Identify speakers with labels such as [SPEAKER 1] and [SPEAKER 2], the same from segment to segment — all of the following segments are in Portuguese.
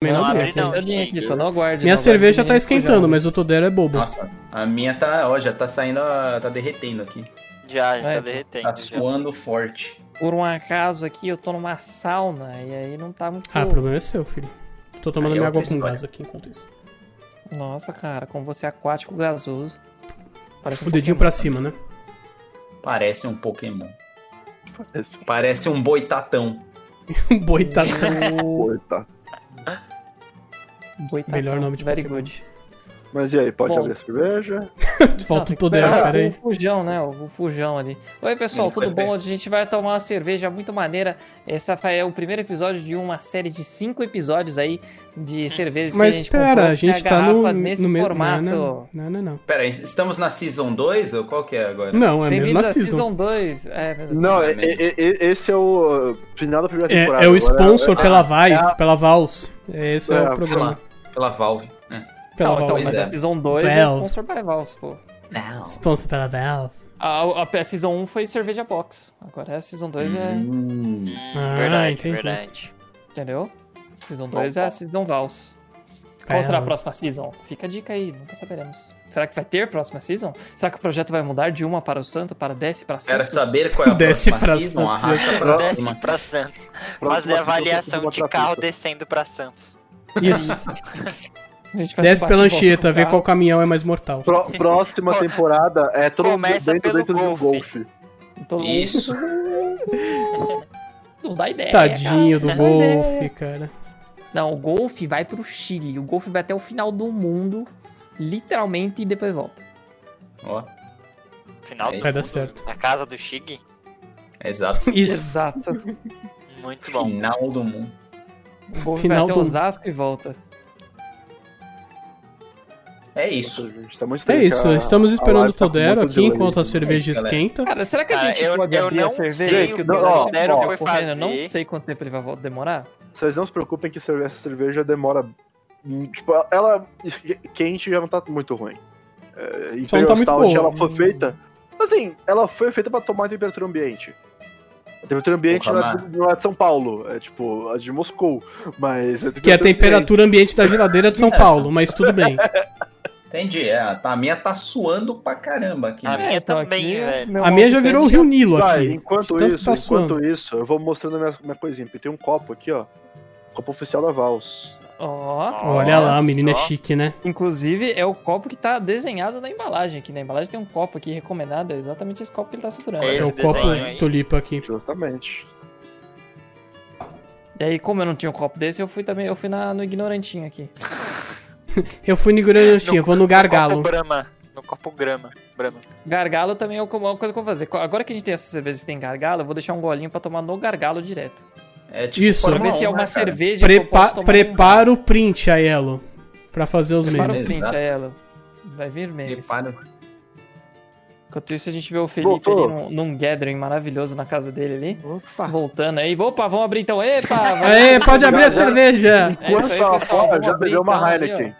[SPEAKER 1] Também não
[SPEAKER 2] Não
[SPEAKER 1] abre,
[SPEAKER 2] abre,
[SPEAKER 1] não.
[SPEAKER 2] aqui,
[SPEAKER 1] gente.
[SPEAKER 2] Nikita, não guarde. não
[SPEAKER 3] Minha
[SPEAKER 2] guarde,
[SPEAKER 3] cerveja tá
[SPEAKER 2] ninguém
[SPEAKER 3] esquentando,
[SPEAKER 2] congela.
[SPEAKER 3] mas o Todero é bobo.
[SPEAKER 4] Nossa, a minha tá, ó, já tá saindo, ó, tá derretendo aqui.
[SPEAKER 1] Já, já
[SPEAKER 2] Vai,
[SPEAKER 1] tá
[SPEAKER 2] pô.
[SPEAKER 1] derretendo.
[SPEAKER 4] Tá
[SPEAKER 1] já.
[SPEAKER 4] suando forte.
[SPEAKER 2] Por um acaso aqui, eu tô numa sauna e aí não tá muito.
[SPEAKER 3] Ah, o problema é seu, filho. Tô tomando
[SPEAKER 4] Aí é
[SPEAKER 3] minha água
[SPEAKER 4] outra
[SPEAKER 3] com
[SPEAKER 4] história.
[SPEAKER 3] gás aqui enquanto isso.
[SPEAKER 2] Nossa, cara, como você é aquático gasoso. Parece
[SPEAKER 3] O dedinho pra cima, né?
[SPEAKER 4] Parece um Pokémon.
[SPEAKER 5] Esse
[SPEAKER 4] Parece um boitatão.
[SPEAKER 3] Um boitatão.
[SPEAKER 2] Pokémon.
[SPEAKER 5] tá.
[SPEAKER 2] Boitatão.
[SPEAKER 3] Melhor nome de
[SPEAKER 2] Very
[SPEAKER 3] Pokémon.
[SPEAKER 2] good.
[SPEAKER 5] Mas e aí, pode
[SPEAKER 2] Bom.
[SPEAKER 5] abrir a cerveja?
[SPEAKER 2] Não,
[SPEAKER 3] Falta
[SPEAKER 2] tem que
[SPEAKER 3] o Todero,
[SPEAKER 2] esperar
[SPEAKER 3] peraí.
[SPEAKER 2] O fujão, né? O fujão ali. Oi, pessoal,
[SPEAKER 4] Ele
[SPEAKER 2] tudo
[SPEAKER 4] foi
[SPEAKER 2] bom?
[SPEAKER 4] bem.
[SPEAKER 2] Hoje a gente vai tomar uma cerveja muito maneira. Essa fa- é o primeiro episódio de uma série de cinco episódios aí de cervejas
[SPEAKER 3] Mas
[SPEAKER 2] que a gente
[SPEAKER 3] espera,
[SPEAKER 2] comprou,
[SPEAKER 3] a gente
[SPEAKER 2] né,
[SPEAKER 3] tá no,
[SPEAKER 2] garrafa nesse
[SPEAKER 3] no né, meio...
[SPEAKER 2] formato.
[SPEAKER 3] Não, não, não. Não,
[SPEAKER 4] Pera aí, estamos na Season 2? Ou qual que é agora?
[SPEAKER 3] não é mesmo
[SPEAKER 2] Bem-vindos
[SPEAKER 3] na
[SPEAKER 2] à
[SPEAKER 3] season.
[SPEAKER 2] Season 2. É, meu Deus.
[SPEAKER 5] Não,
[SPEAKER 4] é-
[SPEAKER 5] é- é- é- esse é o final da primeira
[SPEAKER 3] É,
[SPEAKER 5] temporada.
[SPEAKER 3] é o
[SPEAKER 5] agora
[SPEAKER 3] sponsor
[SPEAKER 5] é-
[SPEAKER 3] pela
[SPEAKER 5] Ah,
[SPEAKER 3] Vice,
[SPEAKER 5] é a-
[SPEAKER 3] pela Vals. É, esse é,
[SPEAKER 5] É,
[SPEAKER 3] o
[SPEAKER 4] Pela,
[SPEAKER 3] programa.
[SPEAKER 4] pela Valve. né?
[SPEAKER 3] Pela
[SPEAKER 2] Não, então,
[SPEAKER 3] Valve.
[SPEAKER 2] mas
[SPEAKER 4] é.
[SPEAKER 2] a Season 2 é
[SPEAKER 3] Valve.
[SPEAKER 2] sponsor by Valve, pô.
[SPEAKER 3] Sponsor pela Valve.
[SPEAKER 2] A, a, a Season 1 foi cerveja box. Agora a Season 2 é.
[SPEAKER 4] Hum,
[SPEAKER 1] Hum,
[SPEAKER 3] Ah,
[SPEAKER 1] verdade,
[SPEAKER 3] entendi.
[SPEAKER 1] verdade.
[SPEAKER 2] Entendeu? Season
[SPEAKER 5] Bom,
[SPEAKER 2] 2 é a
[SPEAKER 5] bom.
[SPEAKER 2] Season Vals. Qual
[SPEAKER 3] É,
[SPEAKER 2] será a
[SPEAKER 3] ó.
[SPEAKER 2] próxima season? Fica a dica aí, nunca saberemos. Será que vai ter próxima season? Será que o projeto vai mudar de uma para o santo, para desce, para
[SPEAKER 4] Quero
[SPEAKER 2] santos?
[SPEAKER 4] saber qual é a
[SPEAKER 3] Desce
[SPEAKER 4] próxima
[SPEAKER 3] pra
[SPEAKER 4] Season.
[SPEAKER 3] Santos,
[SPEAKER 4] Arrasta
[SPEAKER 3] né?
[SPEAKER 4] pra
[SPEAKER 1] Desce
[SPEAKER 4] cima.
[SPEAKER 1] pra Santos.
[SPEAKER 5] próxima
[SPEAKER 1] Fazer
[SPEAKER 5] season,
[SPEAKER 1] avaliação
[SPEAKER 5] todo
[SPEAKER 1] de
[SPEAKER 5] mundo
[SPEAKER 1] carro
[SPEAKER 5] pra
[SPEAKER 1] descendo pra Santos.
[SPEAKER 3] Isso.
[SPEAKER 2] A gente faz um
[SPEAKER 3] Desce pela
[SPEAKER 2] bate-volta
[SPEAKER 3] Anchieta,
[SPEAKER 2] com o
[SPEAKER 3] vê
[SPEAKER 2] carro.
[SPEAKER 3] qual caminhão é mais mortal.
[SPEAKER 5] Pró- próxima temporada é todo mundo
[SPEAKER 1] Começa
[SPEAKER 5] dentro,
[SPEAKER 1] pelo
[SPEAKER 5] dentro de um
[SPEAKER 1] golfe.
[SPEAKER 5] golfe.
[SPEAKER 2] Todo mundo-
[SPEAKER 4] Isso.
[SPEAKER 2] Não dá ideia.
[SPEAKER 3] Tadinho do
[SPEAKER 2] cara.
[SPEAKER 3] golfe, cara.
[SPEAKER 2] Não, o golfe vai pro Chile. O golfe vai até o final do mundo, literalmente, e depois volta.
[SPEAKER 4] Ó,
[SPEAKER 1] Final
[SPEAKER 4] É
[SPEAKER 1] do
[SPEAKER 3] Vai dar
[SPEAKER 1] mundo,
[SPEAKER 3] certo.
[SPEAKER 1] Na casa do Shig?
[SPEAKER 4] exato.
[SPEAKER 3] Isso.
[SPEAKER 2] Exato.
[SPEAKER 1] Muito bom.
[SPEAKER 4] Final do mundo.
[SPEAKER 2] O golfe vai
[SPEAKER 3] Final
[SPEAKER 2] até
[SPEAKER 3] do-
[SPEAKER 2] Osasco e volta.
[SPEAKER 4] É isso.
[SPEAKER 5] Gente, tá muito
[SPEAKER 3] É
[SPEAKER 5] estranho que
[SPEAKER 3] isso,
[SPEAKER 5] a-
[SPEAKER 3] estamos
[SPEAKER 5] a
[SPEAKER 3] esperando o
[SPEAKER 5] live tá com
[SPEAKER 3] Todero
[SPEAKER 5] muito
[SPEAKER 3] aqui
[SPEAKER 5] delay.
[SPEAKER 3] enquanto a cerveja
[SPEAKER 4] É isso, galera.
[SPEAKER 3] esquenta.
[SPEAKER 2] Cara, será que a
[SPEAKER 1] Cara,
[SPEAKER 2] gente
[SPEAKER 1] eu-
[SPEAKER 2] pode
[SPEAKER 1] eu
[SPEAKER 2] abrir a
[SPEAKER 1] não
[SPEAKER 2] cerveja?
[SPEAKER 5] sei,
[SPEAKER 2] que o
[SPEAKER 5] não,
[SPEAKER 2] Dodoro
[SPEAKER 5] ó,
[SPEAKER 2] Zero
[SPEAKER 5] ó,
[SPEAKER 2] foi correndo? Eu não
[SPEAKER 1] fazer.
[SPEAKER 2] sei quanto tempo ele vai vol- demorar.
[SPEAKER 5] Vocês não se preocupem que cerve- essa cerveja demora. hum, Tipo, ela quente já não tá muito ruim. É,
[SPEAKER 3] Só não tá
[SPEAKER 5] Imperial
[SPEAKER 3] muito
[SPEAKER 5] Stout,
[SPEAKER 3] boa.
[SPEAKER 5] ela foi feita. Assim, ela foi feita pra tomar a temperatura ambiente. A temperatura ambiente
[SPEAKER 4] Porra,
[SPEAKER 5] não é,
[SPEAKER 4] mano.
[SPEAKER 5] de- não é de São Paulo, é tipo, a de Moscou. Mas.
[SPEAKER 3] Que é a temperatura ambiente da geladeira de São Paulo, mas tudo bem.
[SPEAKER 4] Entendi. É, tá- a minha tá suando pra caramba aqui.
[SPEAKER 1] A
[SPEAKER 4] né?
[SPEAKER 1] minha
[SPEAKER 2] então
[SPEAKER 1] também, velho.
[SPEAKER 5] É
[SPEAKER 2] meu
[SPEAKER 3] A minha já
[SPEAKER 2] mousepad
[SPEAKER 3] virou o Rio Nilo
[SPEAKER 5] Vai,
[SPEAKER 3] aqui.
[SPEAKER 5] enquanto
[SPEAKER 3] de tanto
[SPEAKER 5] isso,
[SPEAKER 3] tá
[SPEAKER 5] enquanto
[SPEAKER 3] suando.
[SPEAKER 5] isso, eu vou mostrando a minha, minha coisinha, porque tem um copo aqui, ó. Copo oficial da Vals.
[SPEAKER 2] Ó,
[SPEAKER 3] Olha lá, a menina é
[SPEAKER 1] Nossa,
[SPEAKER 3] chique, né?
[SPEAKER 2] inclusive é o copo que tá desenhado na embalagem aqui. Na embalagem tem um copo aqui recomendado, é exatamente esse copo que ele tá segurando.
[SPEAKER 1] É
[SPEAKER 3] É o
[SPEAKER 1] Esse
[SPEAKER 3] copo
[SPEAKER 1] desenho aí.
[SPEAKER 3] tulipa aqui.
[SPEAKER 5] Justamente.
[SPEAKER 2] E aí, como eu não tinha um copo desse, eu fui também, eu fui na- no ignorantinho aqui.
[SPEAKER 3] Eu fui no Guranantinho, eu vou no
[SPEAKER 1] No
[SPEAKER 3] Gargalo.
[SPEAKER 1] copo grama. No copo grama. Brama.
[SPEAKER 2] Gargalo também é uma coisa que eu vou fazer. Agora que a gente tem essa cerveja que tem gargalo, eu vou deixar um golinho pra tomar no gargalo direto.
[SPEAKER 3] Tá
[SPEAKER 4] É tipo
[SPEAKER 3] Isso.
[SPEAKER 2] Pra
[SPEAKER 4] Fórmula
[SPEAKER 2] ver se é
[SPEAKER 4] 1, né,
[SPEAKER 2] uma
[SPEAKER 4] cara?
[SPEAKER 2] cerveja que eu posso
[SPEAKER 3] Prepa
[SPEAKER 5] um
[SPEAKER 2] tomar.
[SPEAKER 3] prepara o print, Aiello, pra fazer os
[SPEAKER 2] Prepara
[SPEAKER 3] memes.
[SPEAKER 2] o print
[SPEAKER 4] Exato.
[SPEAKER 2] a ela. Vai vir memes.
[SPEAKER 4] Prepara.
[SPEAKER 2] Enquanto isso, a gente vê o Felipe
[SPEAKER 5] Voltou.
[SPEAKER 2] ali num, num gathering maravilhoso na casa dele ali.
[SPEAKER 5] Opa.
[SPEAKER 2] Voltando aí. Opa, vamos abrir então. Epa! vamos
[SPEAKER 3] Aê, É, pode abrir a
[SPEAKER 5] Obrigado.
[SPEAKER 3] cerveja!
[SPEAKER 2] É isso
[SPEAKER 5] Enquanto
[SPEAKER 2] aí,
[SPEAKER 5] ela
[SPEAKER 2] pessoal,
[SPEAKER 5] fora,
[SPEAKER 2] vamos
[SPEAKER 5] já
[SPEAKER 2] abrir
[SPEAKER 5] bebeu uma
[SPEAKER 2] então ali,
[SPEAKER 5] Heineken.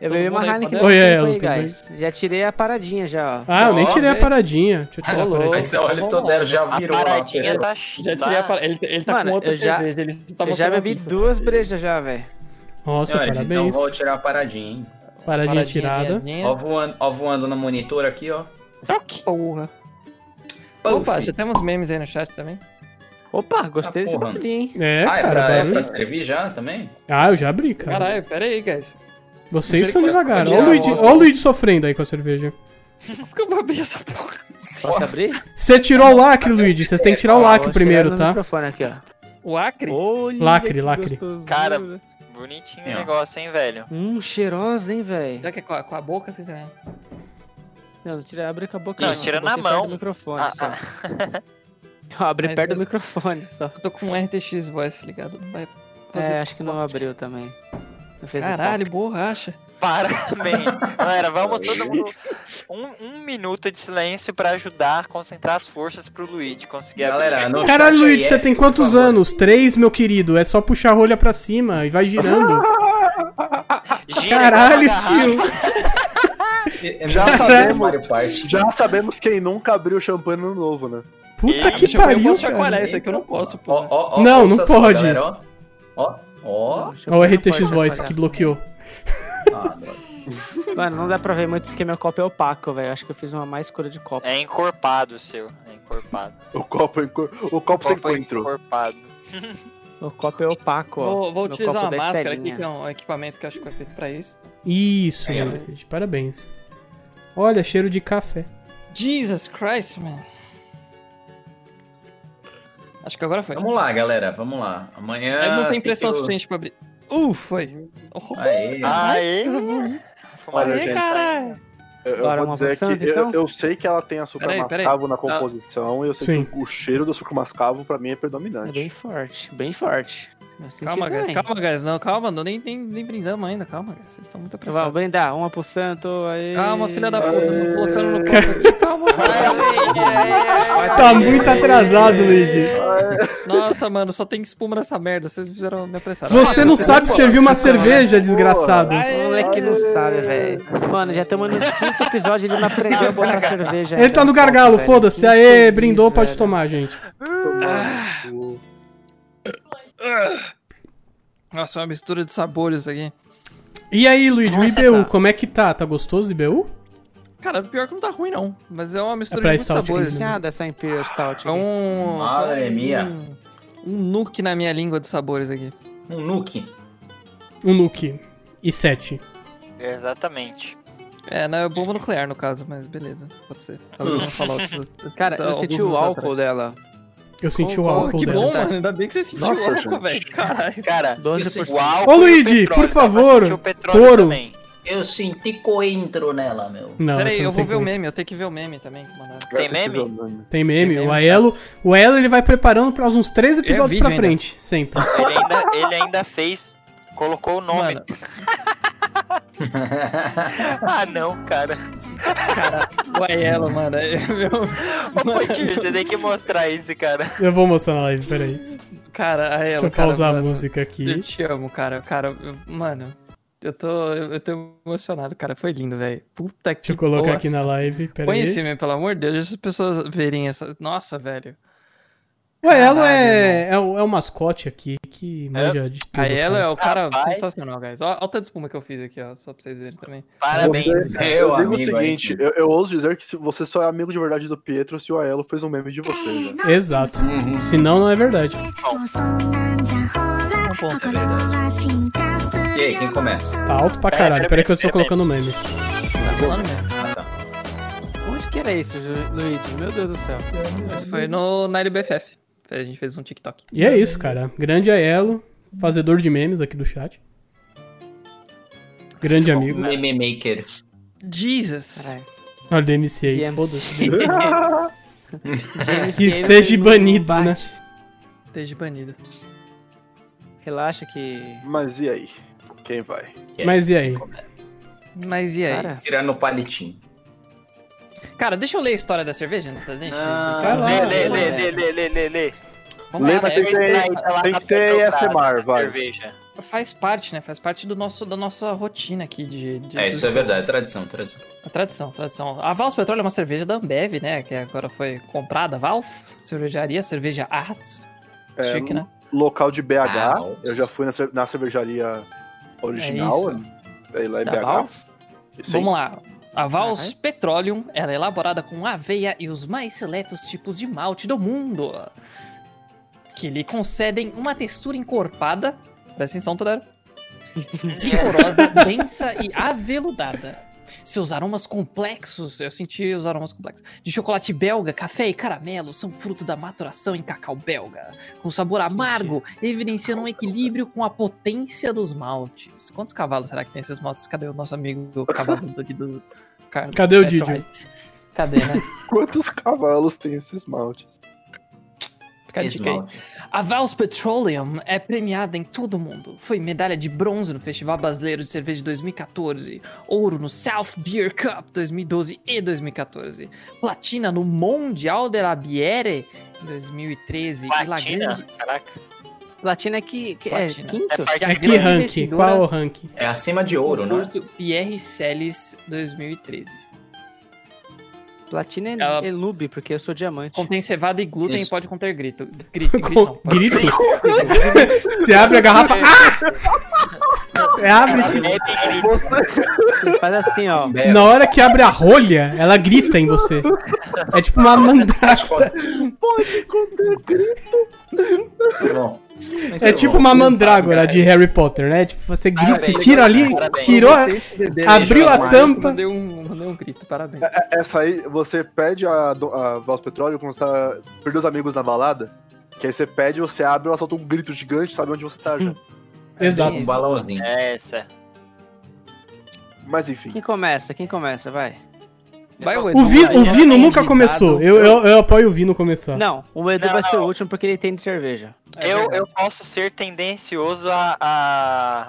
[SPEAKER 6] Eu
[SPEAKER 2] Todo
[SPEAKER 6] bebi uma
[SPEAKER 2] mundo aí
[SPEAKER 6] Heineken
[SPEAKER 2] podendo?
[SPEAKER 3] Oi,
[SPEAKER 6] tempo
[SPEAKER 3] Elo,
[SPEAKER 6] aí,
[SPEAKER 3] tudo
[SPEAKER 6] guys. Já tirei a paradinha já,
[SPEAKER 1] Tá
[SPEAKER 6] ó.
[SPEAKER 3] Ah, eu nem
[SPEAKER 1] Ó,
[SPEAKER 3] tirei a
[SPEAKER 2] velho.
[SPEAKER 3] paradinha. Deixa eu tirar a
[SPEAKER 2] Ô, louco.
[SPEAKER 3] paradinha.
[SPEAKER 4] Esse olho
[SPEAKER 2] Vamos
[SPEAKER 4] todo
[SPEAKER 2] lá.
[SPEAKER 4] era, já
[SPEAKER 1] A
[SPEAKER 4] virou.
[SPEAKER 1] paradinha
[SPEAKER 4] ó.
[SPEAKER 1] tá chique.
[SPEAKER 2] Já tirei a par... ele, ele tá
[SPEAKER 6] Mano,
[SPEAKER 2] com outra
[SPEAKER 6] eu já-
[SPEAKER 2] cerveja. Ele tá
[SPEAKER 6] Eu já
[SPEAKER 2] mostrando a
[SPEAKER 6] bebi
[SPEAKER 2] bica.
[SPEAKER 6] duas brejas já, velho.
[SPEAKER 3] Nossa,
[SPEAKER 4] Senhores, então
[SPEAKER 3] parabéns.
[SPEAKER 4] vou tirar a paradinha, hein?
[SPEAKER 3] Paradinha
[SPEAKER 2] Paradinha,
[SPEAKER 3] tirada.
[SPEAKER 2] dinheirinha.
[SPEAKER 4] Ó voando, ó voando no monitor aqui, ó.
[SPEAKER 2] Porra.
[SPEAKER 4] Pô,
[SPEAKER 2] Opa,
[SPEAKER 4] filho.
[SPEAKER 2] já temos memes aí no chat também.
[SPEAKER 3] Tá
[SPEAKER 6] Opa, gostei
[SPEAKER 4] Ah,
[SPEAKER 6] desse
[SPEAKER 4] porra.
[SPEAKER 6] bagulho, hein?
[SPEAKER 3] É,
[SPEAKER 4] ah, é
[SPEAKER 3] cara,
[SPEAKER 4] pra, é
[SPEAKER 3] barulho.
[SPEAKER 4] pra servir já também?
[SPEAKER 3] Ah, eu já abri, cara.
[SPEAKER 2] Caralho, pera aí, guys.
[SPEAKER 3] Vocês
[SPEAKER 2] eu
[SPEAKER 3] estão
[SPEAKER 2] queria que
[SPEAKER 3] devagar.
[SPEAKER 2] fosse
[SPEAKER 3] Olha o, Luigi,
[SPEAKER 2] uma-
[SPEAKER 3] ó o Luigi sofrendo aí com a cerveja.
[SPEAKER 2] Por que eu vou abrir essa porra?
[SPEAKER 6] Posso abrir?
[SPEAKER 3] Você tirou o lacre, Luigi. Vocês têm que tirar o
[SPEAKER 4] Ó,
[SPEAKER 3] lacre
[SPEAKER 6] Vou
[SPEAKER 3] primeiro,
[SPEAKER 6] tirar no
[SPEAKER 3] tá?
[SPEAKER 6] microfone aqui, ó.
[SPEAKER 2] O Acre?
[SPEAKER 6] Olha
[SPEAKER 3] Lacre,
[SPEAKER 6] que
[SPEAKER 3] lacre.
[SPEAKER 6] gostosura.
[SPEAKER 1] Cara- Bonitinho
[SPEAKER 4] Sim,
[SPEAKER 1] o
[SPEAKER 4] ó.
[SPEAKER 1] negócio, hein, velho?
[SPEAKER 6] Hum, cheirosa, hein, velho.
[SPEAKER 2] Já que é com a, com a boca, assim também.
[SPEAKER 6] Não, não tira, abre com a boca.
[SPEAKER 1] Não, tira na
[SPEAKER 6] botei perto
[SPEAKER 1] mão.
[SPEAKER 6] do microfone,
[SPEAKER 1] Ah,
[SPEAKER 6] só. abre
[SPEAKER 2] Ai,
[SPEAKER 6] perto do
[SPEAKER 2] Deus.
[SPEAKER 6] microfone, só.
[SPEAKER 2] Eu tô com um RTX Voice ligado. Não vai fazer.
[SPEAKER 6] É, acho que não abriu também. Não fez o
[SPEAKER 2] Caralho, borracha.
[SPEAKER 1] Parabéns. Galera, vamos todo mundo. Um, um minuto de silêncio pra ajudar a concentrar as forças pro Luigi conseguir
[SPEAKER 4] Galera,
[SPEAKER 1] abrir.
[SPEAKER 4] no
[SPEAKER 3] Caralho,
[SPEAKER 4] chat aí
[SPEAKER 3] Luigi,
[SPEAKER 4] é,
[SPEAKER 3] você tem quantos
[SPEAKER 4] por favor.
[SPEAKER 3] anos? Três, meu querido. É só puxar a rolha pra cima e vai girando.
[SPEAKER 1] Gira igual uma
[SPEAKER 3] Caralho,
[SPEAKER 1] garrafa.
[SPEAKER 3] tio.
[SPEAKER 4] É, é
[SPEAKER 5] Já
[SPEAKER 4] Mario
[SPEAKER 5] sabemos.
[SPEAKER 4] Mario Party.
[SPEAKER 5] Já sabemos quem nunca abriu champanhe no ano novo, né?
[SPEAKER 3] Puta
[SPEAKER 1] Ei,
[SPEAKER 3] que
[SPEAKER 2] Deixa eu ver, eu
[SPEAKER 3] pariu,
[SPEAKER 2] posso
[SPEAKER 3] cara.
[SPEAKER 2] chacoalhar isso aqui, eu não posso,
[SPEAKER 4] Ó,
[SPEAKER 2] pô.
[SPEAKER 4] ó, ó,
[SPEAKER 3] Não,
[SPEAKER 4] ouça
[SPEAKER 3] não
[SPEAKER 4] só,
[SPEAKER 3] pode.
[SPEAKER 4] galera, ó. Ó, Ó,
[SPEAKER 6] Deixa eu
[SPEAKER 3] Olha o
[SPEAKER 6] ver, não
[SPEAKER 3] RTX
[SPEAKER 6] pode
[SPEAKER 3] Voice que
[SPEAKER 6] apagar.
[SPEAKER 3] bloqueou.
[SPEAKER 4] ah, droga.
[SPEAKER 6] Mano, não dá pra ver muito porque meu copo é opaco, velho. Acho que eu fiz uma má escolha de copo.
[SPEAKER 1] É encorpado o seu. É encorpado.
[SPEAKER 5] O copo, enco- o copo tem
[SPEAKER 1] Copo
[SPEAKER 5] coentro.
[SPEAKER 1] encorpado.
[SPEAKER 6] Meu copo é opaco, ó.
[SPEAKER 2] Vou, vou
[SPEAKER 6] Meu
[SPEAKER 2] utilizar
[SPEAKER 6] copo
[SPEAKER 2] uma
[SPEAKER 6] da
[SPEAKER 2] máscara
[SPEAKER 6] Estelinha.
[SPEAKER 2] aqui, que é um equipamento que eu acho que foi feito pra isso.
[SPEAKER 3] Isso,
[SPEAKER 4] Aí, ó.
[SPEAKER 3] meu Deus, parabéns. Olha, cheiro de café.
[SPEAKER 2] Jesus Christ, man. Acho que agora foi.
[SPEAKER 4] Vamos lá, galera, vamos lá. Amanhã.
[SPEAKER 2] Aí não tem pressão
[SPEAKER 4] É, que eu-
[SPEAKER 2] suficiente pra abrir. Uh, foi. Oh,
[SPEAKER 5] É.
[SPEAKER 4] Aê.
[SPEAKER 5] Ah,
[SPEAKER 1] Aê! Fumaça de
[SPEAKER 5] Olha,
[SPEAKER 2] aí,
[SPEAKER 5] gente,
[SPEAKER 2] caralho.
[SPEAKER 5] Eu, eu
[SPEAKER 6] Bora,
[SPEAKER 5] vou
[SPEAKER 6] uma
[SPEAKER 5] dizer que
[SPEAKER 6] avançando,
[SPEAKER 5] eu-
[SPEAKER 6] então?
[SPEAKER 5] eu, sei que ela tem açúcar
[SPEAKER 2] Peraí, peraí.
[SPEAKER 5] mascavo na composição e eu sei
[SPEAKER 3] Sim.
[SPEAKER 5] que o, o cheiro do açúcar mascavo pra mim é
[SPEAKER 6] É
[SPEAKER 5] predominante.
[SPEAKER 6] bem forte, bem forte. Eu senti
[SPEAKER 2] então. Calma, guys,
[SPEAKER 6] também.
[SPEAKER 2] calma, guys. Não, calma, não, nem, nem, nem brindamos ainda, calma, guys. Vocês estão muito
[SPEAKER 6] Vamos
[SPEAKER 2] apressados.
[SPEAKER 6] Então brindar, uma pro santo, aí.
[SPEAKER 2] Calma, filha da puta,
[SPEAKER 5] Aê.
[SPEAKER 2] tô colocando no copo aqui, calma.
[SPEAKER 1] Vai, Luigi, aê, aê,
[SPEAKER 3] Tá
[SPEAKER 1] aê.
[SPEAKER 3] muito atrasado, Luigi.
[SPEAKER 2] Nossa, mano, só tem espuma nessa merda, vocês fizeram me apressar.
[SPEAKER 3] Você não sabe servir uma cerveja, desgraçado.
[SPEAKER 6] O um moleque não sabe, velho. Mano, já estamos no quinto episódio, ele não aprendeu a botar cerveja.
[SPEAKER 3] Ele
[SPEAKER 6] ainda
[SPEAKER 3] tá no
[SPEAKER 6] copo,
[SPEAKER 3] gargalo,
[SPEAKER 6] velho.
[SPEAKER 3] foda-se.
[SPEAKER 6] Que
[SPEAKER 3] Aê,
[SPEAKER 6] isso,
[SPEAKER 3] brindou, pode
[SPEAKER 6] velho.
[SPEAKER 3] tomar, gente.
[SPEAKER 5] Então, Tomar no cu.
[SPEAKER 2] Nossa, é uma mistura de sabores aqui.
[SPEAKER 3] E aí, Luigi, o IBU, como é que tá? Tá gostoso o IBU?
[SPEAKER 2] Cara, pior que não tá ruim, não. Mas é uma mistura
[SPEAKER 3] pra
[SPEAKER 2] de muitos
[SPEAKER 3] stout,
[SPEAKER 2] sabores.
[SPEAKER 3] né?
[SPEAKER 6] Viciada essa Imperial Stout.
[SPEAKER 2] É um.
[SPEAKER 4] Madre
[SPEAKER 2] foi um-
[SPEAKER 4] mia.
[SPEAKER 2] Um nuke na minha língua de sabores aqui.
[SPEAKER 4] Um nuke.
[SPEAKER 3] Um nuke. E 7.
[SPEAKER 1] Exatamente.
[SPEAKER 2] É, na bomba nuclear, no caso, mas beleza, pode ser. Tava tentando falar outro-
[SPEAKER 6] Cara, eu
[SPEAKER 2] alguns
[SPEAKER 6] senti o
[SPEAKER 2] minutos
[SPEAKER 6] álcool
[SPEAKER 2] atrás.
[SPEAKER 6] dela.
[SPEAKER 3] Eu senti o
[SPEAKER 6] Pô,
[SPEAKER 3] álcool
[SPEAKER 2] que
[SPEAKER 3] dela.
[SPEAKER 2] bom, mano. Ainda bem que você sentiu
[SPEAKER 5] Nossa,
[SPEAKER 2] o álcool,
[SPEAKER 5] gente.
[SPEAKER 2] velho. Caralho.
[SPEAKER 1] Cara,
[SPEAKER 6] 12%.
[SPEAKER 1] isso, o álcool
[SPEAKER 3] Ô,
[SPEAKER 1] e o
[SPEAKER 3] Luigi,
[SPEAKER 1] petróleo,
[SPEAKER 3] por
[SPEAKER 1] dá pra
[SPEAKER 3] favor,
[SPEAKER 1] sentir o petróleo
[SPEAKER 3] touro.
[SPEAKER 1] também.
[SPEAKER 4] Eu senti coentro nela, meu.
[SPEAKER 3] Não,
[SPEAKER 2] Pera
[SPEAKER 3] essa
[SPEAKER 2] aí,
[SPEAKER 3] não
[SPEAKER 2] eu vou
[SPEAKER 3] tem
[SPEAKER 2] ver o
[SPEAKER 3] como.
[SPEAKER 2] meme, eu tenho que ver o meme também que mandaram.
[SPEAKER 1] Tem meme?
[SPEAKER 3] Tem meme.
[SPEAKER 2] Tem
[SPEAKER 3] o
[SPEAKER 2] meme, É
[SPEAKER 3] Aelo, o Aelo ele vai preparando pra uns três episódios
[SPEAKER 2] vídeo
[SPEAKER 3] pra
[SPEAKER 2] ainda.
[SPEAKER 3] frente, sempre.
[SPEAKER 1] Ele ainda, ele ainda fez. Colocou o nome.
[SPEAKER 2] Mano,
[SPEAKER 1] Ah, não, cara.
[SPEAKER 2] cara, o Aiello, mano. é-
[SPEAKER 1] Ô, Potir, você tem que mostrar isso, cara.
[SPEAKER 3] Eu vou mostrar na live, peraí.
[SPEAKER 2] Cara,
[SPEAKER 3] Deixa
[SPEAKER 2] Aiello,
[SPEAKER 3] eu
[SPEAKER 2] cara.
[SPEAKER 3] pausar a
[SPEAKER 2] mano,
[SPEAKER 3] música aqui.
[SPEAKER 2] Eu te amo, cara. Cara, eu- mano, eu tô, eu, eu tô emocionado, cara. Foi lindo, velho. Puta que
[SPEAKER 3] Deixa eu colocar aqui na
[SPEAKER 2] Nossa,
[SPEAKER 3] live, peraí.
[SPEAKER 2] Põe esse meme, pelo amor de Deus, deixa as pessoas verem essa. Nossa, velho.
[SPEAKER 3] O Aelo
[SPEAKER 2] Caralho,
[SPEAKER 3] é, é, o, é o mascote aqui que manja de tudo.
[SPEAKER 2] A ela é
[SPEAKER 3] cara.
[SPEAKER 2] o cara
[SPEAKER 1] Rapaz.
[SPEAKER 2] sensacional, guys. Ó, olha o tanto de espuma que eu fiz aqui, ó. Só pra vocês verem também.
[SPEAKER 1] Parabéns.
[SPEAKER 5] Você-
[SPEAKER 1] cara.
[SPEAKER 4] Meu
[SPEAKER 5] eu digo
[SPEAKER 4] É, amigo,
[SPEAKER 5] o
[SPEAKER 4] aí
[SPEAKER 5] seguinte,
[SPEAKER 4] sim.
[SPEAKER 5] eu, eu ouso dizer que se- você só é amigo de verdade do Pietro se o Aelo fez um meme de você, né?
[SPEAKER 3] Exato.
[SPEAKER 4] Uhum.
[SPEAKER 3] Senão não é verdade.
[SPEAKER 7] そんなんじゃほら
[SPEAKER 2] Um ponto.
[SPEAKER 7] 心は進化す
[SPEAKER 4] é E
[SPEAKER 7] る
[SPEAKER 4] aí,
[SPEAKER 7] よ
[SPEAKER 4] quem começa?
[SPEAKER 3] Tá alto pra
[SPEAKER 1] Pera,
[SPEAKER 3] caralho.
[SPEAKER 1] pera,
[SPEAKER 3] Peraí que eu estou
[SPEAKER 1] pera, pera.
[SPEAKER 3] colocando o meme.
[SPEAKER 2] Tá falando mesmo.
[SPEAKER 4] Ah, tá.
[SPEAKER 6] Onde que era isso, Ju- Luigi? Meu Deus do céu.
[SPEAKER 2] Isso foi no, na LBFF. A gente fez um TikTok.
[SPEAKER 3] E é isso, cara. Grande Aelo, fazedor de memes aqui do chat. Grande amigo.
[SPEAKER 4] Meme Maker.
[SPEAKER 2] Jesus!
[SPEAKER 6] Caralho.
[SPEAKER 3] Olha o DMC aí,
[SPEAKER 6] DMC.
[SPEAKER 3] foda-se.
[SPEAKER 6] James
[SPEAKER 3] Que
[SPEAKER 6] Taylor
[SPEAKER 3] esteja
[SPEAKER 6] não
[SPEAKER 3] banido,
[SPEAKER 6] bate.
[SPEAKER 3] né?
[SPEAKER 2] Esteja banido.
[SPEAKER 6] Relaxa que.
[SPEAKER 5] Mas e aí? Quem vai?
[SPEAKER 3] Mas e aí?
[SPEAKER 2] Mas e aí? Cara,
[SPEAKER 6] Cara,
[SPEAKER 4] Tirar no palitinho.
[SPEAKER 2] deixa eu ler a história da cerveja antes da gente.
[SPEAKER 4] Não.
[SPEAKER 2] Vai lá,
[SPEAKER 1] Lê, lê,
[SPEAKER 2] vamos lá.
[SPEAKER 1] lê, lê, lê, lê, lê, lê.
[SPEAKER 2] Vamos
[SPEAKER 5] Lê,
[SPEAKER 2] lá,
[SPEAKER 5] mas tem que
[SPEAKER 2] é-
[SPEAKER 5] ter, tem que ter ASMR, vai.
[SPEAKER 1] Cerveja.
[SPEAKER 2] Faz parte, né? Faz parte do nosso, da nossa rotina aqui de. de-
[SPEAKER 4] É,
[SPEAKER 2] do
[SPEAKER 4] isso é
[SPEAKER 2] show.
[SPEAKER 4] verdade, tradição, tradição.
[SPEAKER 2] A tradição, a tradição. A Vals Petróleo é uma cerveja da Ambev, né? Que agora foi comprada. Vals, cervejaria, cerveja Arts.
[SPEAKER 5] É,
[SPEAKER 2] Chique, né?
[SPEAKER 5] Local de BH,
[SPEAKER 4] Ah,
[SPEAKER 5] eu já fui na, cer- na cervejaria original,
[SPEAKER 2] É
[SPEAKER 5] é lá em
[SPEAKER 6] Da
[SPEAKER 5] BH.
[SPEAKER 6] Vals?
[SPEAKER 5] Sim.
[SPEAKER 2] Vamos lá. A Vals
[SPEAKER 6] Caralho.
[SPEAKER 2] Petroleum, ela é elaborada com aveia e os mais seletos tipos de malte do mundo, que lhe concedem uma textura encorpada, presta atenção, Todaro, licorosa, densa e aveludada. Seus aromas complexos, eu senti os aromas complexos, de chocolate belga, café e caramelo são fruto da maturação em cacau belga, com sabor amargo, evidenciando um equilíbrio com a potência dos maltes. Quantos cavalos será que tem esses maltes? Cadê o nosso amigo do cavalo do, do, Car-
[SPEAKER 3] Cadê o
[SPEAKER 2] Petrobras?
[SPEAKER 3] Didio?
[SPEAKER 2] Cadê, né?
[SPEAKER 5] Quantos cavalos tem esses esmaltes?
[SPEAKER 2] Fica a dica aí.
[SPEAKER 4] Esmalte.
[SPEAKER 2] A Vals Petroleum é premiada em todo o mundo. Foi medalha de bronze no Festival Brasileiro de Cerveja de 2014, ouro no South Beer Cup 2012 e 2014, platina no Mundial de la Biere 2013 e La
[SPEAKER 1] Platina.
[SPEAKER 2] Grande...
[SPEAKER 1] Caraca.
[SPEAKER 6] Platina é que, que
[SPEAKER 2] Platina.
[SPEAKER 6] é quinto?
[SPEAKER 1] É parte
[SPEAKER 2] E a
[SPEAKER 3] É que
[SPEAKER 2] grande né?
[SPEAKER 3] rank?
[SPEAKER 2] vencedora
[SPEAKER 3] Qual é o rank?
[SPEAKER 4] É acima de
[SPEAKER 2] do
[SPEAKER 4] ouro, né?
[SPEAKER 2] concurso Pierre Celis 2013.
[SPEAKER 6] Platina é,
[SPEAKER 2] Ela-
[SPEAKER 6] é noob, porque eu sou diamante.
[SPEAKER 2] Contém cevada e glúten e
[SPEAKER 4] Isso.
[SPEAKER 2] pode conter grito. Grito, grito não,
[SPEAKER 3] Co-
[SPEAKER 2] pode- É.
[SPEAKER 3] Grito. Você abre a garrafa. Ah! Você abre, tipo,
[SPEAKER 6] Faz assim, ó.
[SPEAKER 4] Bebe.
[SPEAKER 3] na hora que abre a rolha, ela grita em você. É tipo uma mandrake.
[SPEAKER 5] Pode conter grito.
[SPEAKER 4] Bom,
[SPEAKER 3] É tipo uma mandrágora
[SPEAKER 4] é
[SPEAKER 3] de Harry Potter, né? Tipo, você grita, você
[SPEAKER 1] Parabéns,
[SPEAKER 3] tira ali,
[SPEAKER 1] parabéns.
[SPEAKER 3] tirou, a-
[SPEAKER 2] Vocês que beberam
[SPEAKER 3] abriu a
[SPEAKER 4] mais.
[SPEAKER 3] tampa.
[SPEAKER 2] Mandei um, mandei um grito, parabéns.
[SPEAKER 5] Essa aí, você pede a, do- a Vals Petróleo quando você tá perdendo os amigos na balada. Que aí você pede, você abre, ela solta um grito gigante, sabe onde você tá
[SPEAKER 3] Hum.
[SPEAKER 5] já.
[SPEAKER 3] Exato.
[SPEAKER 4] Um balãozinho.
[SPEAKER 1] Essa.
[SPEAKER 5] Mas enfim.
[SPEAKER 6] Quem começa? Quem começa? Vai.
[SPEAKER 2] Vai, o Edu.
[SPEAKER 3] O,
[SPEAKER 2] aí,
[SPEAKER 3] Vi, o Vino
[SPEAKER 2] atendido.
[SPEAKER 3] nunca começou. Eu, eu, eu apoio o Vino começar.
[SPEAKER 2] Tá.
[SPEAKER 6] Não, o Edu
[SPEAKER 1] Não,
[SPEAKER 6] vai ser o
[SPEAKER 1] não.
[SPEAKER 6] último porque ele tem de cerveja.
[SPEAKER 2] É
[SPEAKER 1] eu,
[SPEAKER 2] verdade.
[SPEAKER 1] eu posso ser tendencioso a,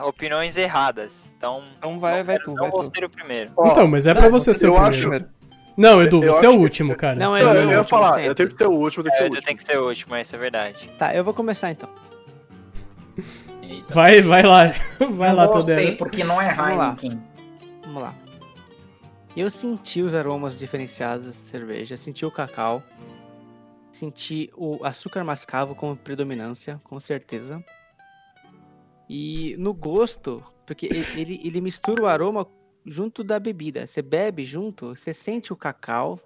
[SPEAKER 1] a opiniões erradas. Então,
[SPEAKER 2] Então vai, vai tu,
[SPEAKER 1] não
[SPEAKER 2] vai
[SPEAKER 1] vou
[SPEAKER 2] tu.
[SPEAKER 1] ser o primeiro.
[SPEAKER 5] Ó,
[SPEAKER 3] Então, mas é pra você ser o
[SPEAKER 5] eu
[SPEAKER 3] primeiro.
[SPEAKER 5] acho-
[SPEAKER 3] Não, Edu,
[SPEAKER 5] eu
[SPEAKER 3] você é o
[SPEAKER 5] acho que-
[SPEAKER 3] último, cara.
[SPEAKER 6] Não,
[SPEAKER 5] eu,
[SPEAKER 6] Edu é
[SPEAKER 5] eu
[SPEAKER 6] o
[SPEAKER 5] ia
[SPEAKER 6] último
[SPEAKER 5] falar,
[SPEAKER 6] sempre.
[SPEAKER 5] eu tenho que ser o último, eu tenho que
[SPEAKER 1] É,
[SPEAKER 5] ser o
[SPEAKER 1] eu tenho
[SPEAKER 5] último.
[SPEAKER 1] que ser o último, essa é verdade.
[SPEAKER 6] Tá, eu vou começar então.
[SPEAKER 4] Eita.
[SPEAKER 3] Vai, vai lá. Vai lá,
[SPEAKER 4] Gostei,
[SPEAKER 3] Tadeu.
[SPEAKER 4] porque não é
[SPEAKER 6] Vamos lá.
[SPEAKER 4] Heineken.
[SPEAKER 6] Vamos lá. Eu senti os aromas diferenciados da cerveja, senti o cacau, senti o açúcar mascavo como predominância, com certeza. E no gosto, porque e- ele, ele mistura o aroma junto da bebida. Você bebe junto, você sente o cacau,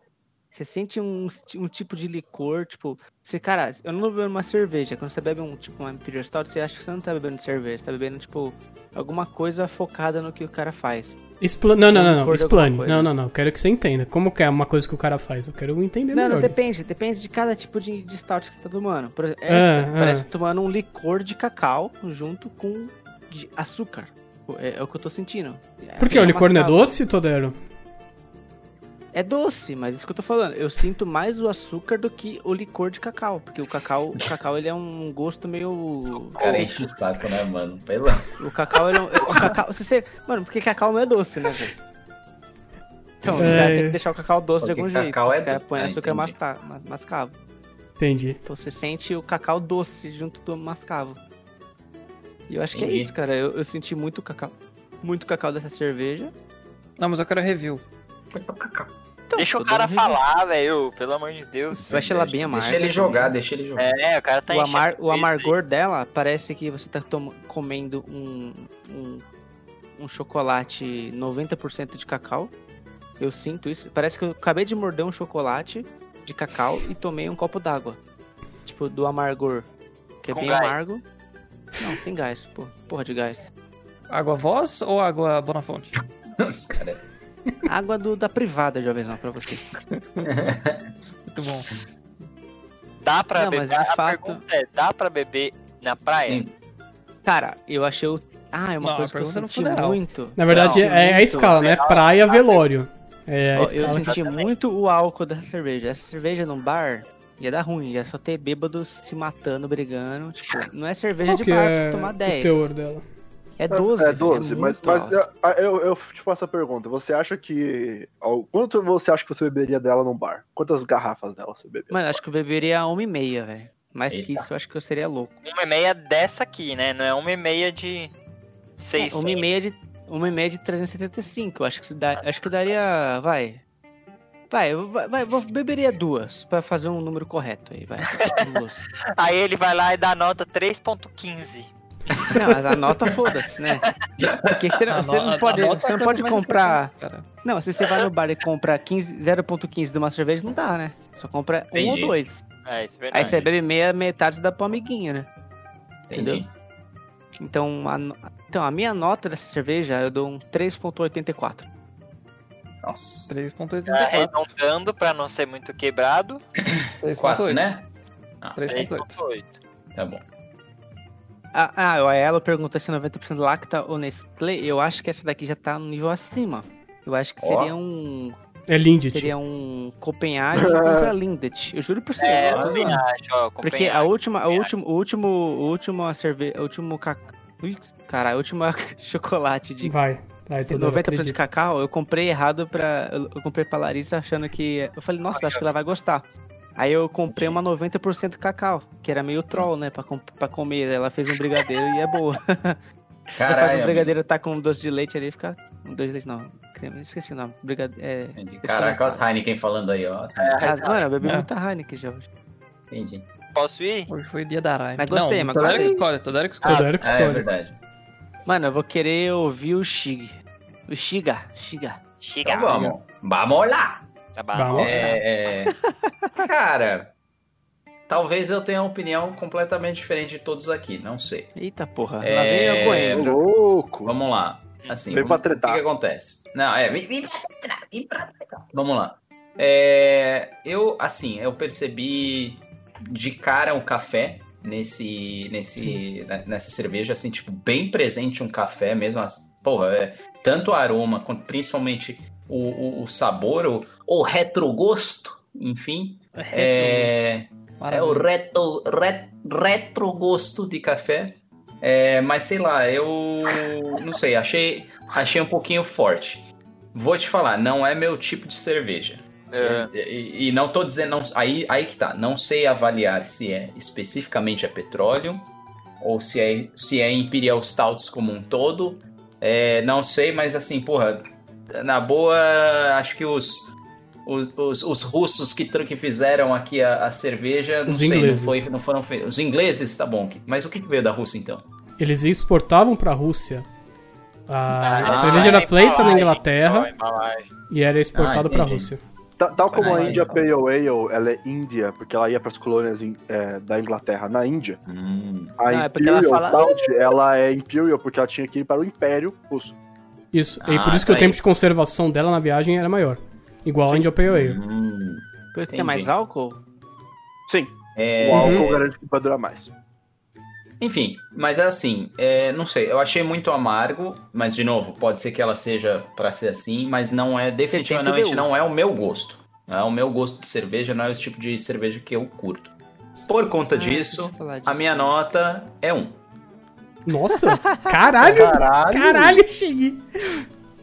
[SPEAKER 6] você sente um, esti- um tipo de licor, tipo... Você, cara, eu não tô bebendo uma cerveja. Quando você bebe um tipo uma Imperial Stout, você acha que você não tá bebendo cerveja, você tá bebendo, tipo, alguma coisa focada no que o cara faz.
[SPEAKER 3] Expla... Não, não, não, não.
[SPEAKER 6] Concordo com
[SPEAKER 3] Explane.
[SPEAKER 6] alguma coisa.
[SPEAKER 3] Não, não, não. Quero que você entenda. Como que é uma coisa que o cara faz? Eu quero entender
[SPEAKER 6] Não,
[SPEAKER 3] É melhor.
[SPEAKER 6] não, depende. Depende de cada tipo de, de stout que você tá tomando. Por exemplo,
[SPEAKER 3] Ah,
[SPEAKER 6] essa
[SPEAKER 3] ah.
[SPEAKER 6] parece tomando um licor de cacau junto com de açúcar. É, é o que eu tô sentindo.
[SPEAKER 3] Por que?
[SPEAKER 6] É
[SPEAKER 3] O licor não é
[SPEAKER 6] mascavo.
[SPEAKER 3] doce, Todero?
[SPEAKER 6] É doce, mas isso que eu tô falando. Eu sinto mais o açúcar do que o licor de cacau. Porque o cacau, o cacau ele é um gosto meio.
[SPEAKER 4] Cara, enche o saco, né, mano? Pelo amor.
[SPEAKER 6] O cacau ele é um. O cacau, se você, mano, porque cacau não é doce, né, velho? Então, os
[SPEAKER 3] É.
[SPEAKER 6] caras têm que deixar o cacau doce
[SPEAKER 4] Porque
[SPEAKER 6] de algum jeito.
[SPEAKER 4] cacau é
[SPEAKER 6] os caras
[SPEAKER 4] doce.
[SPEAKER 6] põem
[SPEAKER 4] Ah,
[SPEAKER 6] açúcar
[SPEAKER 4] entendi.
[SPEAKER 6] masca- mas- mascavo.
[SPEAKER 3] Entendi.
[SPEAKER 6] Então você sente o cacau doce junto do mascavo. E eu acho que é
[SPEAKER 4] Entendi.
[SPEAKER 6] isso, cara. Eu, eu senti muito cacau. Muito cacau dessa cerveja.
[SPEAKER 2] Não, mas eu quero review.
[SPEAKER 6] Então,
[SPEAKER 1] Deixa o
[SPEAKER 6] tô
[SPEAKER 1] cara
[SPEAKER 6] dando review.
[SPEAKER 1] falar, velho, pelo amor de Deus.
[SPEAKER 6] Eu achei ela bem amarga.
[SPEAKER 4] Deixa ele
[SPEAKER 6] também.
[SPEAKER 4] jogar, deixa ele jogar.
[SPEAKER 1] É, o cara tá
[SPEAKER 6] O, amar,
[SPEAKER 1] enchendo
[SPEAKER 6] o
[SPEAKER 1] isso aí.
[SPEAKER 6] amargor dela parece que você tá tom- comendo um, um, um chocolate 90% de cacau. Eu sinto isso. Parece que eu acabei de morder um chocolate de cacau e tomei um copo d'água. Tipo, do amargor. Que é
[SPEAKER 1] Com
[SPEAKER 6] bem
[SPEAKER 1] gás.
[SPEAKER 6] amargo. Não, sem gás, pô. Porra de gás.
[SPEAKER 2] Água voz ou água Bonafonte?
[SPEAKER 4] Os é caras.
[SPEAKER 6] Água do, da privada, jovenzão, pra você.
[SPEAKER 2] Muito bom.
[SPEAKER 1] Dá pra
[SPEAKER 6] Não,
[SPEAKER 1] beber.
[SPEAKER 6] mas de
[SPEAKER 1] a
[SPEAKER 6] fato-
[SPEAKER 1] pergunta é, dá pra beber na praia?
[SPEAKER 6] Cara, eu achei o... Ah, é uma
[SPEAKER 2] Não,
[SPEAKER 6] coisa
[SPEAKER 2] a
[SPEAKER 6] que eu
[SPEAKER 2] pergunta é no
[SPEAKER 6] senti
[SPEAKER 2] funeral.
[SPEAKER 6] muito.
[SPEAKER 3] Na verdade,
[SPEAKER 6] Não,
[SPEAKER 3] é, é a
[SPEAKER 6] muito. Ah,
[SPEAKER 3] escala, né? Praia, velório. É a
[SPEAKER 6] Ó, eu
[SPEAKER 3] escala.
[SPEAKER 6] senti muito o álcool dessa cerveja. Essa cerveja num bar ia dar ruim, ia só ter bêbado se matando, brigando. Tipo, não é cerveja
[SPEAKER 3] Qual
[SPEAKER 6] de
[SPEAKER 3] que
[SPEAKER 6] bar
[SPEAKER 3] é
[SPEAKER 6] pra tomar
[SPEAKER 3] o
[SPEAKER 6] 10.
[SPEAKER 3] teor dela?
[SPEAKER 6] É 12.
[SPEAKER 5] É 12,
[SPEAKER 6] é
[SPEAKER 5] mas,
[SPEAKER 6] muito
[SPEAKER 5] mas
[SPEAKER 6] álcool.
[SPEAKER 5] eu, eu, eu te faço a pergunta. Você acha que. ao- Quanto você acha que você beberia dela num bar? Quantas garrafas dela você beberia?
[SPEAKER 6] Mano, acho que eu beberia uma e meia, velho. Mais que
[SPEAKER 4] Eita.
[SPEAKER 6] isso, eu acho que eu seria louco.
[SPEAKER 1] Uma e meia dessa aqui, né? Não é uma e meia de seis.
[SPEAKER 6] É, uma e meia de... Uma e meia de 375, eu acho que, se dá, acho que daria, vai, vai, eu- vai, vai, vou- beberia duas pra fazer um número correto aí, vai. Duas.
[SPEAKER 1] Aí ele vai lá e dá nota 3.15.
[SPEAKER 6] Não, mas a nota foda-se, né? Porque você não,
[SPEAKER 2] A
[SPEAKER 6] você
[SPEAKER 2] no-
[SPEAKER 6] não
[SPEAKER 2] a
[SPEAKER 6] pode,
[SPEAKER 2] nota é
[SPEAKER 6] você
[SPEAKER 2] a
[SPEAKER 6] não
[SPEAKER 2] coisa
[SPEAKER 6] pode
[SPEAKER 2] mais
[SPEAKER 6] comprar.
[SPEAKER 2] importante, cara.
[SPEAKER 6] Não, se você vai no bar e compra 15, 0,15 de uma cerveja, não dá, né? Só compra um ou
[SPEAKER 4] Entendi.
[SPEAKER 6] dois.
[SPEAKER 1] É, isso é
[SPEAKER 6] Aí
[SPEAKER 1] verdade.
[SPEAKER 6] você bebe meia, metade dá pra uma amiguinha, né?
[SPEAKER 4] Entendi.
[SPEAKER 6] Então a, no- então, a minha nota dessa cerveja eu dou um 3,84.
[SPEAKER 4] Nossa.
[SPEAKER 2] 3.84.
[SPEAKER 6] um
[SPEAKER 1] Tá
[SPEAKER 4] É,
[SPEAKER 1] arredondando pra não ser muito quebrado.
[SPEAKER 4] 4,
[SPEAKER 2] 3.8.
[SPEAKER 4] né? Ah,
[SPEAKER 2] 3.8.
[SPEAKER 1] 3.8.
[SPEAKER 4] Tá bom.
[SPEAKER 6] Ah, ah, a ela perguntou se é 90% lacta ou Nestlé. Eu acho que essa daqui já tá no nível acima. Eu acho que
[SPEAKER 4] Ó.
[SPEAKER 6] seria um.
[SPEAKER 3] É Lindt.
[SPEAKER 6] Seria um Copenhagen contra Lindet. Eu juro por você.
[SPEAKER 1] É,
[SPEAKER 6] eu não tô zoando.
[SPEAKER 1] também acho, ó.
[SPEAKER 6] Porque a
[SPEAKER 1] Copenhague.
[SPEAKER 6] última, a
[SPEAKER 1] Copenhague.
[SPEAKER 6] última, o último, o último cerveja, o último cacau, cara, a última chocolate um de
[SPEAKER 3] Vai. Vai, Todero.
[SPEAKER 6] 90% de
[SPEAKER 3] acredito.
[SPEAKER 6] cacau, eu comprei errado pra, eu eu comprei pra Larissa achando que, eu falei, nossa, acho que ela vai gostar. Aí eu comprei uma 90% cacau, que era meio troll, né, pra, com- pra comer. Ela fez um brigadeiro e é boa. Você faz
[SPEAKER 4] Caralho.
[SPEAKER 6] um
[SPEAKER 4] amigo.
[SPEAKER 6] brigadeiro, tá com um doce de leite ali, fica... Um doce de leite não, creme, esqueci o nome. Brigade... É,
[SPEAKER 4] Caraca, olha as Heineken falando aí, ó. As Heineken.
[SPEAKER 6] ah, mano, eu bebi
[SPEAKER 2] É.
[SPEAKER 6] muita Heineken já hoje.
[SPEAKER 3] É.
[SPEAKER 4] Entendi.
[SPEAKER 1] Posso ir?
[SPEAKER 2] Hoje foi dia da raiva.
[SPEAKER 6] Mas gostei,
[SPEAKER 2] não,
[SPEAKER 6] mas
[SPEAKER 2] Todero
[SPEAKER 6] gostei.
[SPEAKER 2] que escolhe, Todero que escolhe.
[SPEAKER 3] Todo era que
[SPEAKER 4] Ah, é
[SPEAKER 3] escolhe.
[SPEAKER 4] verdade.
[SPEAKER 6] Mano, eu vou querer ouvir o Shig. O Shiga, Shiga.
[SPEAKER 1] Chega.
[SPEAKER 4] Então vamos. Vamos lá.
[SPEAKER 1] Tá bom.
[SPEAKER 3] Vamos.
[SPEAKER 4] É, é, Cara, talvez eu tenha uma opinião completamente diferente de todos aqui, não sei.
[SPEAKER 6] Eita porra, lá
[SPEAKER 4] É,
[SPEAKER 6] vem o
[SPEAKER 5] Ô,
[SPEAKER 6] Coentro.
[SPEAKER 5] louco.
[SPEAKER 4] Vamos lá. Assim,
[SPEAKER 5] Vem
[SPEAKER 4] vamos-
[SPEAKER 5] pra tretar.
[SPEAKER 4] o que, que acontece? Não, é. Vem, vem pra tretar, vem pra tretar. Vamos lá. É, eu, assim, eu percebi de cara um café nesse, nesse, ne- nessa cerveja, assim, tipo, bem presente um café mesmo. as- Porra, é, tanto o aroma quanto principalmente o, o, o sabor, o, o retrogosto, enfim. é, é o
[SPEAKER 2] Maravilha.
[SPEAKER 4] reto, re, retrogosto de café. É, mas sei lá, eu não sei, achei, achei um pouquinho forte. Vou te falar, não é meu tipo de cerveja.
[SPEAKER 1] É,
[SPEAKER 4] E, e- e não tô dizendo. não- aí, aí que tá. Não sei avaliar se é especificamente a petróleo ou se é, se é Imperial Stouts como um todo. É, não sei, mas assim, porra, na boa, acho que os. Os, os- os russos que, tr- que fizeram aqui a, a cerveja, não
[SPEAKER 3] Os
[SPEAKER 4] sei,
[SPEAKER 3] ingleses.
[SPEAKER 4] não, foi, não foram feitos. Os ingleses, tá bom. que- Mas o que que veio da Rússia então?
[SPEAKER 3] Eles exportavam pra Rússia. A
[SPEAKER 1] Ah,
[SPEAKER 3] cerveja
[SPEAKER 1] a
[SPEAKER 3] era feita na
[SPEAKER 1] embalagem,
[SPEAKER 3] Inglaterra
[SPEAKER 1] a embalagem.
[SPEAKER 3] e era exportada pra
[SPEAKER 4] entendi.
[SPEAKER 3] Rússia.
[SPEAKER 5] Ta- tal como
[SPEAKER 4] Ah,
[SPEAKER 5] a Índia
[SPEAKER 4] então.
[SPEAKER 5] Pale Ale, ela é Índia, porque ela ia pras colônias em- é, da Inglaterra na Índia. A
[SPEAKER 6] Não, é porque ela
[SPEAKER 5] Imperial
[SPEAKER 6] fala-
[SPEAKER 5] Stout, ela é Imperial porque ela tinha que ir para o Império Russo.
[SPEAKER 3] Isso. e por
[SPEAKER 4] Ah,
[SPEAKER 3] isso que
[SPEAKER 4] tá
[SPEAKER 3] o tempo
[SPEAKER 4] aí.
[SPEAKER 3] de conservação dela na viagem era maior. Igual a India Pale Ale.
[SPEAKER 4] Hum.
[SPEAKER 6] Por que tem mais
[SPEAKER 4] Entendi.
[SPEAKER 6] álcool?
[SPEAKER 5] Sim,
[SPEAKER 4] É,
[SPEAKER 5] o álcool garante que vai durar mais.
[SPEAKER 4] Enfim, mas é assim, é, não sei, eu achei muito amargo, mas de novo, pode ser que ela seja pra ser assim, mas não é, definitivamente
[SPEAKER 6] 71.
[SPEAKER 4] não é o meu gosto. Não é o meu gosto de cerveja, não é o tipo de cerveja que eu curto. Por conta
[SPEAKER 6] Ah,
[SPEAKER 4] disso,
[SPEAKER 6] deixa eu falar
[SPEAKER 4] a
[SPEAKER 6] disso.
[SPEAKER 4] minha nota é um.
[SPEAKER 3] Nossa! Caralho!
[SPEAKER 5] Caralho!
[SPEAKER 3] Caralho, cheguei!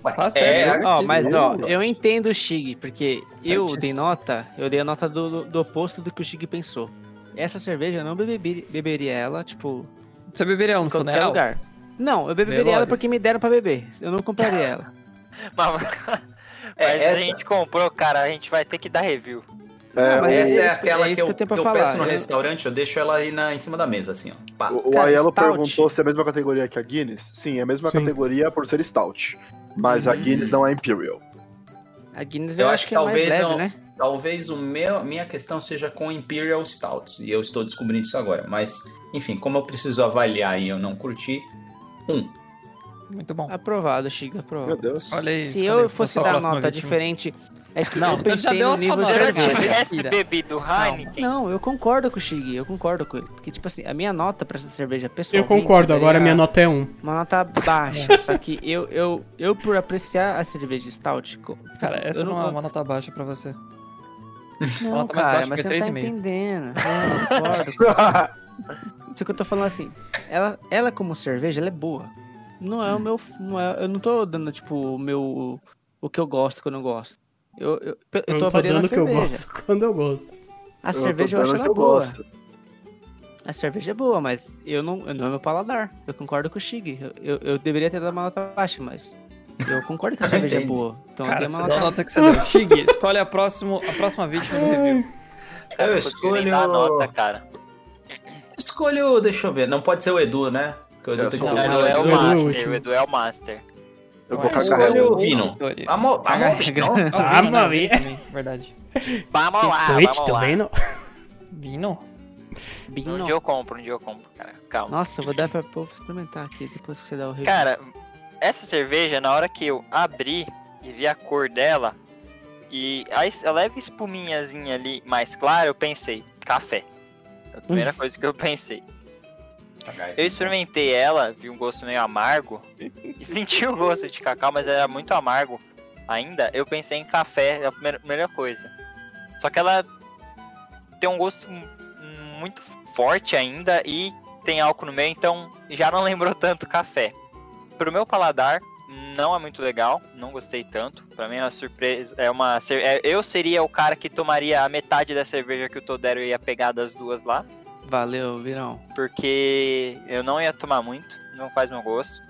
[SPEAKER 4] Ué,
[SPEAKER 2] Tá certo,
[SPEAKER 4] é,
[SPEAKER 2] né?
[SPEAKER 6] Ó,
[SPEAKER 2] Diz
[SPEAKER 6] mas
[SPEAKER 2] mesmo,
[SPEAKER 6] ó,
[SPEAKER 4] mano.
[SPEAKER 6] eu entendo o Shig, porque eu
[SPEAKER 4] Certíssimo.
[SPEAKER 6] dei nota, eu dei a nota do, do oposto do que o Shig pensou. Essa cerveja eu não beberia, beberia ela, tipo,
[SPEAKER 2] Você beberia um ela
[SPEAKER 6] em
[SPEAKER 2] no
[SPEAKER 6] qualquer
[SPEAKER 2] funeral?
[SPEAKER 6] lugar. Não, eu beberia
[SPEAKER 2] Velório.
[SPEAKER 6] ela porque me deram pra beber. Eu não compraria ela.
[SPEAKER 1] Mas, mas a
[SPEAKER 4] É, essa-
[SPEAKER 1] gente comprou, cara, a gente vai ter que dar review.
[SPEAKER 5] É,
[SPEAKER 6] Não, mas
[SPEAKER 4] Essa é,
[SPEAKER 6] isso-
[SPEAKER 4] aquela
[SPEAKER 6] é isso
[SPEAKER 4] que eu,
[SPEAKER 6] que eu tenho pra
[SPEAKER 4] que eu
[SPEAKER 6] falar.
[SPEAKER 4] peço no
[SPEAKER 6] Eu-
[SPEAKER 4] restaurante, eu deixo ela aí na, em cima da mesa, assim, ó. Pá.
[SPEAKER 5] O, o
[SPEAKER 6] Cara,
[SPEAKER 5] Aiello
[SPEAKER 6] stout.
[SPEAKER 5] perguntou se é a mesma categoria que a Guinness. Sim, é a mesma
[SPEAKER 3] Sim.
[SPEAKER 5] categoria por ser stout. Mas a
[SPEAKER 4] Uhum.
[SPEAKER 5] Guinness não é Imperial.
[SPEAKER 6] A Guinness
[SPEAKER 4] Eu
[SPEAKER 6] eu,
[SPEAKER 4] acho
[SPEAKER 6] acho que é mais
[SPEAKER 4] talvez
[SPEAKER 6] leve,
[SPEAKER 4] eu-
[SPEAKER 6] né?
[SPEAKER 4] Talvez o meu, minha questão seja com Imperial Stouts, e eu estou descobrindo isso agora. Mas, enfim, como eu preciso avaliar e eu não curti,
[SPEAKER 2] Muito bom.
[SPEAKER 6] Aprovado, Shig, aprovado.
[SPEAKER 5] Meu Deus.
[SPEAKER 2] Olha aí.
[SPEAKER 6] Ah, Se eu fosse dar nota diferente, é que
[SPEAKER 2] Não,
[SPEAKER 6] eu
[SPEAKER 2] você já
[SPEAKER 6] pensei
[SPEAKER 2] deu
[SPEAKER 6] no
[SPEAKER 2] a sua
[SPEAKER 6] nível de
[SPEAKER 2] nota.
[SPEAKER 1] Se eu
[SPEAKER 2] Verdade.
[SPEAKER 6] cerveja.
[SPEAKER 1] tivesse
[SPEAKER 2] Mentira.
[SPEAKER 1] bebido Heineken,
[SPEAKER 6] Não, eu concordo com o Shig, eu concordo com ele. Porque, tipo assim, a minha nota pra essa cerveja pessoal.
[SPEAKER 3] Eu concordo, agora minha nota é um.
[SPEAKER 6] Uma nota baixa. só que eu, eu, eu, por apreciar a cerveja de Stout. co-
[SPEAKER 2] Cara, essa
[SPEAKER 6] eu
[SPEAKER 2] não, é uma nota baixa pra você.
[SPEAKER 6] Não,
[SPEAKER 2] nota mais
[SPEAKER 6] cara,
[SPEAKER 2] baixa
[SPEAKER 6] mas
[SPEAKER 2] que
[SPEAKER 6] você não tá
[SPEAKER 2] 3,5.
[SPEAKER 6] entendendo. Não, eu concordo. com- Só que eu tô falando assim, ela, ela como cerveja, ela é boa. Não
[SPEAKER 2] Hum.
[SPEAKER 6] é o meu. Não é, eu não tô dando, tipo, o meu. O que eu gosto, o que eu não gosto. Eu, eu, eu,
[SPEAKER 3] Eu,
[SPEAKER 6] tô
[SPEAKER 3] tô
[SPEAKER 6] avaliando
[SPEAKER 3] dando
[SPEAKER 6] a
[SPEAKER 3] o que eu
[SPEAKER 6] cerveja.
[SPEAKER 3] gosto quando eu gosto.
[SPEAKER 6] A
[SPEAKER 5] tô
[SPEAKER 6] cerveja eu
[SPEAKER 5] dando
[SPEAKER 6] acho
[SPEAKER 5] o
[SPEAKER 6] ela
[SPEAKER 5] que eu
[SPEAKER 6] boa.
[SPEAKER 5] gosto.
[SPEAKER 6] A cerveja é boa, mas eu não, eu não é meu paladar. Eu concordo com o Shig. Eu, eu, eu deveria ter dado uma nota baixa, mas eu concordo que a cerveja é
[SPEAKER 4] Entendi.
[SPEAKER 6] boa. Então
[SPEAKER 2] Cara,
[SPEAKER 6] eu dei
[SPEAKER 2] você
[SPEAKER 6] uma
[SPEAKER 2] dá a
[SPEAKER 6] nota.
[SPEAKER 2] nota que você deu. Shig, escolhe a, próximo, a próxima vítima do review.
[SPEAKER 1] cara,
[SPEAKER 4] eu
[SPEAKER 1] não consigo nem
[SPEAKER 4] escolho-
[SPEAKER 1] dar nota, cara.
[SPEAKER 4] Escolho, deixa eu ver, não pode ser o Edu, né? Porque o Edu
[SPEAKER 5] Eu
[SPEAKER 4] tem que
[SPEAKER 5] sou
[SPEAKER 4] ser
[SPEAKER 1] O
[SPEAKER 4] o
[SPEAKER 1] Edu
[SPEAKER 5] o
[SPEAKER 1] é o
[SPEAKER 3] Edu é o
[SPEAKER 1] Master,
[SPEAKER 3] último.
[SPEAKER 1] o Edu é o Master.
[SPEAKER 5] Eu vou
[SPEAKER 2] Eu
[SPEAKER 5] cagar
[SPEAKER 4] escolho-
[SPEAKER 5] ela.
[SPEAKER 4] o Vino. Ah,
[SPEAKER 2] Vitória.
[SPEAKER 4] Amor,
[SPEAKER 6] Cagar-
[SPEAKER 4] amor, não?
[SPEAKER 2] Ah, o
[SPEAKER 3] Ah,
[SPEAKER 2] Vino, né?
[SPEAKER 3] mano,
[SPEAKER 2] O Vino
[SPEAKER 3] é.
[SPEAKER 2] também, Verdade.
[SPEAKER 1] Vamos lá,
[SPEAKER 3] Switch,
[SPEAKER 1] vamos
[SPEAKER 3] tá
[SPEAKER 1] lá.
[SPEAKER 3] vendo?
[SPEAKER 2] Vino?
[SPEAKER 6] Bem
[SPEAKER 1] Um
[SPEAKER 6] nota.
[SPEAKER 1] dia eu compro, um dia eu compro, cara. Calma.
[SPEAKER 6] Nossa, eu vou dar pra povo experimentar aqui depois que você dá o review.
[SPEAKER 1] Cara, essa cerveja, na hora que eu abri e vi a cor dela, e a, es- a leve espuminhazinha ali mais clara, eu pensei, café. Foi A primeira coisa que eu pensei. Eu experimentei ela, vi um gosto meio amargo, e senti o gosto de cacau, mas era muito amargo ainda. Eu pensei em café, é a primeira, primeira coisa. Só que ela tem um gosto mu- muito forte ainda e tem álcool no meio, então já não lembrou tanto café. Pro meu paladar, não é muito legal, não gostei tanto. Pra mim é uma surpresa, é uma... cer- é- Eu seria o cara que tomaria a metade da cerveja que o Todero ia pegar das duas lá
[SPEAKER 6] Valeu, Virão.
[SPEAKER 1] porque eu não ia tomar muito, não faz meu gosto.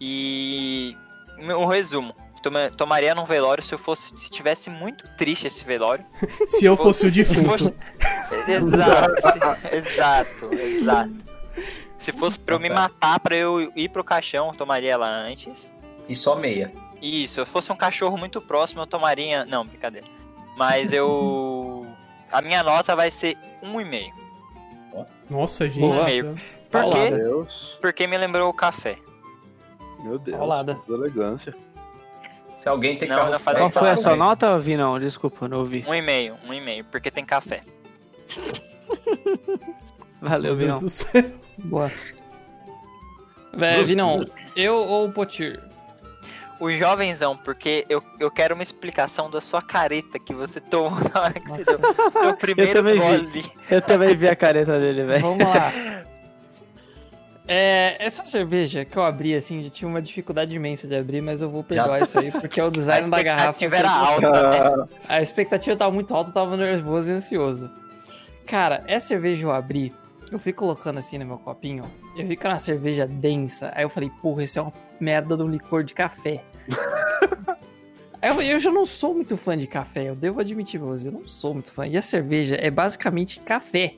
[SPEAKER 1] E um resumo, toma- tomaria num velório se eu fosse. Se tivesse muito triste esse velório.
[SPEAKER 3] Se eu fosse o
[SPEAKER 1] Se fosse...
[SPEAKER 3] defunto.
[SPEAKER 1] exato, se- exato, exato. Se fosse pra eu me matar, pra eu ir pro caixão, eu tomaria ela antes.
[SPEAKER 4] E só meia.
[SPEAKER 1] E se eu fosse um cachorro muito próximo, eu tomaria. Não, brincadeira. Mas eu. A minha nota vai ser 1,5.
[SPEAKER 3] Nossa, gente.
[SPEAKER 2] Boa.
[SPEAKER 3] do céu.
[SPEAKER 1] Por
[SPEAKER 2] Olá.
[SPEAKER 1] quê?
[SPEAKER 5] Deus.
[SPEAKER 1] Porque me lembrou o café.
[SPEAKER 5] Meu Deus.
[SPEAKER 2] Paulada.
[SPEAKER 5] Que elegância.
[SPEAKER 4] Se alguém tem é
[SPEAKER 1] Não,
[SPEAKER 4] carro
[SPEAKER 1] não falei
[SPEAKER 6] Qual
[SPEAKER 1] Peraí,
[SPEAKER 6] foi a
[SPEAKER 1] tá,
[SPEAKER 6] sua
[SPEAKER 1] peraí.
[SPEAKER 6] nota, Vinão? Desculpa, não ouvi.
[SPEAKER 1] 1,5, 1,5, porque tem café.
[SPEAKER 6] Valeu,
[SPEAKER 3] Meu Deus
[SPEAKER 6] Vinão.
[SPEAKER 3] do céu.
[SPEAKER 2] Boa. Véi,
[SPEAKER 4] Justo,
[SPEAKER 2] Vinão, eu ou o Potir?
[SPEAKER 1] O jovenzão, porque eu, eu quero uma explicação da sua careta que você tomou na hora que você deu o seu primeiro
[SPEAKER 6] também vi.
[SPEAKER 1] gole.
[SPEAKER 6] Eu também vi a careta dele, velho.
[SPEAKER 2] Vamos lá. É, essa cerveja que eu abri, assim, já tinha uma dificuldade imensa de abrir, mas eu vou perdoar isso aí, porque é o
[SPEAKER 1] A
[SPEAKER 2] design da garrafa.
[SPEAKER 1] expectativa era alta, né?
[SPEAKER 2] A expectativa tava muito alta, eu tava nervoso e ansioso. Cara, essa cerveja eu abri, eu fui colocando assim no meu copinho, eu vi que era uma cerveja densa, aí eu falei, porra, isso é uma merda de um licor de café. Aí eu, eu já não sou muito fã de café, eu devo admitir pra vocês, eu não sou muito fã. E a cerveja é basicamente café.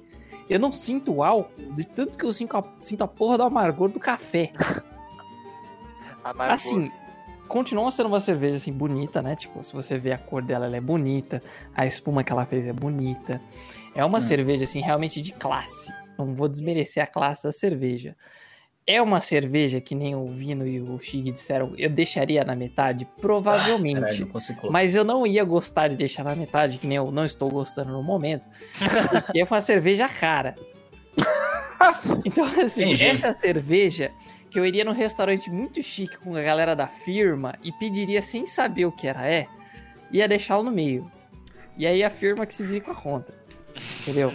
[SPEAKER 2] Eu não sinto o álcool, de tanto que eu sinto a, sinto a porra do amargor do café.
[SPEAKER 1] Amargor.
[SPEAKER 2] Assim, continua sendo uma cerveja assim bonita, né? Tipo, se você vê a cor dela, ela é bonita. A espuma que ela fez é bonita. É uma cerveja assim realmente de classe. Não vou desmerecer a classe da cerveja. É uma cerveja que nem o Vino e o Shig disseram, eu deixaria na metade,
[SPEAKER 4] Caralho,
[SPEAKER 2] provavelmente.
[SPEAKER 4] É, não consigo colocar.
[SPEAKER 2] Mas eu não ia gostar de deixar na metade, que nem eu não estou gostando no momento. Porque é uma cerveja cara. Então, assim,
[SPEAKER 4] Entendi.
[SPEAKER 2] essa cerveja que eu iria num restaurante muito chique com a galera da firma e pediria sem saber o que era é, ia deixá-lo no meio. E aí a firma que se vira com a conta. Entendeu?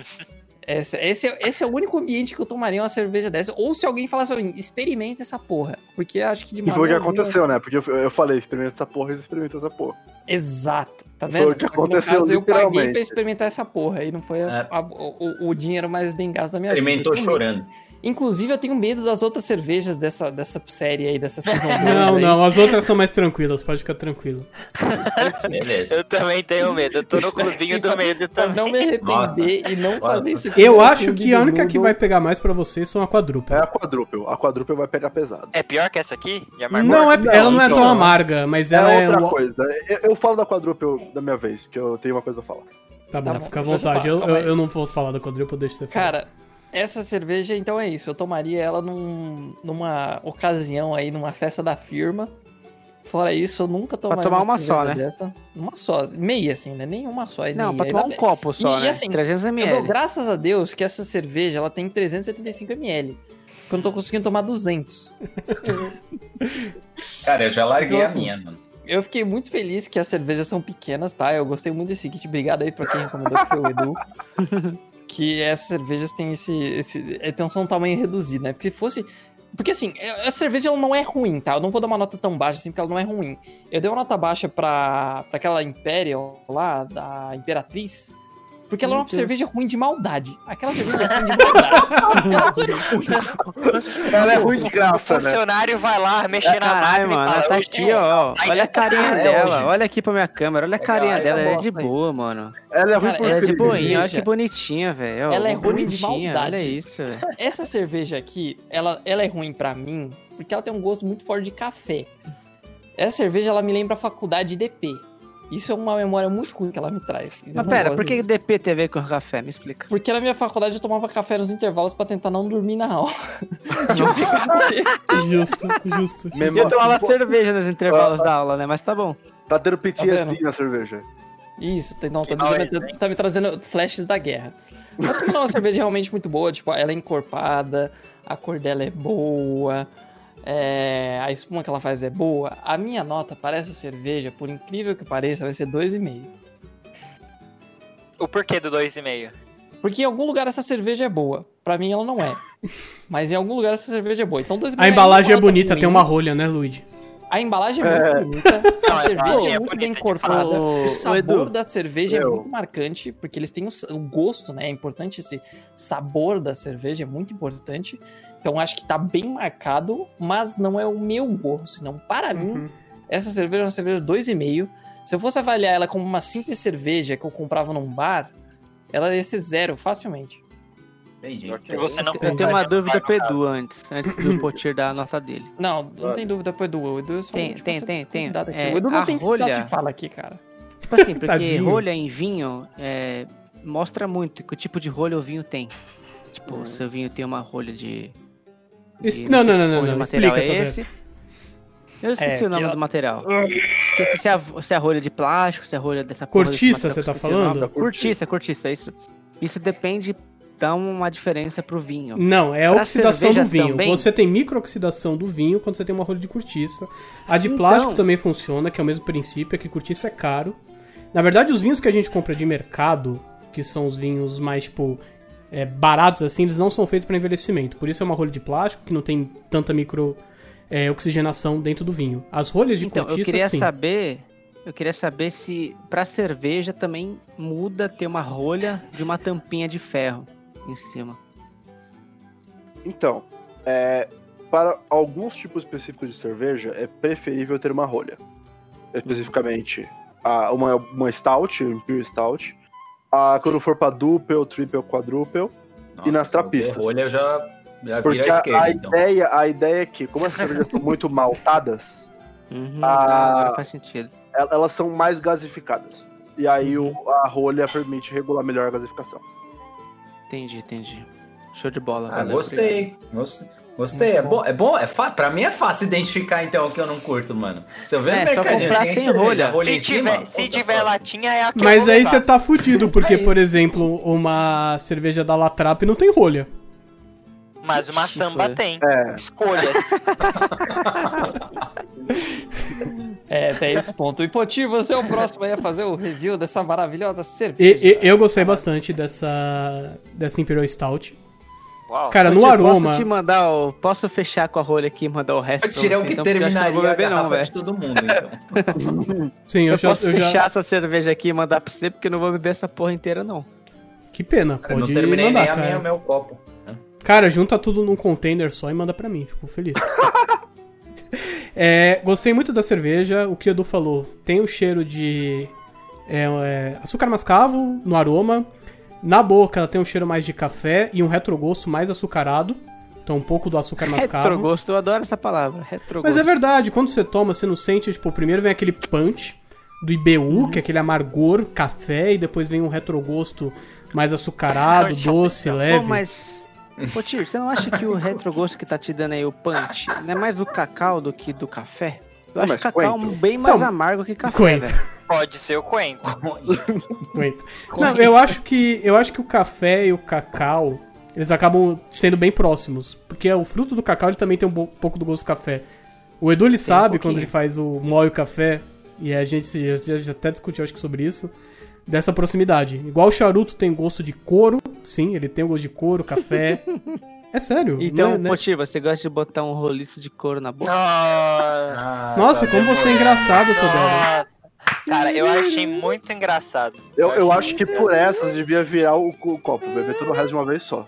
[SPEAKER 2] Esse, esse, é- esse é o único ambiente que eu tomaria uma cerveja dessa. Ou se alguém falasse pra mim, experimenta essa porra. Porque acho que de
[SPEAKER 5] E foi o que
[SPEAKER 2] maneira alguma-
[SPEAKER 5] aconteceu, né? Porque eu, eu falei, experimenta essa porra, eles experimentam essa porra.
[SPEAKER 2] Exato, tá
[SPEAKER 5] Foi
[SPEAKER 2] vendo?
[SPEAKER 5] o que
[SPEAKER 2] Só no
[SPEAKER 5] aconteceu,
[SPEAKER 2] caso, eu paguei pra
[SPEAKER 5] literalmente.
[SPEAKER 2] experimentar essa porra e não foi a-
[SPEAKER 4] É.
[SPEAKER 2] a- o, o- o dinheiro mais bem gasto da minha
[SPEAKER 4] Experimentou
[SPEAKER 2] vida. é, Eu tenho medo.
[SPEAKER 4] chorando.
[SPEAKER 2] Inclusive, eu tenho medo das outras cervejas dessa, dessa série aí, dessa season dois
[SPEAKER 3] Não,
[SPEAKER 2] aí.
[SPEAKER 3] não. As outras são mais tranquilas. Pode ficar tranquilo.
[SPEAKER 4] Beleza.
[SPEAKER 1] Eu também tenho medo, eu tô no
[SPEAKER 2] Isso,
[SPEAKER 1] clubinho
[SPEAKER 2] assim,
[SPEAKER 1] do
[SPEAKER 2] pra-
[SPEAKER 1] medo
[SPEAKER 2] Pra
[SPEAKER 1] também.
[SPEAKER 2] não me arrepender e não
[SPEAKER 4] Nossa.
[SPEAKER 2] fazer isso aqui
[SPEAKER 3] Eu
[SPEAKER 2] no
[SPEAKER 3] acho
[SPEAKER 2] clube
[SPEAKER 3] que a
[SPEAKER 2] do
[SPEAKER 3] única que
[SPEAKER 2] Noodle.
[SPEAKER 3] vai pegar mais pra vocês são a
[SPEAKER 5] É
[SPEAKER 3] quadrúpula.
[SPEAKER 5] a quadruple. A quadruple vai pegar pesado.
[SPEAKER 1] É pior que essa aqui? De amargor?
[SPEAKER 3] Não, é,
[SPEAKER 5] Não,
[SPEAKER 3] ela não é
[SPEAKER 5] então
[SPEAKER 3] tão
[SPEAKER 5] não.
[SPEAKER 3] amarga, mas
[SPEAKER 5] É
[SPEAKER 3] ela é.
[SPEAKER 5] outra
[SPEAKER 3] o-
[SPEAKER 5] coisa. Eu, eu falo da quadruple da minha vez, que eu tenho uma coisa a falar.
[SPEAKER 3] Tá bom,
[SPEAKER 2] Tá bom,
[SPEAKER 3] fica à
[SPEAKER 5] é
[SPEAKER 2] depois eu falo,
[SPEAKER 3] vontade. Eu,
[SPEAKER 2] calma
[SPEAKER 3] eu,
[SPEAKER 2] aí.
[SPEAKER 3] eu não posso falar da quadrúpula, deixa você falar.
[SPEAKER 2] Cara, essa cerveja, então é isso. Eu tomaria ela num- numa ocasião aí, numa festa da firma. Fora isso, eu nunca tomaria
[SPEAKER 6] tomar uma só,
[SPEAKER 2] cerveja dessa. Uma só. Meia, assim, né? Nem uma só. É
[SPEAKER 6] Não,
[SPEAKER 2] meia.
[SPEAKER 6] pra
[SPEAKER 2] Ainda
[SPEAKER 6] tomar um
[SPEAKER 2] bem.
[SPEAKER 6] copo só,
[SPEAKER 2] E,
[SPEAKER 6] né?
[SPEAKER 2] assim,
[SPEAKER 6] 300
[SPEAKER 2] Eu dou
[SPEAKER 6] ml.
[SPEAKER 2] graças a Deus que essa cerveja ela tem 375 ml. Que eu não tô conseguindo tomar 200.
[SPEAKER 4] Cara, eu já larguei a
[SPEAKER 2] Jogo.
[SPEAKER 4] minha, mano.
[SPEAKER 2] Eu fiquei muito feliz que as cervejas são pequenas, tá? Eu gostei muito desse kit. Obrigado aí pra quem recomendou, que foi o Edu. que essas cervejas têm esse. esse é, tem um tamanho reduzido, né? Porque se fosse. Porque assim, é- a cerveja ela não é ruim, tá? Eu não vou dar uma nota tão baixa assim, porque ela não é ruim. Eu dei uma nota baixa pra, pra aquela Imperial lá, da Imperatriz. Porque ela é uma cerveja ruim de maldade. Aquela cerveja é ruim de maldade. ela só é ruim.
[SPEAKER 5] Ela é ruim de
[SPEAKER 1] O
[SPEAKER 5] graça, né?
[SPEAKER 1] funcionário vai lá mexer na máquina
[SPEAKER 6] Caralho,
[SPEAKER 1] e
[SPEAKER 6] mano,
[SPEAKER 1] fala,
[SPEAKER 6] ela tá
[SPEAKER 1] "Hoje
[SPEAKER 6] aqui,
[SPEAKER 1] é
[SPEAKER 6] ó.
[SPEAKER 1] Ai,
[SPEAKER 6] Olha a
[SPEAKER 1] essa
[SPEAKER 6] carinha
[SPEAKER 4] cara é
[SPEAKER 6] dela,
[SPEAKER 4] hoje.
[SPEAKER 6] olha aqui pra minha câmera, olha a
[SPEAKER 4] Legal,
[SPEAKER 6] carinha
[SPEAKER 4] essa
[SPEAKER 6] dela, ela é
[SPEAKER 4] bosta
[SPEAKER 6] de
[SPEAKER 2] aí.
[SPEAKER 6] boa, mano.
[SPEAKER 5] Ela é ruim
[SPEAKER 2] Cara, ela
[SPEAKER 5] por
[SPEAKER 6] Ela é de
[SPEAKER 5] incrível.
[SPEAKER 6] boinha, olha
[SPEAKER 2] cerveja.
[SPEAKER 6] que bonitinha, velho. um
[SPEAKER 2] Ela é ruim de
[SPEAKER 6] bonitinha,
[SPEAKER 2] maldade.
[SPEAKER 6] Olha isso, velho.
[SPEAKER 2] Essa cerveja aqui, ela, ela é ruim pra mim, porque ela tem um gosto muito forte de café. Essa cerveja, ela me lembra a faculdade de DP. Isso é uma memória muito ruim que ela me traz. Eu não
[SPEAKER 6] Mas pera,
[SPEAKER 2] gosto
[SPEAKER 6] por que
[SPEAKER 2] disso.
[SPEAKER 6] DP tem a ver com café? Me explica.
[SPEAKER 2] Porque na minha faculdade eu tomava café nos intervalos pra tentar não dormir na aula.
[SPEAKER 3] Justo, justo.
[SPEAKER 5] Mesmo
[SPEAKER 6] Eu tomava
[SPEAKER 5] assim, pô,
[SPEAKER 6] cerveja nos intervalos da aula, né? Mas tá bom.
[SPEAKER 5] tá tendo
[SPEAKER 2] Tá
[SPEAKER 5] PTSD
[SPEAKER 2] vendo?
[SPEAKER 5] na cerveja.
[SPEAKER 2] Isso, tá- não,
[SPEAKER 1] Que
[SPEAKER 2] tá, me
[SPEAKER 1] nois,
[SPEAKER 2] trazendo- tá me trazendo flashes da guerra. Mas como ela é uma cerveja realmente muito boa, tipo, ela é encorpada, a cor dela é boa, é, a espuma que ela faz é boa. A minha nota para essa cerveja, por incrível que pareça, vai ser 2,5.
[SPEAKER 1] O porquê do 2,5?
[SPEAKER 2] Porque em algum lugar essa cerveja é boa. Pra mim ela não é. Mas em algum lugar essa cerveja é boa. Então 2,5
[SPEAKER 3] A
[SPEAKER 2] é
[SPEAKER 3] embalagem é
[SPEAKER 2] uma nota
[SPEAKER 3] bonita,
[SPEAKER 2] ruim.
[SPEAKER 3] tem uma rolha, né, Luigi?
[SPEAKER 2] A embalagem é muito bonita,
[SPEAKER 1] Não,
[SPEAKER 2] a
[SPEAKER 1] a
[SPEAKER 2] cerveja é
[SPEAKER 1] embalagem é
[SPEAKER 2] muito bem
[SPEAKER 1] bonita de
[SPEAKER 2] cortada,
[SPEAKER 6] fato. Ô,
[SPEAKER 2] o sabor
[SPEAKER 6] Edu,
[SPEAKER 2] da cerveja é
[SPEAKER 5] meu.
[SPEAKER 2] muito marcante, porque eles têm o, s- o gosto, né? É importante esse sabor da cerveja, é muito importante.
[SPEAKER 3] Uhum.
[SPEAKER 2] Então acho que tá bem marcado, mas não é o meu gosto. Então, para mim, Essa cerveja é uma cerveja 2,5. Se eu fosse avaliar ela como uma simples cerveja que eu comprava num bar, ela ia ser zero facilmente.
[SPEAKER 4] Entendi.
[SPEAKER 5] Ok.
[SPEAKER 1] Que você não
[SPEAKER 6] Eu tenho uma
[SPEAKER 1] compraria no
[SPEAKER 6] dúvida pro
[SPEAKER 1] bar, no caso.
[SPEAKER 6] Edu antes, antes do Potir dar a nota dele.
[SPEAKER 2] Não, não
[SPEAKER 5] Olha.
[SPEAKER 2] tem dúvida pro Edu. O Edu é só
[SPEAKER 6] Tem, tem,
[SPEAKER 2] essa
[SPEAKER 6] tem, tem.
[SPEAKER 2] convidada aqui.
[SPEAKER 6] É,
[SPEAKER 2] o Edu não
[SPEAKER 6] a
[SPEAKER 2] tem que
[SPEAKER 6] rolha-
[SPEAKER 2] dar de fala aqui, cara.
[SPEAKER 6] Tipo assim, porque
[SPEAKER 3] Tadinho.
[SPEAKER 6] rolha em vinho é, mostra muito que tipo de rolha o vinho tem. Tipo, se o vinho tem uma rolha de.
[SPEAKER 3] É. Es-
[SPEAKER 6] de-
[SPEAKER 3] Não, não,
[SPEAKER 6] sei
[SPEAKER 3] não, não,
[SPEAKER 6] qual
[SPEAKER 3] não,
[SPEAKER 6] material
[SPEAKER 3] Explica,
[SPEAKER 6] é
[SPEAKER 3] Todero.
[SPEAKER 6] esse. Eu esqueci
[SPEAKER 2] É,
[SPEAKER 6] o nome
[SPEAKER 2] que-
[SPEAKER 6] do material. Esqueci se é, a, se é a rolha de plástico, se é a rolha dessa porra desse
[SPEAKER 3] Cortiça,
[SPEAKER 6] material que
[SPEAKER 3] você
[SPEAKER 6] eu
[SPEAKER 3] tá
[SPEAKER 6] esqueci o nome.
[SPEAKER 3] falando?
[SPEAKER 6] Cortiça, cortiça, é isso. Isso depende, dá uma diferença pro vinho.
[SPEAKER 3] Não, é a
[SPEAKER 6] Então, Pra
[SPEAKER 3] oxidação do
[SPEAKER 6] cerveja
[SPEAKER 3] vinho.
[SPEAKER 6] também?
[SPEAKER 3] Você tem microoxidação do vinho quando você tem uma rolha de cortiça. A de
[SPEAKER 6] Então.
[SPEAKER 3] plástico também funciona, que é o mesmo princípio, é que cortiça é caro. Na verdade, os vinhos que a gente compra de mercado, que são os vinhos mais, tipo, é, baratos assim, eles não são feitos para envelhecimento. Por isso é uma rolha de plástico que não tem tanta micro é, oxigenação dentro do vinho. As rolhas de
[SPEAKER 6] Então, eu
[SPEAKER 3] cortiça,
[SPEAKER 6] queria
[SPEAKER 3] sim.
[SPEAKER 6] saber. Eu queria saber se pra cerveja também muda ter uma rolha de uma tampinha de ferro em cima.
[SPEAKER 5] Então, é, para alguns tipos específicos de cerveja, é preferível ter uma rolha. Especificamente, a- uma, uma stout, um Imperial Stout. A, quando for pra dupel, triple, quadruple.
[SPEAKER 4] Nossa,
[SPEAKER 5] nas
[SPEAKER 4] se eu
[SPEAKER 5] trapistas.
[SPEAKER 4] der Rolha, eu já, já viro à
[SPEAKER 5] Porque a,
[SPEAKER 4] esquerda,
[SPEAKER 5] a
[SPEAKER 4] então.
[SPEAKER 5] ideia, a ideia é que, como essas cervejas são muito maltadas,
[SPEAKER 6] Uhum,
[SPEAKER 5] Ah.
[SPEAKER 6] agora faz sentido.
[SPEAKER 5] el- elas são mais gasificadas. E aí o- a rolha permite regular melhor a gasificação.
[SPEAKER 6] Entendi, entendi. Show de bola.
[SPEAKER 4] Ah,
[SPEAKER 6] valeu, obrigado.
[SPEAKER 4] gostei. Gostei. Gostei. É bom, é bom, é fa... pra mim é fácil identificar então o que eu não curto, mano. Se eu ver
[SPEAKER 6] É,
[SPEAKER 4] no
[SPEAKER 6] só
[SPEAKER 4] mercadinho,
[SPEAKER 6] comprar
[SPEAKER 4] tem
[SPEAKER 6] sem
[SPEAKER 4] cerveja,
[SPEAKER 6] rolha.
[SPEAKER 1] Se
[SPEAKER 4] em
[SPEAKER 1] tiver,
[SPEAKER 4] cima,
[SPEAKER 1] se
[SPEAKER 4] puta
[SPEAKER 1] tiver
[SPEAKER 4] foda.
[SPEAKER 1] latinha, é a que
[SPEAKER 3] Mas
[SPEAKER 1] eu vou
[SPEAKER 3] aí você
[SPEAKER 1] levar.
[SPEAKER 3] tá fudido, porque,
[SPEAKER 2] É isso.
[SPEAKER 3] por exemplo, uma cerveja da Latrap não tem rolha.
[SPEAKER 1] Mas uma
[SPEAKER 6] Ixi,
[SPEAKER 1] samba
[SPEAKER 6] foi.
[SPEAKER 1] tem.
[SPEAKER 5] É.
[SPEAKER 1] Escolhas.
[SPEAKER 2] É, até esse ponto. E Poti, você é o próximo aí a fazer o review dessa maravilhosa
[SPEAKER 3] E-
[SPEAKER 2] cerveja.
[SPEAKER 3] e- eu gostei bastante dessa, dessa Imperial Stout.
[SPEAKER 1] Uau.
[SPEAKER 3] Cara, no
[SPEAKER 6] Poxa,
[SPEAKER 3] aroma.
[SPEAKER 6] Posso te mandar o... Posso fechar com a rolha aqui e mandar o resto
[SPEAKER 4] Eu tirei
[SPEAKER 6] pra
[SPEAKER 4] o
[SPEAKER 6] você,
[SPEAKER 4] que
[SPEAKER 6] então, porque eu acho que eu
[SPEAKER 4] terminaria
[SPEAKER 6] não vou beber
[SPEAKER 4] a
[SPEAKER 6] não,
[SPEAKER 4] garrafa
[SPEAKER 6] velho.
[SPEAKER 4] de todo mundo, então.
[SPEAKER 3] Sim, eu,
[SPEAKER 6] Eu,
[SPEAKER 3] já.
[SPEAKER 6] posso
[SPEAKER 3] Eu
[SPEAKER 6] fechar
[SPEAKER 3] já...
[SPEAKER 6] essa cerveja aqui e mandar pra você, porque eu não vou beber essa porra inteira, não.
[SPEAKER 3] Que pena,
[SPEAKER 4] Eu não
[SPEAKER 3] pode
[SPEAKER 4] terminei
[SPEAKER 3] mandar,
[SPEAKER 4] nem a
[SPEAKER 3] cara.
[SPEAKER 4] minha, o meu copo.
[SPEAKER 3] Cara, junta tudo num container só e manda pra mim, fico feliz. É, gostei muito da cerveja, o que o Edu falou. Tem o cheiro de é, é, açúcar mascavo no aroma. Na boca ela tem um cheiro mais de café e um retrogosto mais açucarado. Então um pouco do açúcar mascavo.
[SPEAKER 6] Retrogosto, eu adoro essa palavra. Retrogosto.
[SPEAKER 3] Mas é verdade, quando você toma, você não sente, tipo, primeiro vem aquele punch do IBU, que é aquele amargor, café, e depois vem um retrogosto mais açucarado, doce, leve.
[SPEAKER 6] Pô, mas. Pô, Tio, você não acha que o retrogosto que tá te dando aí o punch não é mais do cacau do que do café? Eu
[SPEAKER 5] Não,
[SPEAKER 6] acho
[SPEAKER 5] mas
[SPEAKER 6] que cacau
[SPEAKER 5] coentro.
[SPEAKER 6] bem mais
[SPEAKER 3] Então,
[SPEAKER 6] amargo que café.
[SPEAKER 3] coentro.
[SPEAKER 6] velho.
[SPEAKER 1] Pode ser o Coenco.
[SPEAKER 3] Aguenta. Não, eu acho que eu acho que o café e o cacau, eles acabam sendo bem próximos, porque o fruto do cacau ele também tem um bo- pouco do gosto do café. O Edu ele sabe
[SPEAKER 6] um pouquinho.
[SPEAKER 3] quando ele faz o moe o café, e a gente se- já, já até discutiu acho que sobre isso, dessa proximidade. Igual o charuto tem gosto de couro, sim, ele tem o gosto de couro, café. é sério.
[SPEAKER 6] Então,
[SPEAKER 3] não é-
[SPEAKER 6] pô,
[SPEAKER 3] né?
[SPEAKER 6] Tio, você gosta de botar um roliço de couro na boca?
[SPEAKER 1] Nossa.
[SPEAKER 5] Ah.
[SPEAKER 3] Nossa, como você é engraçado, Todelo.
[SPEAKER 1] Nossa. Cara, eu achei muito engraçado.
[SPEAKER 5] Eu, eu acho que por essas devia virar o, co- o copo, beber todo o resto de uma vez só.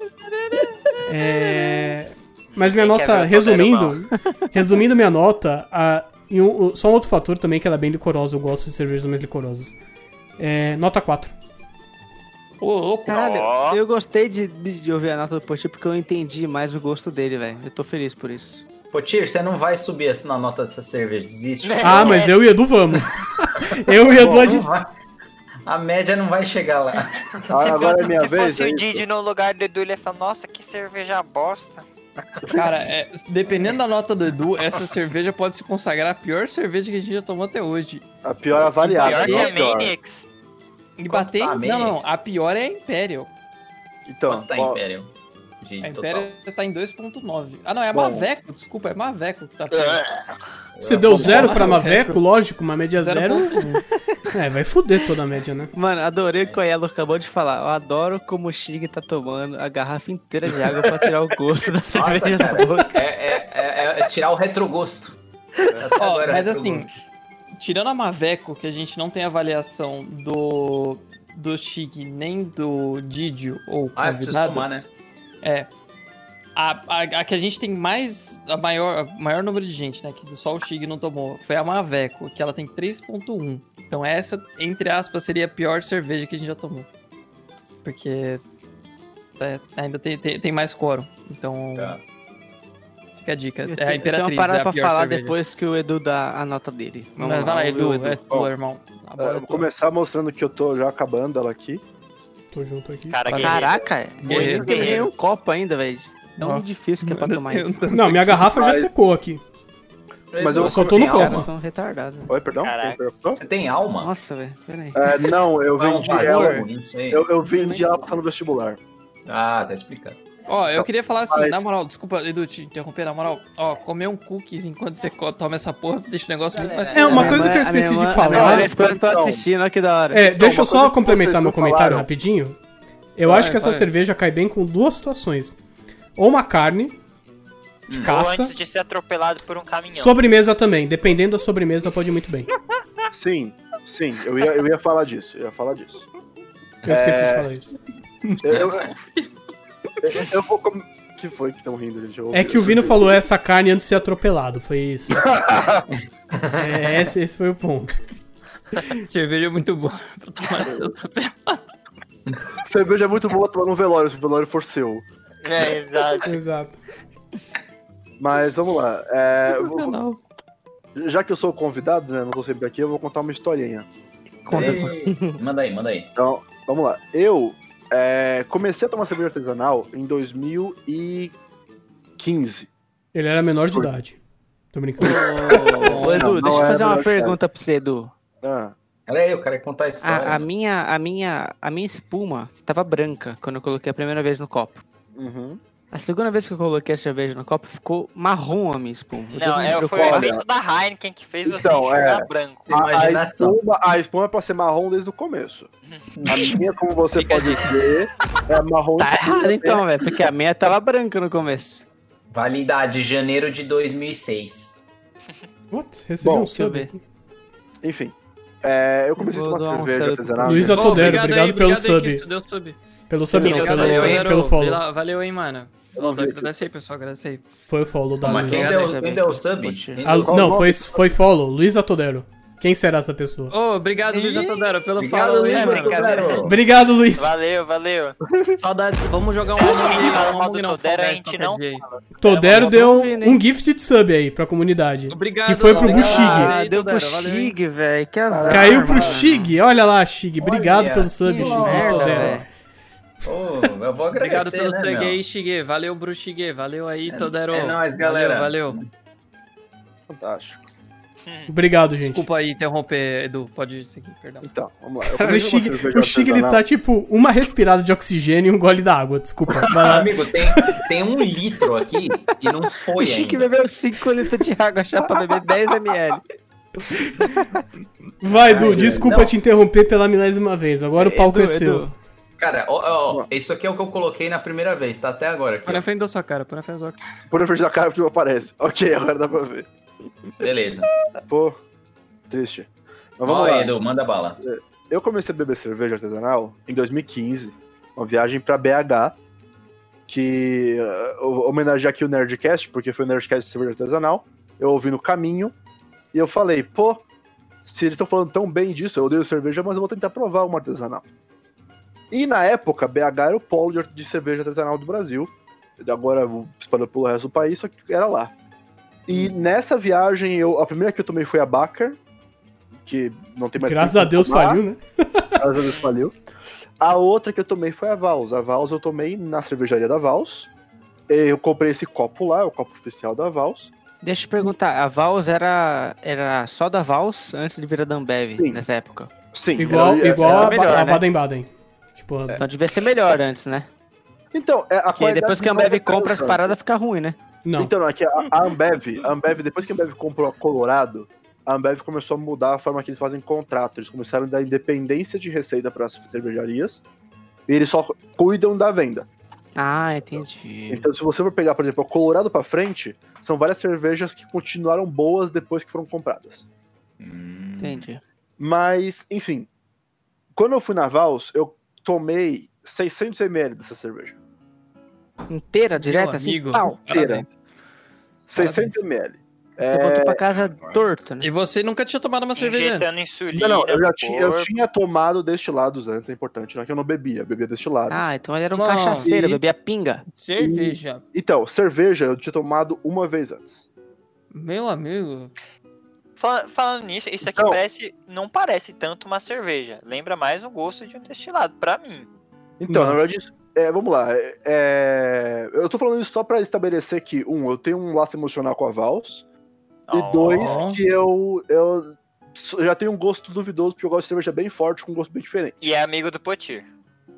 [SPEAKER 3] É... Mas minha
[SPEAKER 1] Quem quer ver o
[SPEAKER 3] nota,
[SPEAKER 1] Todero
[SPEAKER 3] resumindo, resumindo minha nota, a- e um- o- só um outro fator também que ela é bem licorosa, eu gosto de cervejas mais licorosas. É, nota 4.
[SPEAKER 2] Ô, louco.
[SPEAKER 6] Caralho,
[SPEAKER 1] Ó.
[SPEAKER 6] eu gostei de, de- de ouvir a nota do Poti porque eu entendi mais o gosto dele, velho. Eu tô feliz por isso.
[SPEAKER 4] Potir, você não vai subir assim na nota dessa cerveja, desiste.
[SPEAKER 3] Ah, mas eu e Edu vamos. Eu e Edu a
[SPEAKER 4] Não
[SPEAKER 3] gente.
[SPEAKER 4] vai. A média não vai chegar lá.
[SPEAKER 5] Ah, agora é minha
[SPEAKER 1] se
[SPEAKER 5] vez.
[SPEAKER 1] fosse um
[SPEAKER 5] é
[SPEAKER 1] o
[SPEAKER 5] isso?
[SPEAKER 1] Didi no lugar do Edu, ele ia falar, nossa, que cerveja bosta.
[SPEAKER 2] Cara, é, dependendo da nota do Edu, essa cerveja pode se consagrar a pior cerveja que a gente já tomou até hoje.
[SPEAKER 5] A pior avaliada.
[SPEAKER 1] Pior que é
[SPEAKER 5] não
[SPEAKER 1] a
[SPEAKER 5] a pior.
[SPEAKER 1] Manix.
[SPEAKER 2] E
[SPEAKER 4] Quanto
[SPEAKER 2] bater.
[SPEAKER 4] tá a
[SPEAKER 2] não, não,
[SPEAKER 4] Mex?
[SPEAKER 2] a pior é a Imperial.
[SPEAKER 5] Então,
[SPEAKER 4] Quanto tá
[SPEAKER 5] ó,
[SPEAKER 4] Imperial? De
[SPEAKER 2] A
[SPEAKER 4] total.
[SPEAKER 2] Imperial tá em 2,9. Ah, não, é a
[SPEAKER 5] Bom.
[SPEAKER 2] Maveco, desculpa, é a Maveco que tá.
[SPEAKER 3] Você deu zero
[SPEAKER 2] bom.
[SPEAKER 3] pra Maveco, lógico, uma média zero.
[SPEAKER 2] Zero
[SPEAKER 3] É, vai fuder toda a média, né?
[SPEAKER 6] Mano, adorei o que o Aiello acabou de falar. Eu adoro como o Shig tá tomando a garrafa inteira de água pra tirar o gosto da cerveja
[SPEAKER 4] Nossa,
[SPEAKER 6] da boca.
[SPEAKER 4] cara. É, é- é- é tirar o retrogosto. Até
[SPEAKER 2] Ó,
[SPEAKER 4] agora é
[SPEAKER 2] mas assim,
[SPEAKER 4] retrogosto.
[SPEAKER 2] tirando a Maveco, que a gente não tem avaliação do. Do Chique, nem do Didio ou
[SPEAKER 4] Ah, eu preciso
[SPEAKER 2] convidado,
[SPEAKER 4] tomar, né?
[SPEAKER 2] É. A, a, a que a gente tem mais. A maior, a maior número de gente, né? Que só o Shig não tomou. Foi a Maveco, que ela tem 3,1. Então essa, entre aspas, seria a pior cerveja que a gente já tomou. Porque. é, ainda tem, tem, tem mais quórum. Então.
[SPEAKER 4] Tá.
[SPEAKER 2] Fica a dica.
[SPEAKER 6] Eu
[SPEAKER 2] É a
[SPEAKER 6] tenho- eu tenho
[SPEAKER 2] Imperatriz.
[SPEAKER 6] uma parada
[SPEAKER 2] é a
[SPEAKER 6] pra
[SPEAKER 2] pior
[SPEAKER 6] falar
[SPEAKER 2] cerveja.
[SPEAKER 6] depois que o Edu dá a nota dele. Vamos
[SPEAKER 2] Mas vai lá,
[SPEAKER 6] vamos ver o
[SPEAKER 2] Edu. É
[SPEAKER 5] Bom,
[SPEAKER 2] tua, irmão. A
[SPEAKER 5] Eu
[SPEAKER 2] bola é
[SPEAKER 5] vou
[SPEAKER 2] tua.
[SPEAKER 5] começar mostrando que eu tô já acabando ela aqui.
[SPEAKER 3] Tô junto aqui.
[SPEAKER 1] Cara, guerreiro.
[SPEAKER 6] Caraca,
[SPEAKER 2] Guerreiro,
[SPEAKER 6] eu ganhei
[SPEAKER 2] guerreiro.
[SPEAKER 6] um copo ainda, velho. Tão
[SPEAKER 2] Ó.
[SPEAKER 6] difícil que é pra tomar isso.
[SPEAKER 3] Não, minha garrafa já
[SPEAKER 5] Mas-
[SPEAKER 3] secou aqui.
[SPEAKER 5] Mas eu-
[SPEAKER 4] Edu,
[SPEAKER 3] só tô no
[SPEAKER 4] você tem
[SPEAKER 3] copo.
[SPEAKER 4] alma?
[SPEAKER 6] Caras são retardados.
[SPEAKER 5] Oi, perdão?
[SPEAKER 1] Caraca.
[SPEAKER 5] Quem interruptou?
[SPEAKER 4] Você tem alma?
[SPEAKER 6] Nossa, velho, peraí.
[SPEAKER 5] É, não, eu
[SPEAKER 4] Ou é um
[SPEAKER 5] vendi
[SPEAKER 4] valor?
[SPEAKER 5] ela.
[SPEAKER 4] Não sei.
[SPEAKER 5] Eu, eu vendi ela pra estar no vestibular.
[SPEAKER 4] Ah, tá explicado.
[SPEAKER 2] Ó, eu queria falar assim,
[SPEAKER 5] Mas-
[SPEAKER 2] na moral, desculpa, Edu, te interromper, na moral, ó, comer um cookies enquanto você co- toma essa porra deixa o negócio muito mais
[SPEAKER 3] É, uma
[SPEAKER 6] A minha
[SPEAKER 3] coisa que eu
[SPEAKER 6] mãe- a minha
[SPEAKER 3] esqueci de
[SPEAKER 6] mãe- a
[SPEAKER 3] falar.
[SPEAKER 6] minha mãe e a esposa
[SPEAKER 5] Então.
[SPEAKER 6] estão assistindo, olha que da hora.
[SPEAKER 3] É, deixa
[SPEAKER 5] uma
[SPEAKER 3] eu só
[SPEAKER 5] coisa que
[SPEAKER 3] complementar meu
[SPEAKER 5] vocês não
[SPEAKER 3] comentário
[SPEAKER 5] falaram.
[SPEAKER 3] rapidinho. Eu
[SPEAKER 2] Vai,
[SPEAKER 3] acho que essa
[SPEAKER 2] vai.
[SPEAKER 3] cerveja cai bem com duas situações. Ou uma carne de
[SPEAKER 1] Ou
[SPEAKER 3] caça,
[SPEAKER 1] antes de ser atropelado por um caminhão.
[SPEAKER 3] sobremesa também. Dependendo da sobremesa, pode ir muito bem.
[SPEAKER 5] Sim, sim, eu ia, eu ia falar disso. Eu ia falar disso.
[SPEAKER 3] Eu esqueci de falar isso.
[SPEAKER 5] Eu, eu, eu- eu vou. com- que foi que estão rindo, gente? Eu-
[SPEAKER 3] É que o Vino falou essa carne antes de ser atropelado, foi isso. é, esse, esse foi o ponto.
[SPEAKER 2] Cerveja é muito boa pra tomar. atropelado.
[SPEAKER 5] Cerveja é muito boa tomar no velório, se o velório for seu.
[SPEAKER 1] É, exato.
[SPEAKER 3] Exato.
[SPEAKER 5] Mas vamos lá. é, eu vou-
[SPEAKER 2] Não.
[SPEAKER 5] já que eu sou o convidado, né? Não tô sempre aqui, eu vou contar uma historinha.
[SPEAKER 4] É
[SPEAKER 2] Conta.
[SPEAKER 4] Ei, Manda aí, manda aí.
[SPEAKER 5] Então, vamos lá. Eu é, comecei a tomar cerveja artesanal em 2015.
[SPEAKER 3] Ele era menor de idade. Tô brincando.
[SPEAKER 6] Ô, ô, Edu,
[SPEAKER 5] não
[SPEAKER 6] deixa eu
[SPEAKER 5] é
[SPEAKER 6] fazer uma
[SPEAKER 5] verdade.
[SPEAKER 6] pergunta pra você, Edu.
[SPEAKER 5] Ah,
[SPEAKER 4] Olha aí, é eu quero contar a história.
[SPEAKER 6] A, a minha, a, minha, a minha espuma tava branca quando eu coloquei a primeira vez no copo.
[SPEAKER 5] uhum.
[SPEAKER 6] A segunda vez que eu coloquei a cerveja no copo, ficou marrom a minha espuma. Eu tô
[SPEAKER 1] Não,
[SPEAKER 6] com
[SPEAKER 1] é, foi o
[SPEAKER 5] Olha.
[SPEAKER 1] evento da Heineken que fez você
[SPEAKER 5] Então, é.
[SPEAKER 1] enxergar branco.
[SPEAKER 5] A- A,
[SPEAKER 4] Imaginação.
[SPEAKER 5] espuma, a espuma é pra ser marrom desde o começo. A minha, como você
[SPEAKER 2] Fica a
[SPEAKER 5] pode ver, é marrom.
[SPEAKER 6] Tá
[SPEAKER 5] escuro,
[SPEAKER 6] errado
[SPEAKER 5] né?
[SPEAKER 6] então, velho, porque a minha tava branca no começo.
[SPEAKER 4] Validade, janeiro de 2006.
[SPEAKER 3] What? Recebi
[SPEAKER 5] Bom,
[SPEAKER 3] um
[SPEAKER 6] deixa eu
[SPEAKER 3] sub
[SPEAKER 6] ver.
[SPEAKER 3] aqui.
[SPEAKER 5] Luiz, É, eu comecei a
[SPEAKER 6] Vou dar
[SPEAKER 5] tomar
[SPEAKER 6] um
[SPEAKER 5] cerveja
[SPEAKER 6] selo.
[SPEAKER 5] artesanal.
[SPEAKER 3] Luiz
[SPEAKER 5] né?
[SPEAKER 3] Atodero, obrigado, pelo
[SPEAKER 2] aí que
[SPEAKER 3] sub.
[SPEAKER 2] isso deu sub.
[SPEAKER 3] Pelo sub não,
[SPEAKER 1] Obrigado,
[SPEAKER 3] pelo,
[SPEAKER 1] valeu,
[SPEAKER 3] pelo,
[SPEAKER 2] Valeu,
[SPEAKER 3] follow.
[SPEAKER 2] valeu, valeu, hein, mano. Pô, Agradece aí, pessoal, agradece aí.
[SPEAKER 3] Foi o follow da
[SPEAKER 4] Mas
[SPEAKER 3] Luiz.
[SPEAKER 4] quem é
[SPEAKER 2] Obrigado,
[SPEAKER 4] deu,
[SPEAKER 6] Isabel.
[SPEAKER 4] quem deu o sub? Quem deu
[SPEAKER 3] Ah,
[SPEAKER 4] o sub?
[SPEAKER 3] não, foi, foi follow. Luiz Atodero. Quem será essa pessoa?
[SPEAKER 2] Ô, obrigado, Luiz Atodaro, pelo
[SPEAKER 4] Obrigado,
[SPEAKER 2] follow,
[SPEAKER 4] Luiz,
[SPEAKER 2] hein, mano.
[SPEAKER 1] brincadeira.
[SPEAKER 4] Otodero.
[SPEAKER 3] Obrigado, Luiz.
[SPEAKER 1] Valeu, valeu.
[SPEAKER 2] Saudades, vamos jogar um
[SPEAKER 1] Você acha que
[SPEAKER 2] Among,
[SPEAKER 1] fala mal
[SPEAKER 2] um Among
[SPEAKER 1] do
[SPEAKER 2] não,
[SPEAKER 1] Todero, a
[SPEAKER 2] Faldete,
[SPEAKER 1] gente
[SPEAKER 2] qualquer
[SPEAKER 1] não
[SPEAKER 2] dia aí.
[SPEAKER 3] Todero deu
[SPEAKER 6] ver, né?
[SPEAKER 3] um gift de sub aí pra comunidade.
[SPEAKER 2] Obrigado.
[SPEAKER 3] Que foi pro
[SPEAKER 2] obrigado,
[SPEAKER 3] Bushig.
[SPEAKER 2] valeu
[SPEAKER 6] Ah,
[SPEAKER 2] aí,
[SPEAKER 6] deu pro
[SPEAKER 2] Todero, valeu, hein.
[SPEAKER 6] Shig, velho, que azar.
[SPEAKER 3] Caiu
[SPEAKER 6] Ah, mano.
[SPEAKER 3] pro Shig. Olha lá, Shig. Obrigado
[SPEAKER 4] Olha,
[SPEAKER 3] pelo sub,
[SPEAKER 4] que
[SPEAKER 3] Shig.
[SPEAKER 4] merda,
[SPEAKER 3] Todero.
[SPEAKER 6] velho.
[SPEAKER 4] Ô, eu vou
[SPEAKER 2] Obrigado
[SPEAKER 4] agradecer,
[SPEAKER 2] pelo
[SPEAKER 4] né,
[SPEAKER 2] sub
[SPEAKER 4] meu?
[SPEAKER 2] aí, Shigue. Valeu, Bruxigue. Valeu aí, Todero.
[SPEAKER 4] é nóis, galera.
[SPEAKER 2] Valeu, valeu.
[SPEAKER 5] Fantástico.
[SPEAKER 3] Obrigado, gente.
[SPEAKER 2] Desculpa aí interromper, Edu. Pode seguir, perdão.
[SPEAKER 5] Então, vamos lá. Eu
[SPEAKER 3] Cara, o
[SPEAKER 5] comecei a
[SPEAKER 3] Shig,
[SPEAKER 5] tomar cerveja
[SPEAKER 3] o Shig, ele
[SPEAKER 5] artesanal.
[SPEAKER 3] tá tipo uma respirada de oxigênio e um gole d'água. Desculpa. Vai lá.
[SPEAKER 4] Ah, Amigo, tem, tem um litro aqui e não
[SPEAKER 6] O
[SPEAKER 4] foi
[SPEAKER 6] Shig
[SPEAKER 4] ainda.
[SPEAKER 6] bebeu 5 litros de água já pra beber 10ml.
[SPEAKER 3] Vai, Edu.
[SPEAKER 4] Ai,
[SPEAKER 3] Desculpa
[SPEAKER 4] não.
[SPEAKER 3] te interromper pela milésima vez. Agora o palco é seu.
[SPEAKER 4] Cara, ó, ó, ó, isso aqui é o que eu coloquei na primeira vez, tá até agora aqui.
[SPEAKER 2] Põe
[SPEAKER 4] ó.
[SPEAKER 2] na frente da sua cara, põe na frente da sua cara.
[SPEAKER 3] tá-
[SPEAKER 5] Põe na frente da cara porque não aparece. Ok, agora dá pra ver.
[SPEAKER 4] Beleza.
[SPEAKER 5] Pô, triste. Mas vamos
[SPEAKER 4] Ó,
[SPEAKER 5] lá.
[SPEAKER 4] Edu, manda bala.
[SPEAKER 5] Eu comecei a beber cerveja artesanal em 2015, uma viagem pra BH, que eh, eu vou homenagear aqui o Nerdcast, porque foi o Nerdcast de cerveja artesanal. Eu ouvi no caminho e eu falei, pô, se eles estão falando tão bem disso, eu odeio cerveja, mas eu vou tentar provar uma artesanal. E na época, BH era o polo de ar- de cerveja artesanal do Brasil. Agora espalhou pelo resto do país, só que era lá. E
[SPEAKER 3] Hum.
[SPEAKER 5] nessa viagem, eu, a primeira que eu tomei foi a Baker, que não tem mais
[SPEAKER 3] Graças
[SPEAKER 5] tempo
[SPEAKER 3] a
[SPEAKER 5] de
[SPEAKER 3] Deus
[SPEAKER 5] tomar.
[SPEAKER 3] faliu, né?
[SPEAKER 5] Graças a Deus faliu. A outra que eu tomei foi a Vals. A Vals eu tomei na cervejaria da Vals. Eu comprei esse copo lá, é o copo oficial da Vals.
[SPEAKER 6] Deixa eu perguntar, a Vals era, era só da Vals antes de virar da Ambev
[SPEAKER 5] Sim.
[SPEAKER 6] nessa época.
[SPEAKER 5] Sim.
[SPEAKER 3] Igual,
[SPEAKER 5] era-
[SPEAKER 3] igual
[SPEAKER 5] era-
[SPEAKER 3] a,
[SPEAKER 6] é melhor,
[SPEAKER 3] Ba- a
[SPEAKER 6] né?
[SPEAKER 3] Baden-Baden. Tipo,
[SPEAKER 5] É.
[SPEAKER 3] a-
[SPEAKER 6] Então devia ser melhor antes, né?
[SPEAKER 5] Então, é, a
[SPEAKER 6] Porque
[SPEAKER 5] qualidade
[SPEAKER 6] depois que a
[SPEAKER 5] não era
[SPEAKER 6] Ambev compra as
[SPEAKER 5] interessante.
[SPEAKER 6] paradas fica ruim, né?
[SPEAKER 3] não.
[SPEAKER 5] Então, não, é que a, a Ambev, a Ambev, depois que a Ambev comprou a Colorado, a Ambev começou a mudar a forma que eles fazem contrato. Eles começaram a dar independência de receita para as cervejarias. E eles só cuidam da venda.
[SPEAKER 6] Ah, entendi.
[SPEAKER 5] Então, se você for pegar, por exemplo, a Colorado para frente, são várias cervejas que continuaram boas depois que foram compradas.
[SPEAKER 4] Hum.
[SPEAKER 6] Entendi.
[SPEAKER 5] Mas, enfim. Quando eu fui na Vals, eu tomei 600ml dessa cerveja.
[SPEAKER 6] Inteira, direta,
[SPEAKER 2] Meu
[SPEAKER 6] assim,
[SPEAKER 2] amigo,
[SPEAKER 6] pau.
[SPEAKER 2] parabéns. né?
[SPEAKER 5] 600 ml.
[SPEAKER 6] Você voltou pra casa torto, né?
[SPEAKER 2] E você nunca tinha tomado uma cerveja antes.
[SPEAKER 1] Injetando insulina.
[SPEAKER 5] Não, não, eu já
[SPEAKER 1] no
[SPEAKER 5] tinha, eu
[SPEAKER 1] corpo.
[SPEAKER 5] tinha tomado destilados antes, é importante, não é que eu não bebia, eu bebia destilado.
[SPEAKER 6] Ah, então ele era um
[SPEAKER 2] Não.
[SPEAKER 6] cachaceiro,
[SPEAKER 5] E-
[SPEAKER 6] bebia pinga.
[SPEAKER 2] Cerveja.
[SPEAKER 5] Então, cerveja eu tinha tomado uma vez antes.
[SPEAKER 2] Meu amigo.
[SPEAKER 1] Fala- Falando nisso, isso aqui
[SPEAKER 5] Então-
[SPEAKER 1] parece, não parece tanto uma cerveja. Lembra mais o gosto de um destilado, pra mim.
[SPEAKER 5] Então,
[SPEAKER 3] Não.
[SPEAKER 5] na verdade, isso- é, vamos lá. é- é, eu tô falando isso só pra estabelecer que, um, eu tenho um laço emocional com a Vals,
[SPEAKER 1] Oh.
[SPEAKER 5] e dois, que eu, eu sou- já tenho um gosto duvidoso, porque eu gosto de cerveja bem forte, com um gosto bem diferente.
[SPEAKER 1] E é amigo do Potir.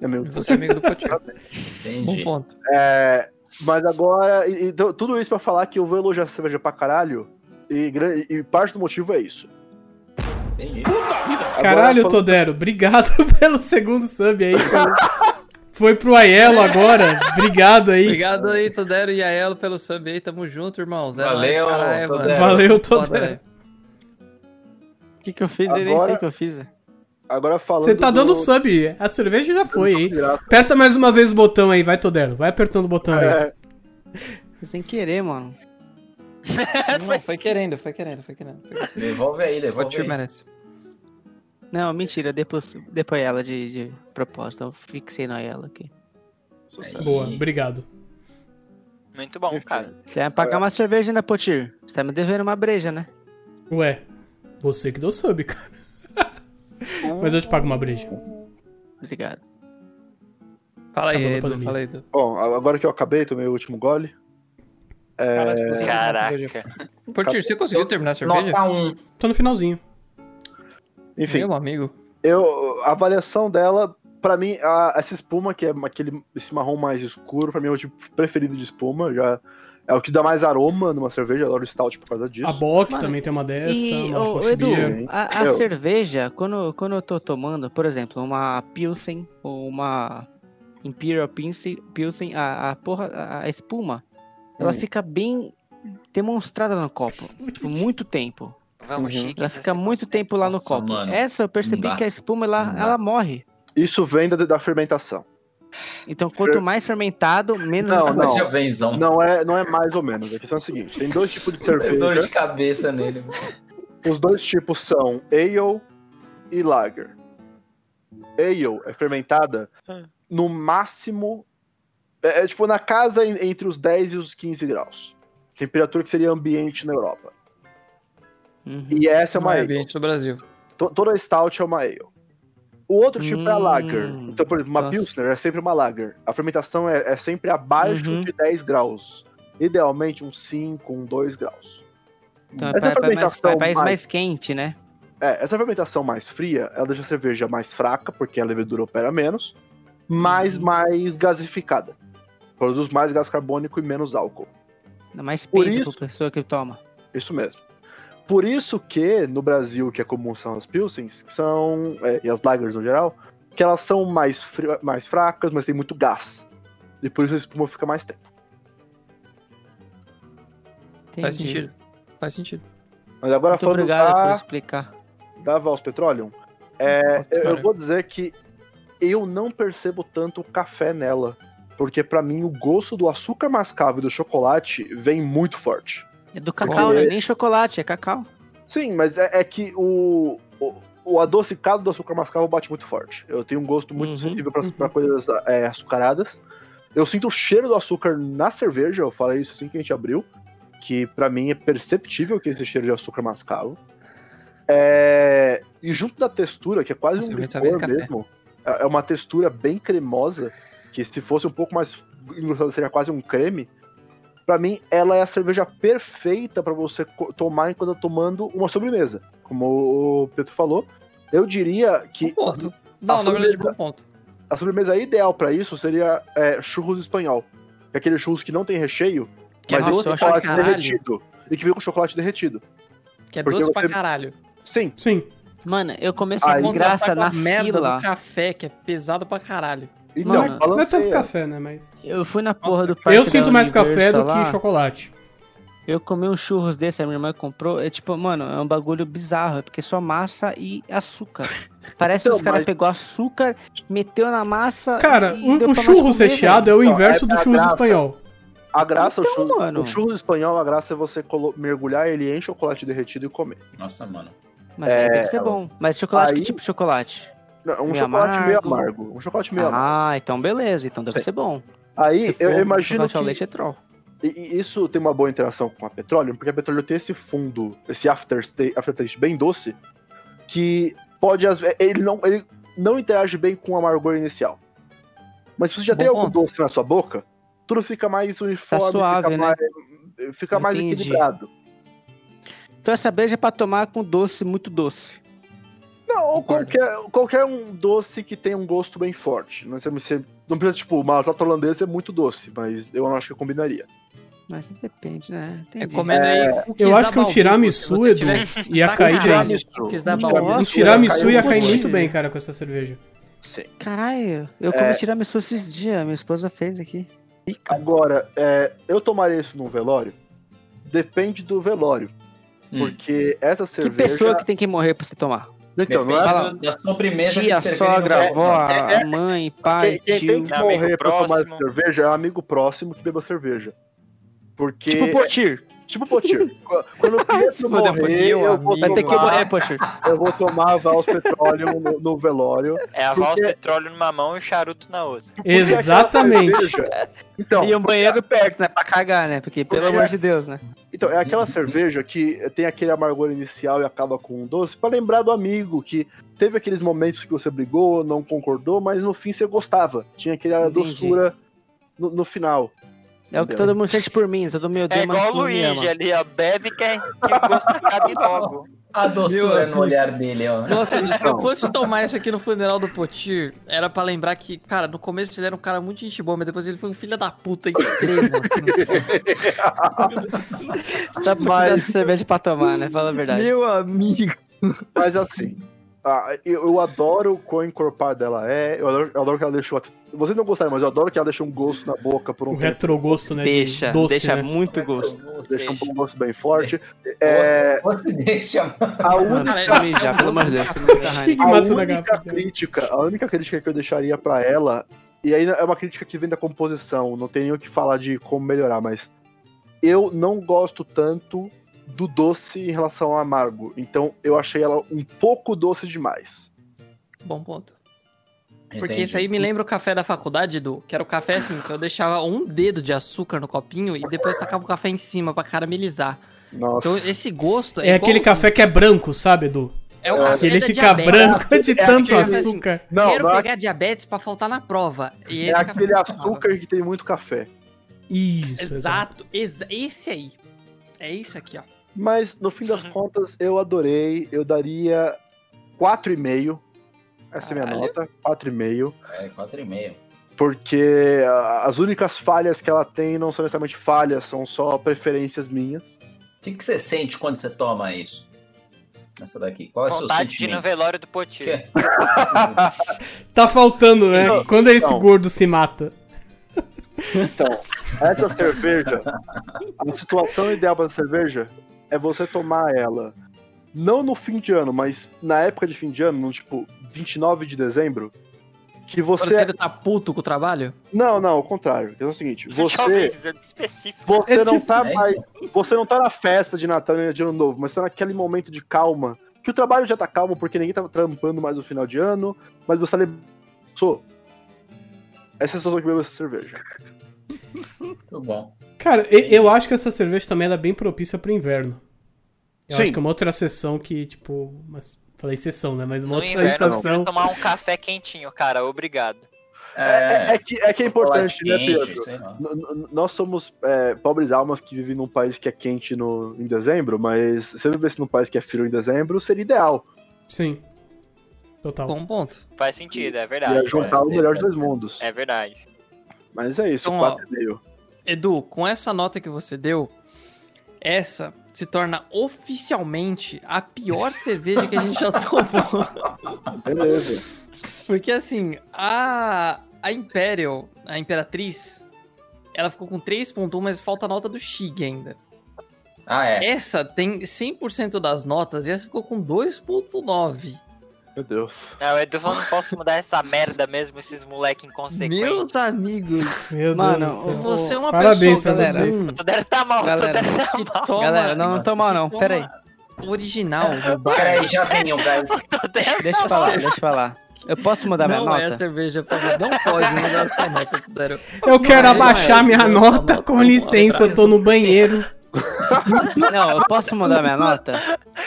[SPEAKER 5] né, meu?
[SPEAKER 2] Você é amigo do Potir. Bom
[SPEAKER 4] Entendi.
[SPEAKER 2] um ponto.
[SPEAKER 5] É, mas agora, e- e tu- tudo isso pra falar que eu vou elogiar essa cerveja pra caralho, e, gran- e parte do motivo é isso.
[SPEAKER 4] Entendi.
[SPEAKER 5] Agora,
[SPEAKER 3] Caralho,
[SPEAKER 5] falando-
[SPEAKER 3] Todero, obrigado pelo segundo sub aí. cara. Foi pro Aiello agora. Obrigado aí.
[SPEAKER 2] Obrigado aí, Todero e Aelo, pelo sub aí. Tamo junto, irmão. Zé
[SPEAKER 4] Valeu,
[SPEAKER 2] nóis, caralho, mano.
[SPEAKER 4] Todero.
[SPEAKER 3] Valeu,
[SPEAKER 2] Foda, né?
[SPEAKER 3] Todero.
[SPEAKER 2] velho.
[SPEAKER 6] O que, que eu fiz? Eu nem
[SPEAKER 5] Agora-
[SPEAKER 6] sei o que eu fiz. velho.
[SPEAKER 5] Agora falando.
[SPEAKER 3] Você tá dando
[SPEAKER 5] do-
[SPEAKER 3] sub. A cerveja já foi aí.
[SPEAKER 5] Pirata.
[SPEAKER 3] Aperta mais uma vez o botão aí, vai, Todero. Vai apertando o botão aí.
[SPEAKER 5] É,
[SPEAKER 6] Foi Sem querer, mano.
[SPEAKER 2] Não, foi querendo, foi querendo, foi querendo. Foi querendo.
[SPEAKER 4] Devolve aí, devolve
[SPEAKER 2] Potir
[SPEAKER 4] aí.
[SPEAKER 2] merece.
[SPEAKER 6] Não, mentira, depois, depois ela de, de proposta. Eu fixei na ela aqui.
[SPEAKER 5] sucesso.
[SPEAKER 3] Boa,
[SPEAKER 4] Aí.
[SPEAKER 3] obrigado.
[SPEAKER 1] Muito bom, cara.
[SPEAKER 6] Você vai me pagar
[SPEAKER 5] É.
[SPEAKER 6] uma cerveja ainda, Potir? Você tá me devendo uma breja, né?
[SPEAKER 3] Ué, você que deu sub, cara. Mas eu te pago uma breja.
[SPEAKER 6] Obrigado.
[SPEAKER 2] Fala aí,
[SPEAKER 3] Acabou a
[SPEAKER 2] Edu,
[SPEAKER 3] pandemia.
[SPEAKER 2] fala aí, Edu.
[SPEAKER 5] Bom, agora que eu acabei, tomei o último gole. É,
[SPEAKER 2] Caralho, você conseguiu terminar a cerveja.
[SPEAKER 1] Caraca.
[SPEAKER 2] Potir, você conseguiu terminar a cerveja?
[SPEAKER 4] Nota 1.
[SPEAKER 3] Tô no finalzinho.
[SPEAKER 5] Enfim,
[SPEAKER 2] Meu amigo.
[SPEAKER 5] eu, a avaliação dela, pra mim, a- essa espuma, que é aquele, esse marrom mais escuro, pra mim é o tipo preferido de espuma. Já é o que dá mais aroma numa cerveja, eu adoro stout por causa disso.
[SPEAKER 3] A Bock
[SPEAKER 6] Mano,
[SPEAKER 3] também tem uma dessa.
[SPEAKER 6] E,
[SPEAKER 3] uma
[SPEAKER 6] ô,
[SPEAKER 3] Bosch
[SPEAKER 6] Edu,
[SPEAKER 3] Beer.
[SPEAKER 6] a, a
[SPEAKER 5] Eu.
[SPEAKER 6] cerveja, quando, quando eu tô tomando, por exemplo, uma Pilsen ou uma Imperial Pilsen, Pilsen a, a porra, a- a espuma, ela
[SPEAKER 5] Hum.
[SPEAKER 6] fica bem demonstrada no copo. Tipo, muito tempo.
[SPEAKER 1] Vamos,
[SPEAKER 5] Uhum.
[SPEAKER 1] Chique.
[SPEAKER 6] Ela
[SPEAKER 1] você
[SPEAKER 6] fica muito
[SPEAKER 1] consegue.
[SPEAKER 6] tempo lá no
[SPEAKER 4] Nossa,
[SPEAKER 6] copo.
[SPEAKER 4] mano.
[SPEAKER 6] Essa eu
[SPEAKER 4] Não
[SPEAKER 6] percebi
[SPEAKER 4] dá.
[SPEAKER 6] que a espuma, ela,
[SPEAKER 4] Não dá.
[SPEAKER 6] ela morre.
[SPEAKER 5] Isso vem da, da fermentação.
[SPEAKER 6] Então, quanto
[SPEAKER 5] Fer-
[SPEAKER 6] mais fermentado, menos
[SPEAKER 5] Não,
[SPEAKER 6] espuma.
[SPEAKER 5] não.
[SPEAKER 4] Já venzão.
[SPEAKER 5] Não é, não é mais ou menos. A questão é a seguinte: tem dois tipos de
[SPEAKER 4] Deu Dor de
[SPEAKER 5] cerveja.
[SPEAKER 4] cabeça nele. mano.
[SPEAKER 5] Os dois tipos são ale e lager. Ale é fermentada no máximo. É, é tipo na casa en- entre os 10 e os 15 graus. Temperatura que seria ambiente na Europa.
[SPEAKER 6] Uhum.
[SPEAKER 5] E essa é uma
[SPEAKER 2] Não é
[SPEAKER 5] ale.
[SPEAKER 2] ambiente do Brasil.
[SPEAKER 5] To- Toda stout é uma ale. O outro tipo é a
[SPEAKER 6] Hum,
[SPEAKER 5] lager. Então, por exemplo, uma
[SPEAKER 6] nossa.
[SPEAKER 5] pilsner é sempre uma lager. A fermentação é, é sempre abaixo
[SPEAKER 6] Uhum.
[SPEAKER 5] de 10 graus. Idealmente, uns 5, um 2 graus.
[SPEAKER 6] Então,
[SPEAKER 5] Essa
[SPEAKER 6] é pra, pra mais,
[SPEAKER 5] fermentação
[SPEAKER 6] pra mais,
[SPEAKER 5] mais-
[SPEAKER 6] mais quente, né?
[SPEAKER 5] É, essa fermentação mais fria, ela deixa a cerveja mais fraca, porque a levedura opera menos, mas
[SPEAKER 6] Uhum.
[SPEAKER 5] mais gasificada. Produz mais gás carbônico e menos álcool.
[SPEAKER 6] Dá Mais
[SPEAKER 5] Por
[SPEAKER 6] peito
[SPEAKER 5] isso-
[SPEAKER 6] pra pessoa que toma.
[SPEAKER 5] Isso mesmo. Por isso que, no Brasil, o que é comum são as pilsens, que são, é, e as lagers no geral, que elas são mais, fri- mais fracas, mas tem muito gás. E por isso a espuma fica mais tempo.
[SPEAKER 2] Faz
[SPEAKER 6] Entendi.
[SPEAKER 2] sentido. Faz sentido.
[SPEAKER 5] Mas agora
[SPEAKER 6] Muito
[SPEAKER 5] falando
[SPEAKER 6] obrigado por
[SPEAKER 5] da,
[SPEAKER 6] explicar.
[SPEAKER 5] da Vals Petroleum, é,
[SPEAKER 2] Nossa,
[SPEAKER 5] eu, eu
[SPEAKER 2] cara.
[SPEAKER 5] vou dizer que eu não percebo tanto o café nela. Porque pra mim o gosto do açúcar mascavo e do chocolate vem muito forte.
[SPEAKER 6] É do cacau, né? Nem chocolate, é cacau.
[SPEAKER 5] Sim, mas é, é que o, o, o adocicado do açúcar mascavo bate muito forte. Eu tenho um gosto muito
[SPEAKER 6] Uhum,
[SPEAKER 5] sensível pra pra coisas é, açucaradas. Eu sinto o cheiro do açúcar na cerveja, eu falei isso assim que a gente abriu, que pra mim é perceptível que esse cheiro de açúcar mascavo. É, e junto da textura, que é quase
[SPEAKER 2] Nossa,
[SPEAKER 5] um
[SPEAKER 2] eu já vi
[SPEAKER 5] licor
[SPEAKER 2] café.
[SPEAKER 5] mesmo, é é uma textura bem cremosa, que se fosse um pouco mais engrossada seria quase um creme. Pra mim, ela é a cerveja perfeita pra você co- tomar enquanto tá tomando uma sobremesa. Como o Pedro falou, eu diria que
[SPEAKER 2] Bom ponto. Não, na verdade, bom ponto.
[SPEAKER 5] a sobremesa ideal pra isso seria é, churros espanhol. Que é aquele churros que não tem recheio,
[SPEAKER 2] Que é
[SPEAKER 5] mas vem
[SPEAKER 2] doce
[SPEAKER 5] com
[SPEAKER 6] eu
[SPEAKER 2] pra
[SPEAKER 6] acho
[SPEAKER 5] chocolate
[SPEAKER 2] caralho.
[SPEAKER 5] derretido. E que vem com chocolate derretido.
[SPEAKER 2] Que é
[SPEAKER 5] Porque
[SPEAKER 2] doce pra
[SPEAKER 5] você-
[SPEAKER 2] caralho.
[SPEAKER 5] Sim,
[SPEAKER 3] Sim.
[SPEAKER 6] Mano, eu comecei
[SPEAKER 5] Aí-
[SPEAKER 6] com graça
[SPEAKER 2] Contrastar com a
[SPEAKER 6] na
[SPEAKER 2] merda
[SPEAKER 6] fila.
[SPEAKER 2] do café, que é pesado pra caralho.
[SPEAKER 5] então,
[SPEAKER 6] Mano,
[SPEAKER 3] Não é tanto
[SPEAKER 5] balanceia.
[SPEAKER 3] café, né? Mas.
[SPEAKER 6] Eu fui na porra
[SPEAKER 2] Nossa,
[SPEAKER 6] do parque
[SPEAKER 3] Eu sinto
[SPEAKER 6] da
[SPEAKER 3] mais café do
[SPEAKER 6] Universal
[SPEAKER 3] que
[SPEAKER 6] tá lá.
[SPEAKER 3] chocolate.
[SPEAKER 6] Eu comi um churros desse, a minha irmã comprou. É tipo, mano, é um bagulho bizarro, é porque é só massa e açúcar. Parece
[SPEAKER 5] Então,
[SPEAKER 6] que os caras
[SPEAKER 5] mas-
[SPEAKER 6] pegou açúcar, meteu na massa.
[SPEAKER 3] Cara,
[SPEAKER 6] Ah, e deu
[SPEAKER 3] o, o
[SPEAKER 6] pra mais
[SPEAKER 3] churros
[SPEAKER 6] comer,
[SPEAKER 3] recheado é
[SPEAKER 6] velho.
[SPEAKER 3] o
[SPEAKER 5] Não,
[SPEAKER 3] inverso
[SPEAKER 5] é
[SPEAKER 3] do
[SPEAKER 5] a
[SPEAKER 3] churros
[SPEAKER 5] graça.
[SPEAKER 3] espanhol.
[SPEAKER 5] A graça,
[SPEAKER 6] Então,
[SPEAKER 5] o, churro,
[SPEAKER 6] mano.
[SPEAKER 5] o churro espanhol, a graça é você colo- mergulhar ele em chocolate derretido e comer.
[SPEAKER 4] Nossa, mano.
[SPEAKER 6] Mas aí tem
[SPEAKER 5] É,
[SPEAKER 6] que ser bom. Mas chocolate, que
[SPEAKER 5] aí-
[SPEAKER 6] tipo de chocolate?
[SPEAKER 5] Não, um
[SPEAKER 6] Meio
[SPEAKER 5] chocolate meio
[SPEAKER 6] amargo.
[SPEAKER 5] amargo. Um chocolate meio amargo.
[SPEAKER 6] Ah, então beleza, então deve
[SPEAKER 5] Sim.
[SPEAKER 6] ser bom. Se
[SPEAKER 5] Aí
[SPEAKER 6] for
[SPEAKER 5] eu
[SPEAKER 6] um
[SPEAKER 5] imagino
[SPEAKER 6] chocolate
[SPEAKER 5] que
[SPEAKER 6] ao leite é troll.
[SPEAKER 5] e- e isso tem uma boa interação com a petróleo, porque a petróleo tem esse fundo, esse aftertaste, aftertaste bem doce, que pode às ve- ele não ele não interage bem com o amargor inicial. Mas se você já
[SPEAKER 2] Bom
[SPEAKER 5] tem algum
[SPEAKER 2] ponto.
[SPEAKER 5] doce na sua boca, tudo fica mais uniforme,
[SPEAKER 6] suave,
[SPEAKER 5] fica
[SPEAKER 6] né?
[SPEAKER 5] mais, fica mais
[SPEAKER 6] Entendi.
[SPEAKER 5] equilibrado.
[SPEAKER 6] Então essa breja é pra tomar com doce, muito doce.
[SPEAKER 5] Não, ou
[SPEAKER 6] Concordo.
[SPEAKER 5] qualquer, qualquer um doce que tenha um gosto bem forte. Não precisa, ser- não precisa tipo, uma torta holandesa é muito doce, mas eu não acho que combinaria.
[SPEAKER 6] Mas depende, né?
[SPEAKER 2] É
[SPEAKER 6] Entendi.
[SPEAKER 2] comendo aí cookies
[SPEAKER 3] Eu acho
[SPEAKER 2] da
[SPEAKER 3] que um
[SPEAKER 2] Balduco, se
[SPEAKER 3] tiramisu,
[SPEAKER 2] você
[SPEAKER 3] Edu,
[SPEAKER 2] tiver-
[SPEAKER 3] ia
[SPEAKER 2] pra
[SPEAKER 3] cair
[SPEAKER 2] caralho.
[SPEAKER 3] bem.
[SPEAKER 2] cookies da
[SPEAKER 5] Um
[SPEAKER 2] Balduco.
[SPEAKER 3] Um
[SPEAKER 5] tiramisu ia
[SPEAKER 3] tiramisu ia
[SPEAKER 5] cair muito
[SPEAKER 3] cair
[SPEAKER 5] bem.
[SPEAKER 3] muito bem, cara, com essa
[SPEAKER 6] É
[SPEAKER 3] cerveja.
[SPEAKER 5] Sim.
[SPEAKER 6] Caralho,
[SPEAKER 5] É.
[SPEAKER 6] eu comi tiramisu esses dias, minha esposa fez aqui.
[SPEAKER 5] Agora, é, eu tomaria isso num velório? Depende do velório.
[SPEAKER 4] Hum.
[SPEAKER 5] Porque essa
[SPEAKER 6] Que
[SPEAKER 5] cerveja.
[SPEAKER 6] pessoa que tem que morrer pra você tomar?
[SPEAKER 5] Então, não é.
[SPEAKER 4] Depende
[SPEAKER 6] Fala.
[SPEAKER 4] do- da sobremesa
[SPEAKER 6] Tia,
[SPEAKER 4] que serviram
[SPEAKER 6] sogra,
[SPEAKER 4] no-
[SPEAKER 6] avó,
[SPEAKER 5] É, é.
[SPEAKER 6] mãe, pai,
[SPEAKER 5] Quem, quem tem
[SPEAKER 6] tio.
[SPEAKER 5] que
[SPEAKER 1] É amigo
[SPEAKER 5] morrer pra tomar
[SPEAKER 1] próximo.
[SPEAKER 5] cerveja é um amigo próximo que beba cerveja. Porque.
[SPEAKER 6] Tipo Potir.
[SPEAKER 5] Tipo Potir. Qu- Quando eu queria
[SPEAKER 6] Se
[SPEAKER 5] morrer,
[SPEAKER 6] fuder,
[SPEAKER 2] Potir,
[SPEAKER 5] eu,
[SPEAKER 2] meu
[SPEAKER 5] vou
[SPEAKER 2] amigo.
[SPEAKER 6] Vai ter que
[SPEAKER 5] tomar,
[SPEAKER 6] morrer, Potir.
[SPEAKER 5] eu vou tomar Vals Petroleum no, no velório.
[SPEAKER 1] É a
[SPEAKER 5] Porque-
[SPEAKER 1] valsa petróleo numa mão e o charuto na outra.
[SPEAKER 5] Porque aquela
[SPEAKER 3] Exatamente.
[SPEAKER 5] cerveja- Então,
[SPEAKER 6] E um banheiro perto, né? Pra cagar, né? Porque, pelo
[SPEAKER 5] Porque-
[SPEAKER 6] amor de Deus, né?
[SPEAKER 5] Então, é aquela cerveja que tem aquele amargor inicial e acaba com um doce, pra lembrar do amigo que teve aqueles momentos que você brigou, não concordou, mas no fim você gostava. Tinha aquela
[SPEAKER 6] Entendi.
[SPEAKER 5] doçura no, no final.
[SPEAKER 6] É o que todo mundo sente por mim, todo meu
[SPEAKER 1] É
[SPEAKER 6] Deus,
[SPEAKER 1] igual o Luigi ali, ó. Bebe que, é que o gosto acabe logo.
[SPEAKER 4] A doçura no olhar dele, ó.
[SPEAKER 2] Nossa, se eu
[SPEAKER 5] Então.
[SPEAKER 2] fosse tomar isso aqui no funeral do Potir, era pra lembrar que, cara, no começo ele era um cara muito gente boa, mas depois ele foi um filho da puta extremo. assim.
[SPEAKER 6] Só pra
[SPEAKER 5] Mas-
[SPEAKER 6] tirar essa cerveja pra tomar, né? Fala a verdade.
[SPEAKER 2] Meu amigo.
[SPEAKER 5] Mas assim, ah, eu, eu adoro o quão encorpada ela é, eu adoro, eu adoro que ela deixou. até- Vocês não gostaram, mas eu adoro que ela deixa um gosto na boca por
[SPEAKER 3] O
[SPEAKER 5] um tempo.
[SPEAKER 3] retrogosto, né? de
[SPEAKER 6] Deixa,
[SPEAKER 3] doce,
[SPEAKER 6] deixa
[SPEAKER 3] né?
[SPEAKER 6] muito gosto.
[SPEAKER 5] Deixa um bom gosto bem forte. É,
[SPEAKER 4] Você deixa.
[SPEAKER 1] É
[SPEAKER 5] a única
[SPEAKER 2] Cara,
[SPEAKER 6] Deixa eu mijar, pelo amor de Deus.
[SPEAKER 3] Chega e
[SPEAKER 5] A
[SPEAKER 3] mata na
[SPEAKER 5] única
[SPEAKER 3] garrafa.
[SPEAKER 5] crítica, a única crítica que eu deixaria pra ela, e aí é uma crítica que vem da composição, não tem nem o que falar de como melhorar, mas eu não gosto tanto do doce em relação ao amargo. Então eu achei ela um pouco doce demais.
[SPEAKER 2] Bom ponto. Porque
[SPEAKER 4] Entendi.
[SPEAKER 2] isso aí me lembra o café da faculdade, Edu, que era o café assim, que eu deixava um dedo de açúcar no copinho e depois tacava o café em cima pra caramelizar.
[SPEAKER 5] Nossa.
[SPEAKER 2] Então esse gosto é
[SPEAKER 3] É aquele
[SPEAKER 2] igualzinho.
[SPEAKER 3] café que é branco, sabe, Edu?
[SPEAKER 2] É o café
[SPEAKER 3] Ele
[SPEAKER 2] da
[SPEAKER 3] fica É
[SPEAKER 2] diabetes.
[SPEAKER 3] branco de tanto
[SPEAKER 5] aquele-
[SPEAKER 3] açúcar.
[SPEAKER 5] não,
[SPEAKER 2] Quero
[SPEAKER 5] não é,
[SPEAKER 2] pegar diabetes pra faltar na prova. E
[SPEAKER 5] é
[SPEAKER 2] esse café
[SPEAKER 5] aquele
[SPEAKER 2] que eu tomava.
[SPEAKER 5] açúcar que tem muito café.
[SPEAKER 3] Isso.
[SPEAKER 2] Exato, exa- esse aí. É isso aqui, ó.
[SPEAKER 5] Mas no fim
[SPEAKER 2] Uhum.
[SPEAKER 5] das contas, eu adorei. Eu daria 4,5. Essa é a minha
[SPEAKER 2] Caralho.
[SPEAKER 5] nota, 4,5.
[SPEAKER 4] É, quatro e meio.
[SPEAKER 5] porque a- as únicas falhas que ela tem não são necessariamente falhas, são só preferências minhas.
[SPEAKER 4] O que, que você sente quando você toma isso? Essa daqui. Qual é o seu
[SPEAKER 1] Vontade de ir no
[SPEAKER 4] sentimento?
[SPEAKER 1] velório do Potir.
[SPEAKER 4] Que?
[SPEAKER 3] Tá faltando, né?
[SPEAKER 5] Então,
[SPEAKER 3] Quando esse
[SPEAKER 5] então.
[SPEAKER 3] gordo se mata.
[SPEAKER 5] Então, essa cerveja, a situação ideal para cerveja é você tomar ela não no fim de ano, mas na época de fim de ano, no tipo 29 de dezembro, que
[SPEAKER 2] Quando
[SPEAKER 5] você
[SPEAKER 2] você tá puto com o trabalho?
[SPEAKER 5] Não, não, ao contrário. É o seguinte, você
[SPEAKER 1] específico.
[SPEAKER 5] Você
[SPEAKER 3] É
[SPEAKER 5] não
[SPEAKER 3] tipo-
[SPEAKER 5] tá
[SPEAKER 4] É.
[SPEAKER 5] mais. Você não tá na festa de Natal e de Ano Novo, mas tá naquele momento de calma. Que o trabalho já tá calmo porque ninguém tá trampando mais no final de ano, mas você lembrou. Essa é a situação que bebeu essa cerveja.
[SPEAKER 4] Muito bom.
[SPEAKER 3] Cara, e- eu acho que essa cerveja também ela é bem propícia pro inverno. Eu
[SPEAKER 5] Sim.
[SPEAKER 3] acho que é uma outra sessão que, tipo. Mas, falei sessão, né? Mas
[SPEAKER 1] No
[SPEAKER 3] uma outra
[SPEAKER 1] inverno, eu
[SPEAKER 3] estação.
[SPEAKER 1] preciso tomar um café quentinho, cara. Obrigado.
[SPEAKER 5] É, é que, é que é importante, né,
[SPEAKER 4] Chocolate quente,
[SPEAKER 5] Pedro?
[SPEAKER 4] sei lá.
[SPEAKER 5] N- n- Nós somos é, pobres almas que vivem num país que é quente no, em dezembro, mas se eu vivesse num país que é frio em dezembro, seria ideal.
[SPEAKER 3] Sim. Total.
[SPEAKER 2] Bom ponto.
[SPEAKER 1] Faz sentido, é
[SPEAKER 5] Ia
[SPEAKER 1] verdade.
[SPEAKER 5] juntar o
[SPEAKER 4] ser,
[SPEAKER 5] melhor dos
[SPEAKER 4] pode
[SPEAKER 5] dois mundos.
[SPEAKER 1] É verdade.
[SPEAKER 5] Mas é isso,
[SPEAKER 2] Então, ó,
[SPEAKER 5] 4,5.
[SPEAKER 2] Edu, com essa nota que você deu, essa se torna oficialmente a pior cerveja que a gente já tomou.
[SPEAKER 5] Beleza.
[SPEAKER 2] Porque assim, a, a Imperial, a Imperatriz, ela ficou com 3.1, mas falta a nota do Shig ainda.
[SPEAKER 4] Ah, é.
[SPEAKER 2] Essa tem 100% das notas e essa ficou com 2.9.
[SPEAKER 5] Meu Deus.
[SPEAKER 1] Não, o Edu falou, não posso mudar essa merda mesmo, esses moleque inconsequente.
[SPEAKER 2] Meus amigos,
[SPEAKER 3] Meu
[SPEAKER 6] Mano,
[SPEAKER 3] Deus do
[SPEAKER 2] se
[SPEAKER 3] céu.
[SPEAKER 2] você é uma
[SPEAKER 3] Parabéns
[SPEAKER 2] pessoa,
[SPEAKER 3] pra
[SPEAKER 2] galera,
[SPEAKER 3] vocês.
[SPEAKER 1] O Todero tá mal, o
[SPEAKER 6] Galera.
[SPEAKER 1] Todero tá
[SPEAKER 2] que
[SPEAKER 1] mal.
[SPEAKER 2] toma
[SPEAKER 6] Galera, não, não toma não,
[SPEAKER 2] que
[SPEAKER 6] pera aí.
[SPEAKER 2] toma original do bar,
[SPEAKER 4] Peraí, já venham, guys.
[SPEAKER 1] Todero
[SPEAKER 6] Deixa eu falar, deixa eu falar. Eu posso mudar minha
[SPEAKER 2] não
[SPEAKER 6] nota?
[SPEAKER 2] é cerveja, por favor. Não pode mudar essa nota, Tudero.
[SPEAKER 3] Eu quero
[SPEAKER 2] Não,
[SPEAKER 3] abaixar
[SPEAKER 2] não é.
[SPEAKER 3] minha
[SPEAKER 2] Não,
[SPEAKER 3] nota,
[SPEAKER 2] não,
[SPEAKER 3] com
[SPEAKER 2] não,
[SPEAKER 3] licença,
[SPEAKER 2] não,
[SPEAKER 3] eu tô no banheiro.
[SPEAKER 6] Não, eu posso mudar minha nota?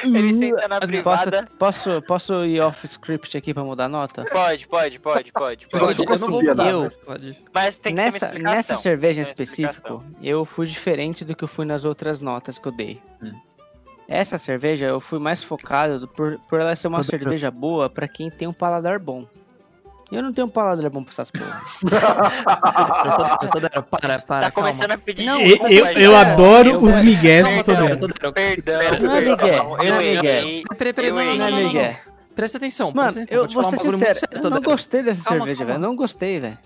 [SPEAKER 1] Ele senta na
[SPEAKER 6] Posso,
[SPEAKER 1] privada.
[SPEAKER 6] posso, posso ir off script aqui pra mudar a nota?
[SPEAKER 1] Pode, pode, pode, pode.
[SPEAKER 5] Eu não
[SPEAKER 2] Pode,
[SPEAKER 1] pode.
[SPEAKER 5] sou
[SPEAKER 2] eu não vou
[SPEAKER 5] consumia
[SPEAKER 2] mudar,
[SPEAKER 6] nada.
[SPEAKER 2] mas pode.
[SPEAKER 1] Mas tem que
[SPEAKER 6] Nessa,
[SPEAKER 1] ter uma explicação.
[SPEAKER 6] nessa cerveja
[SPEAKER 1] Tem
[SPEAKER 6] em
[SPEAKER 1] uma
[SPEAKER 6] específico,
[SPEAKER 1] explicação.
[SPEAKER 6] eu fui diferente do que eu fui nas outras notas que eu dei.
[SPEAKER 4] Hum.
[SPEAKER 6] Essa cerveja eu fui mais focado do- por, por ela ser uma cerveja boa pra quem tem um paladar bom. Eu não tenho um paladar bom pra essas porras.
[SPEAKER 2] Eu tô- eu tô- Para, para, calma.
[SPEAKER 1] Tá começando a pedir
[SPEAKER 6] Não,
[SPEAKER 3] Eu,
[SPEAKER 1] desculpa.
[SPEAKER 3] eu-
[SPEAKER 1] já.
[SPEAKER 3] eu adoro
[SPEAKER 2] é, eu-
[SPEAKER 3] os migués
[SPEAKER 1] eu-
[SPEAKER 3] do
[SPEAKER 1] eu-
[SPEAKER 3] Todero.
[SPEAKER 2] Tudero,
[SPEAKER 1] Perdão,
[SPEAKER 6] Não é
[SPEAKER 1] perdão.
[SPEAKER 6] Miguel, não
[SPEAKER 1] Eu
[SPEAKER 6] é
[SPEAKER 1] errei.
[SPEAKER 2] Peraí, peraí,
[SPEAKER 1] Eu
[SPEAKER 2] não, não,
[SPEAKER 1] errei.
[SPEAKER 2] não, não, não, não.
[SPEAKER 6] Miguel.
[SPEAKER 2] Presta atenção,
[SPEAKER 6] Mano,
[SPEAKER 2] presta atenção.
[SPEAKER 6] eu
[SPEAKER 2] vou te falar um
[SPEAKER 6] vou ser
[SPEAKER 2] bagulho
[SPEAKER 6] sincero,
[SPEAKER 2] muito sério,
[SPEAKER 6] eu não
[SPEAKER 2] Todero.
[SPEAKER 6] gostei dessa
[SPEAKER 2] Calma,
[SPEAKER 6] cerveja,
[SPEAKER 2] calma.
[SPEAKER 6] velho. Não gostei, velho.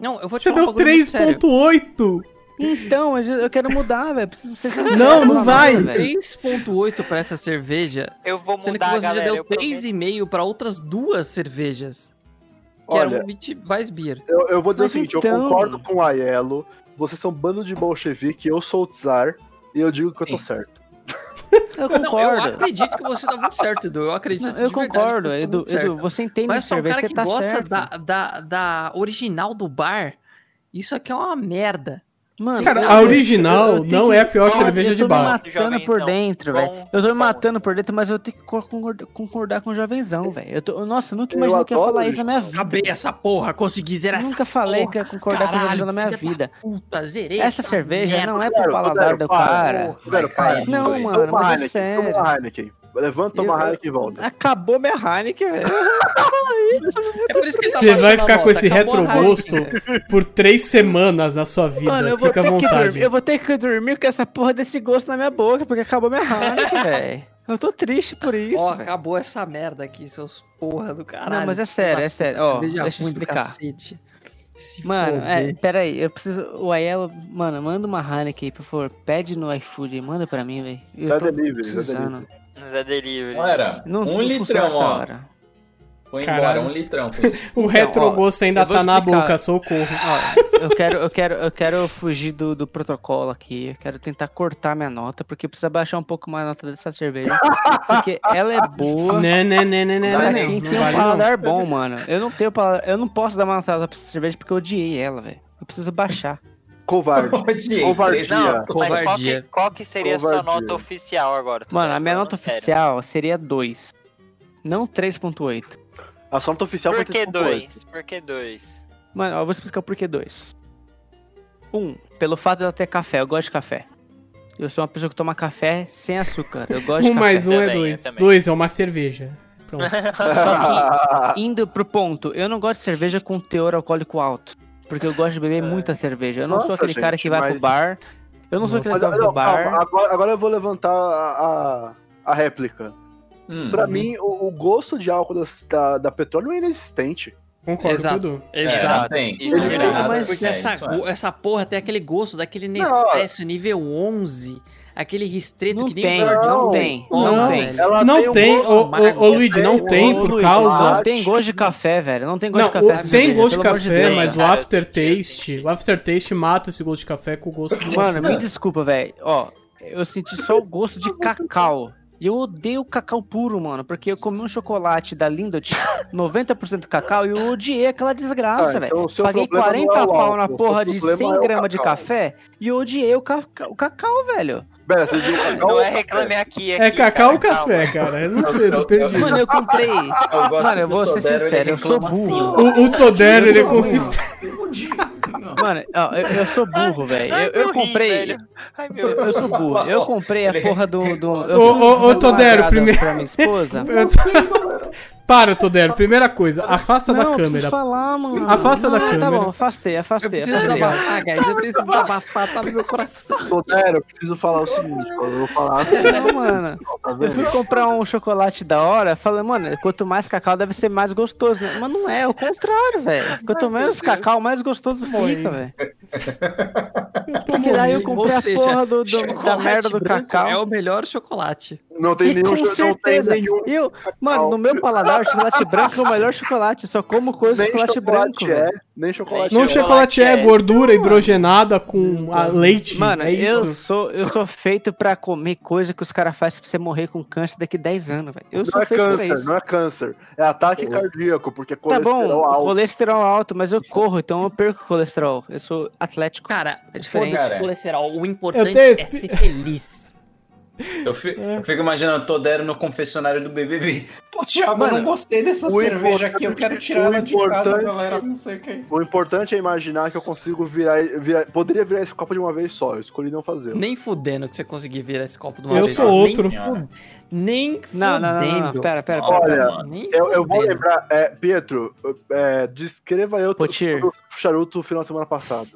[SPEAKER 2] Não, eu vou te
[SPEAKER 3] Você
[SPEAKER 2] falar um
[SPEAKER 3] deu
[SPEAKER 2] bagulho muito sério.
[SPEAKER 3] 3.8.
[SPEAKER 6] Então, mas eu eu quero mudar, velho. Preciso ser sincero
[SPEAKER 3] Não,
[SPEAKER 6] com
[SPEAKER 3] não
[SPEAKER 6] a
[SPEAKER 3] vai.
[SPEAKER 6] nota, velho.
[SPEAKER 2] 3.8 pra essa cerveja,
[SPEAKER 1] Eu vou
[SPEAKER 2] sendo que
[SPEAKER 1] mudar,
[SPEAKER 2] você
[SPEAKER 1] galera.
[SPEAKER 2] já
[SPEAKER 1] Eu
[SPEAKER 2] deu
[SPEAKER 1] prometo.
[SPEAKER 2] 3,5 pra outras duas cervejas. Que
[SPEAKER 5] Olha,
[SPEAKER 2] eram Witch Weiss Beer.
[SPEAKER 5] eu, eu vou dizer
[SPEAKER 6] Mas
[SPEAKER 5] o seguinte, eu
[SPEAKER 6] então-
[SPEAKER 5] concordo com a Yellow, vocês são um bando de bolchevique, eu sou o Tsar, e eu digo que eu tô
[SPEAKER 4] Sim.
[SPEAKER 5] certo.
[SPEAKER 6] Eu
[SPEAKER 2] Não, eu
[SPEAKER 6] concordo.
[SPEAKER 2] acredito que você tá muito certo, Edu. Eu acredito
[SPEAKER 6] Não, eu
[SPEAKER 2] de verdade que
[SPEAKER 6] concordo,
[SPEAKER 2] você tá
[SPEAKER 6] Edu,
[SPEAKER 2] muito certo.
[SPEAKER 6] Edu, você entende de
[SPEAKER 2] Mas pra um
[SPEAKER 6] cerveja,
[SPEAKER 2] cara
[SPEAKER 6] você
[SPEAKER 2] que
[SPEAKER 6] tá
[SPEAKER 2] gosta
[SPEAKER 6] certo.
[SPEAKER 2] da, da, da original do bar, isso aqui é uma merda.
[SPEAKER 6] Mano,
[SPEAKER 2] Cara,
[SPEAKER 6] eu-
[SPEAKER 3] Cara, a
[SPEAKER 6] eu-
[SPEAKER 3] original
[SPEAKER 6] eu- eu tenho
[SPEAKER 3] não
[SPEAKER 6] que-
[SPEAKER 3] é a pior cerveja
[SPEAKER 6] eu
[SPEAKER 3] de
[SPEAKER 6] tô me
[SPEAKER 3] bar.
[SPEAKER 6] matando por
[SPEAKER 1] Jovenzão.
[SPEAKER 6] dentro,
[SPEAKER 1] Bom,
[SPEAKER 6] velho. Eu tô me
[SPEAKER 1] bom.
[SPEAKER 6] matando por dentro, mas eu tenho que co- concordar, concordar com o jovenzão, velho. Eu tô- Nossa, eu nunca
[SPEAKER 5] Eu
[SPEAKER 6] imaginei que ia
[SPEAKER 5] adoro
[SPEAKER 6] falar isso na
[SPEAKER 5] original.
[SPEAKER 6] minha vida.
[SPEAKER 2] Acabei essa porra, consegui zerar essa
[SPEAKER 6] Nunca falei que ia concordar com o
[SPEAKER 2] caralho,
[SPEAKER 6] jovenzão na minha
[SPEAKER 2] filha da
[SPEAKER 6] vida.
[SPEAKER 2] puta, zerei
[SPEAKER 6] Essa cerveja
[SPEAKER 2] merda.
[SPEAKER 6] não é pro
[SPEAKER 5] Cara,
[SPEAKER 6] paladar
[SPEAKER 5] Todero,
[SPEAKER 6] do
[SPEAKER 5] para.
[SPEAKER 6] cara.
[SPEAKER 5] Pera,
[SPEAKER 4] Vai
[SPEAKER 5] para.
[SPEAKER 4] cair.
[SPEAKER 6] Não,
[SPEAKER 4] Ei,
[SPEAKER 6] mano,
[SPEAKER 5] toma
[SPEAKER 6] mas é
[SPEAKER 5] Heineken,
[SPEAKER 6] sério.
[SPEAKER 5] toma Heineken. Levanta, toma
[SPEAKER 6] Eu-
[SPEAKER 5] Heineken e volta.
[SPEAKER 6] Acabou minha Heineken, velho.
[SPEAKER 2] É por isso que ele tá
[SPEAKER 3] Você vai
[SPEAKER 2] baixando a
[SPEAKER 3] ficar com
[SPEAKER 2] nota,
[SPEAKER 3] esse
[SPEAKER 2] acabou a raiva,
[SPEAKER 3] retrogosto
[SPEAKER 2] cara.
[SPEAKER 3] por três semanas na sua vida.
[SPEAKER 6] Mano, eu vou,
[SPEAKER 3] Fica à
[SPEAKER 6] ter que dormir,
[SPEAKER 3] vontade.
[SPEAKER 6] eu vou ter que dormir com essa porra desse gosto na minha boca, porque acabou minha Heineken, velho. Eu tô triste por isso,
[SPEAKER 2] Ó,
[SPEAKER 6] velho.
[SPEAKER 2] acabou essa merda aqui, seus porra do caralho.
[SPEAKER 6] Não, mas é sério, é sério. Ó,
[SPEAKER 2] Cerveja
[SPEAKER 6] deixa eu
[SPEAKER 2] ruim do
[SPEAKER 6] explicar.
[SPEAKER 2] cacete. Se
[SPEAKER 6] Mano, é,
[SPEAKER 2] foder.
[SPEAKER 6] peraí, eu preciso. O Aiello, mano, manda uma Heineken aí, por favor. Pede no iFood, manda pra mim, velho. Eu
[SPEAKER 5] Zé
[SPEAKER 6] tô
[SPEAKER 5] Delivery, Zé
[SPEAKER 6] precisando.
[SPEAKER 5] Delivery.
[SPEAKER 1] Zé é Delivery.
[SPEAKER 4] Galera,
[SPEAKER 6] Não, não
[SPEAKER 4] um
[SPEAKER 6] funciona
[SPEAKER 4] litrão,
[SPEAKER 6] essa
[SPEAKER 4] ó.
[SPEAKER 6] hora.
[SPEAKER 4] Foi
[SPEAKER 3] Caralho.
[SPEAKER 4] embora, um litrão. Foi isso.
[SPEAKER 3] O
[SPEAKER 6] ó,
[SPEAKER 3] retrogosto ainda
[SPEAKER 6] eu vou
[SPEAKER 3] tá na
[SPEAKER 6] explicar.
[SPEAKER 3] boca, socorro.
[SPEAKER 6] Ó, eu quero, eu quero, eu quero fugir do, do protocolo aqui. Eu quero tentar cortar minha nota, porque eu preciso baixar um pouco mais a nota dessa cerveja. Porque ela é boa.
[SPEAKER 3] Né, né, né,
[SPEAKER 5] É,
[SPEAKER 3] né, né,
[SPEAKER 6] Pra
[SPEAKER 3] né,
[SPEAKER 4] Não,
[SPEAKER 6] quem
[SPEAKER 3] né.
[SPEAKER 6] tem
[SPEAKER 3] Não
[SPEAKER 6] um
[SPEAKER 3] vale não.
[SPEAKER 6] paladar bom, mano. Eu não tenho paladar. Eu não posso dar uma nota pra essa cerveja porque eu odiei ela, velho. Eu preciso baixar.
[SPEAKER 5] Covarde.
[SPEAKER 4] Odiei.
[SPEAKER 5] Covardia.
[SPEAKER 1] Não, mas qual que,
[SPEAKER 2] Covardia.
[SPEAKER 1] qual que seria a sua
[SPEAKER 5] Covardia.
[SPEAKER 1] nota oficial agora? Tô
[SPEAKER 6] Mano, a minha
[SPEAKER 1] falando
[SPEAKER 6] nota
[SPEAKER 1] sério.
[SPEAKER 6] oficial seria 2. Não 3.8.
[SPEAKER 5] A sua nota
[SPEAKER 6] é
[SPEAKER 5] oficial
[SPEAKER 1] Por
[SPEAKER 5] foi
[SPEAKER 1] que
[SPEAKER 5] 3.8.
[SPEAKER 1] dois? Por que dois?
[SPEAKER 6] Mano, ó, eu vou explicar o porquê dois. Um, pelo fato dela ter café, eu gosto de café. Eu sou uma pessoa que toma café sem açúcar. Eu gosto de
[SPEAKER 3] Um
[SPEAKER 6] café.
[SPEAKER 3] mais um é
[SPEAKER 1] Também, eu
[SPEAKER 3] dois.
[SPEAKER 1] também.
[SPEAKER 3] Dois é uma cerveja. Pronto. um.
[SPEAKER 6] Indo pro ponto, eu não gosto de cerveja com teor alcoólico alto. Porque eu gosto de beber muita cerveja. Eu não sou
[SPEAKER 5] É. Nossa,
[SPEAKER 6] aquele cara
[SPEAKER 5] gente,
[SPEAKER 6] que vai
[SPEAKER 5] mas-
[SPEAKER 6] pro bar. Eu não
[SPEAKER 3] Nossa.
[SPEAKER 6] sou aquele
[SPEAKER 5] Mas,
[SPEAKER 6] cara que vai
[SPEAKER 5] não,
[SPEAKER 6] pro bar.
[SPEAKER 5] calma, agora, agora eu vou levantar a, a, a réplica.
[SPEAKER 4] Hum,
[SPEAKER 5] Pra mim, o, o gosto de álcool das- da, da petróleo é inexistente.
[SPEAKER 3] Concordo com o
[SPEAKER 2] Exato.
[SPEAKER 3] Edu.
[SPEAKER 4] é,
[SPEAKER 1] Exato.
[SPEAKER 4] não tem.
[SPEAKER 1] Isso
[SPEAKER 4] Não
[SPEAKER 1] é
[SPEAKER 4] tem
[SPEAKER 1] verdade.
[SPEAKER 4] nada.
[SPEAKER 6] Mas
[SPEAKER 4] Pois
[SPEAKER 2] Porque
[SPEAKER 4] é,
[SPEAKER 2] essa,
[SPEAKER 4] isso
[SPEAKER 2] go- essa porra tem aquele gosto daquele
[SPEAKER 5] Não.
[SPEAKER 2] Nespresso nível 11, aquele ristreto
[SPEAKER 6] Não
[SPEAKER 2] que nem
[SPEAKER 6] tem,
[SPEAKER 2] o Jordi
[SPEAKER 5] não
[SPEAKER 6] tem,
[SPEAKER 2] toma,
[SPEAKER 3] não
[SPEAKER 6] tem.
[SPEAKER 2] velho.
[SPEAKER 5] Ela
[SPEAKER 3] Não tem,
[SPEAKER 5] um
[SPEAKER 3] ô
[SPEAKER 5] gosto-
[SPEAKER 3] ô- ô, Luigi, não
[SPEAKER 5] Ô,
[SPEAKER 3] tem por
[SPEAKER 6] Luiz,
[SPEAKER 3] causa.
[SPEAKER 6] Não tem gosto de café, velho. Não tem gosto
[SPEAKER 3] Não,
[SPEAKER 6] de café.
[SPEAKER 3] o- tem
[SPEAKER 6] essa cerveja,
[SPEAKER 3] gosto de
[SPEAKER 6] pelo amor
[SPEAKER 3] café,
[SPEAKER 6] Deus,
[SPEAKER 3] mas o
[SPEAKER 1] cara.
[SPEAKER 3] aftertaste. O aftertaste mata esse gosto de café com o gosto de.
[SPEAKER 6] Mano, me desculpa, velho. Ó, eu senti só o gosto de cacau. E eu odeio cacau puro, mano, porque eu comi um chocolate da Lindt, 90% cacau, e eu odiei aquela desgraça,
[SPEAKER 5] Ah,
[SPEAKER 6] velho.
[SPEAKER 5] então o seu
[SPEAKER 6] Paguei
[SPEAKER 5] problema não é o
[SPEAKER 6] 40 pau na
[SPEAKER 5] álcool,
[SPEAKER 6] porra
[SPEAKER 5] o
[SPEAKER 6] de
[SPEAKER 5] problema é
[SPEAKER 6] 100
[SPEAKER 5] o
[SPEAKER 6] gramas de
[SPEAKER 5] cacau.
[SPEAKER 6] café e eu odiei o cacau, o cacau velho.
[SPEAKER 5] Bem, você viu cacau
[SPEAKER 1] Não
[SPEAKER 5] ou
[SPEAKER 1] é
[SPEAKER 5] café?
[SPEAKER 1] reclame aqui.
[SPEAKER 3] É
[SPEAKER 1] aqui,
[SPEAKER 3] cacau ou
[SPEAKER 1] cara, calma.
[SPEAKER 3] café, cara? Eu não sei, eu tô perdido.
[SPEAKER 6] Mano, eu comprei.
[SPEAKER 4] Eu gosto
[SPEAKER 6] Mano, eu
[SPEAKER 4] do
[SPEAKER 6] vou ser
[SPEAKER 4] Todero, ele
[SPEAKER 6] sincero, eu sou
[SPEAKER 4] reclama assim,
[SPEAKER 6] burro.
[SPEAKER 4] ó.
[SPEAKER 3] O, o Todero, ele é
[SPEAKER 4] Não, não,
[SPEAKER 3] consistente.
[SPEAKER 4] não digo, não.
[SPEAKER 6] Mano, ó, eu, eu sou burro, velho.
[SPEAKER 1] Ai,
[SPEAKER 6] Eu, eu
[SPEAKER 1] meu rim,
[SPEAKER 6] comprei.
[SPEAKER 1] velho. Ai, meu
[SPEAKER 6] Eu, eu sou burro. Eu comprei a
[SPEAKER 4] Ele-
[SPEAKER 6] porra do. um do
[SPEAKER 3] Ô, ô, ô, Todero,
[SPEAKER 6] quadrado
[SPEAKER 3] primeiro-
[SPEAKER 6] Pra minha esposa.
[SPEAKER 3] Eu tô- Para, Todero. Primeira coisa, afasta
[SPEAKER 6] Não, eu
[SPEAKER 3] da
[SPEAKER 6] preciso
[SPEAKER 3] câmera.
[SPEAKER 6] falar, mano.
[SPEAKER 3] Afasta da
[SPEAKER 6] Tá
[SPEAKER 3] câmera.
[SPEAKER 6] bom, afastei,
[SPEAKER 2] Eu
[SPEAKER 6] afastei.
[SPEAKER 2] preciso
[SPEAKER 6] afastei.
[SPEAKER 2] desabafar, guys. Eu preciso desabafar, tá no meu coração.
[SPEAKER 5] Todero, eu preciso falar o seguinte, mano, eu vou falar assim,
[SPEAKER 6] Não, mano.
[SPEAKER 5] tá
[SPEAKER 6] Eu
[SPEAKER 5] vendo?
[SPEAKER 6] fui comprar um chocolate da hora, falei, mano, quanto mais cacau deve ser mais gostoso. né? Mas não é, é o contrário, velho. Quanto
[SPEAKER 3] é
[SPEAKER 6] menos cacau, mais gostoso
[SPEAKER 3] Morrendo.
[SPEAKER 6] fica, velho.
[SPEAKER 3] Eu tô
[SPEAKER 6] Porque daí eu
[SPEAKER 3] morrendo.
[SPEAKER 6] comprei
[SPEAKER 2] Ou
[SPEAKER 6] a
[SPEAKER 2] seja,
[SPEAKER 6] porra do, do- da
[SPEAKER 2] Chocolate
[SPEAKER 6] merda do
[SPEAKER 2] branco
[SPEAKER 6] cacau.
[SPEAKER 2] É o melhor chocolate.
[SPEAKER 5] Não tem
[SPEAKER 6] E
[SPEAKER 5] nenhum,
[SPEAKER 6] com
[SPEAKER 5] não tem
[SPEAKER 6] certeza.
[SPEAKER 5] nenhum.
[SPEAKER 6] Eu, mano, no meu paladar, o chocolate branco é o melhor chocolate. Só como coisa
[SPEAKER 5] Nem
[SPEAKER 6] de chocolate,
[SPEAKER 5] chocolate,
[SPEAKER 6] branco.
[SPEAKER 5] é,
[SPEAKER 6] velho.
[SPEAKER 5] nem chocolate
[SPEAKER 3] Não,
[SPEAKER 5] é.
[SPEAKER 3] chocolate é gordura hidrogenada com ah, leite.
[SPEAKER 6] Mano,
[SPEAKER 3] é
[SPEAKER 6] eu,
[SPEAKER 3] isso.
[SPEAKER 6] sou, eu sou feito pra comer coisa que os caras fazem pra você morrer com câncer daqui 10 anos, velho. Eu
[SPEAKER 5] Não
[SPEAKER 6] sou
[SPEAKER 5] é
[SPEAKER 6] feito pra
[SPEAKER 5] câncer,
[SPEAKER 6] isso.
[SPEAKER 5] não é câncer. É ataque cardíaco, porque é
[SPEAKER 6] Tá
[SPEAKER 5] colesterol
[SPEAKER 6] bom,
[SPEAKER 5] alto.
[SPEAKER 6] colesterol alto, mas eu corro, então eu perco colesterol. Eu sou
[SPEAKER 3] Tá
[SPEAKER 6] atlético.
[SPEAKER 2] Cara,
[SPEAKER 6] É diferente.
[SPEAKER 2] foda-se
[SPEAKER 4] Cara.
[SPEAKER 2] o colesterol. O importante
[SPEAKER 3] tenho-
[SPEAKER 2] é ser feliz.
[SPEAKER 4] Eu fi- eu
[SPEAKER 6] É.
[SPEAKER 4] fico, imaginando o Todero no confessionário do BBB. Pô, Thiago, eu
[SPEAKER 6] Mano,
[SPEAKER 4] não gostei dessa
[SPEAKER 5] o
[SPEAKER 4] cerveja aqui, eu quero tirar ela de casa,
[SPEAKER 5] importante-
[SPEAKER 4] galera, é assim, não sei o que.
[SPEAKER 5] O importante é imaginar que eu consigo virar, virar- Poderia virar esse copo de uma vez só, eu escolhi não fazer.
[SPEAKER 2] Nem fudendo que você conseguir virar esse copo de uma
[SPEAKER 3] Eu
[SPEAKER 2] vez.
[SPEAKER 3] sou
[SPEAKER 2] Nem
[SPEAKER 3] outro.
[SPEAKER 2] fu- Nem
[SPEAKER 6] Não,
[SPEAKER 2] fudendo.
[SPEAKER 6] não, não, não, não. Pera, pera, pera.
[SPEAKER 5] Olha,
[SPEAKER 2] Nem
[SPEAKER 5] Eu, eu vou
[SPEAKER 2] fudendo.
[SPEAKER 5] lembrar, é, Pietro, é, descreva eu
[SPEAKER 6] Potir.
[SPEAKER 5] o charuto final de semana passada.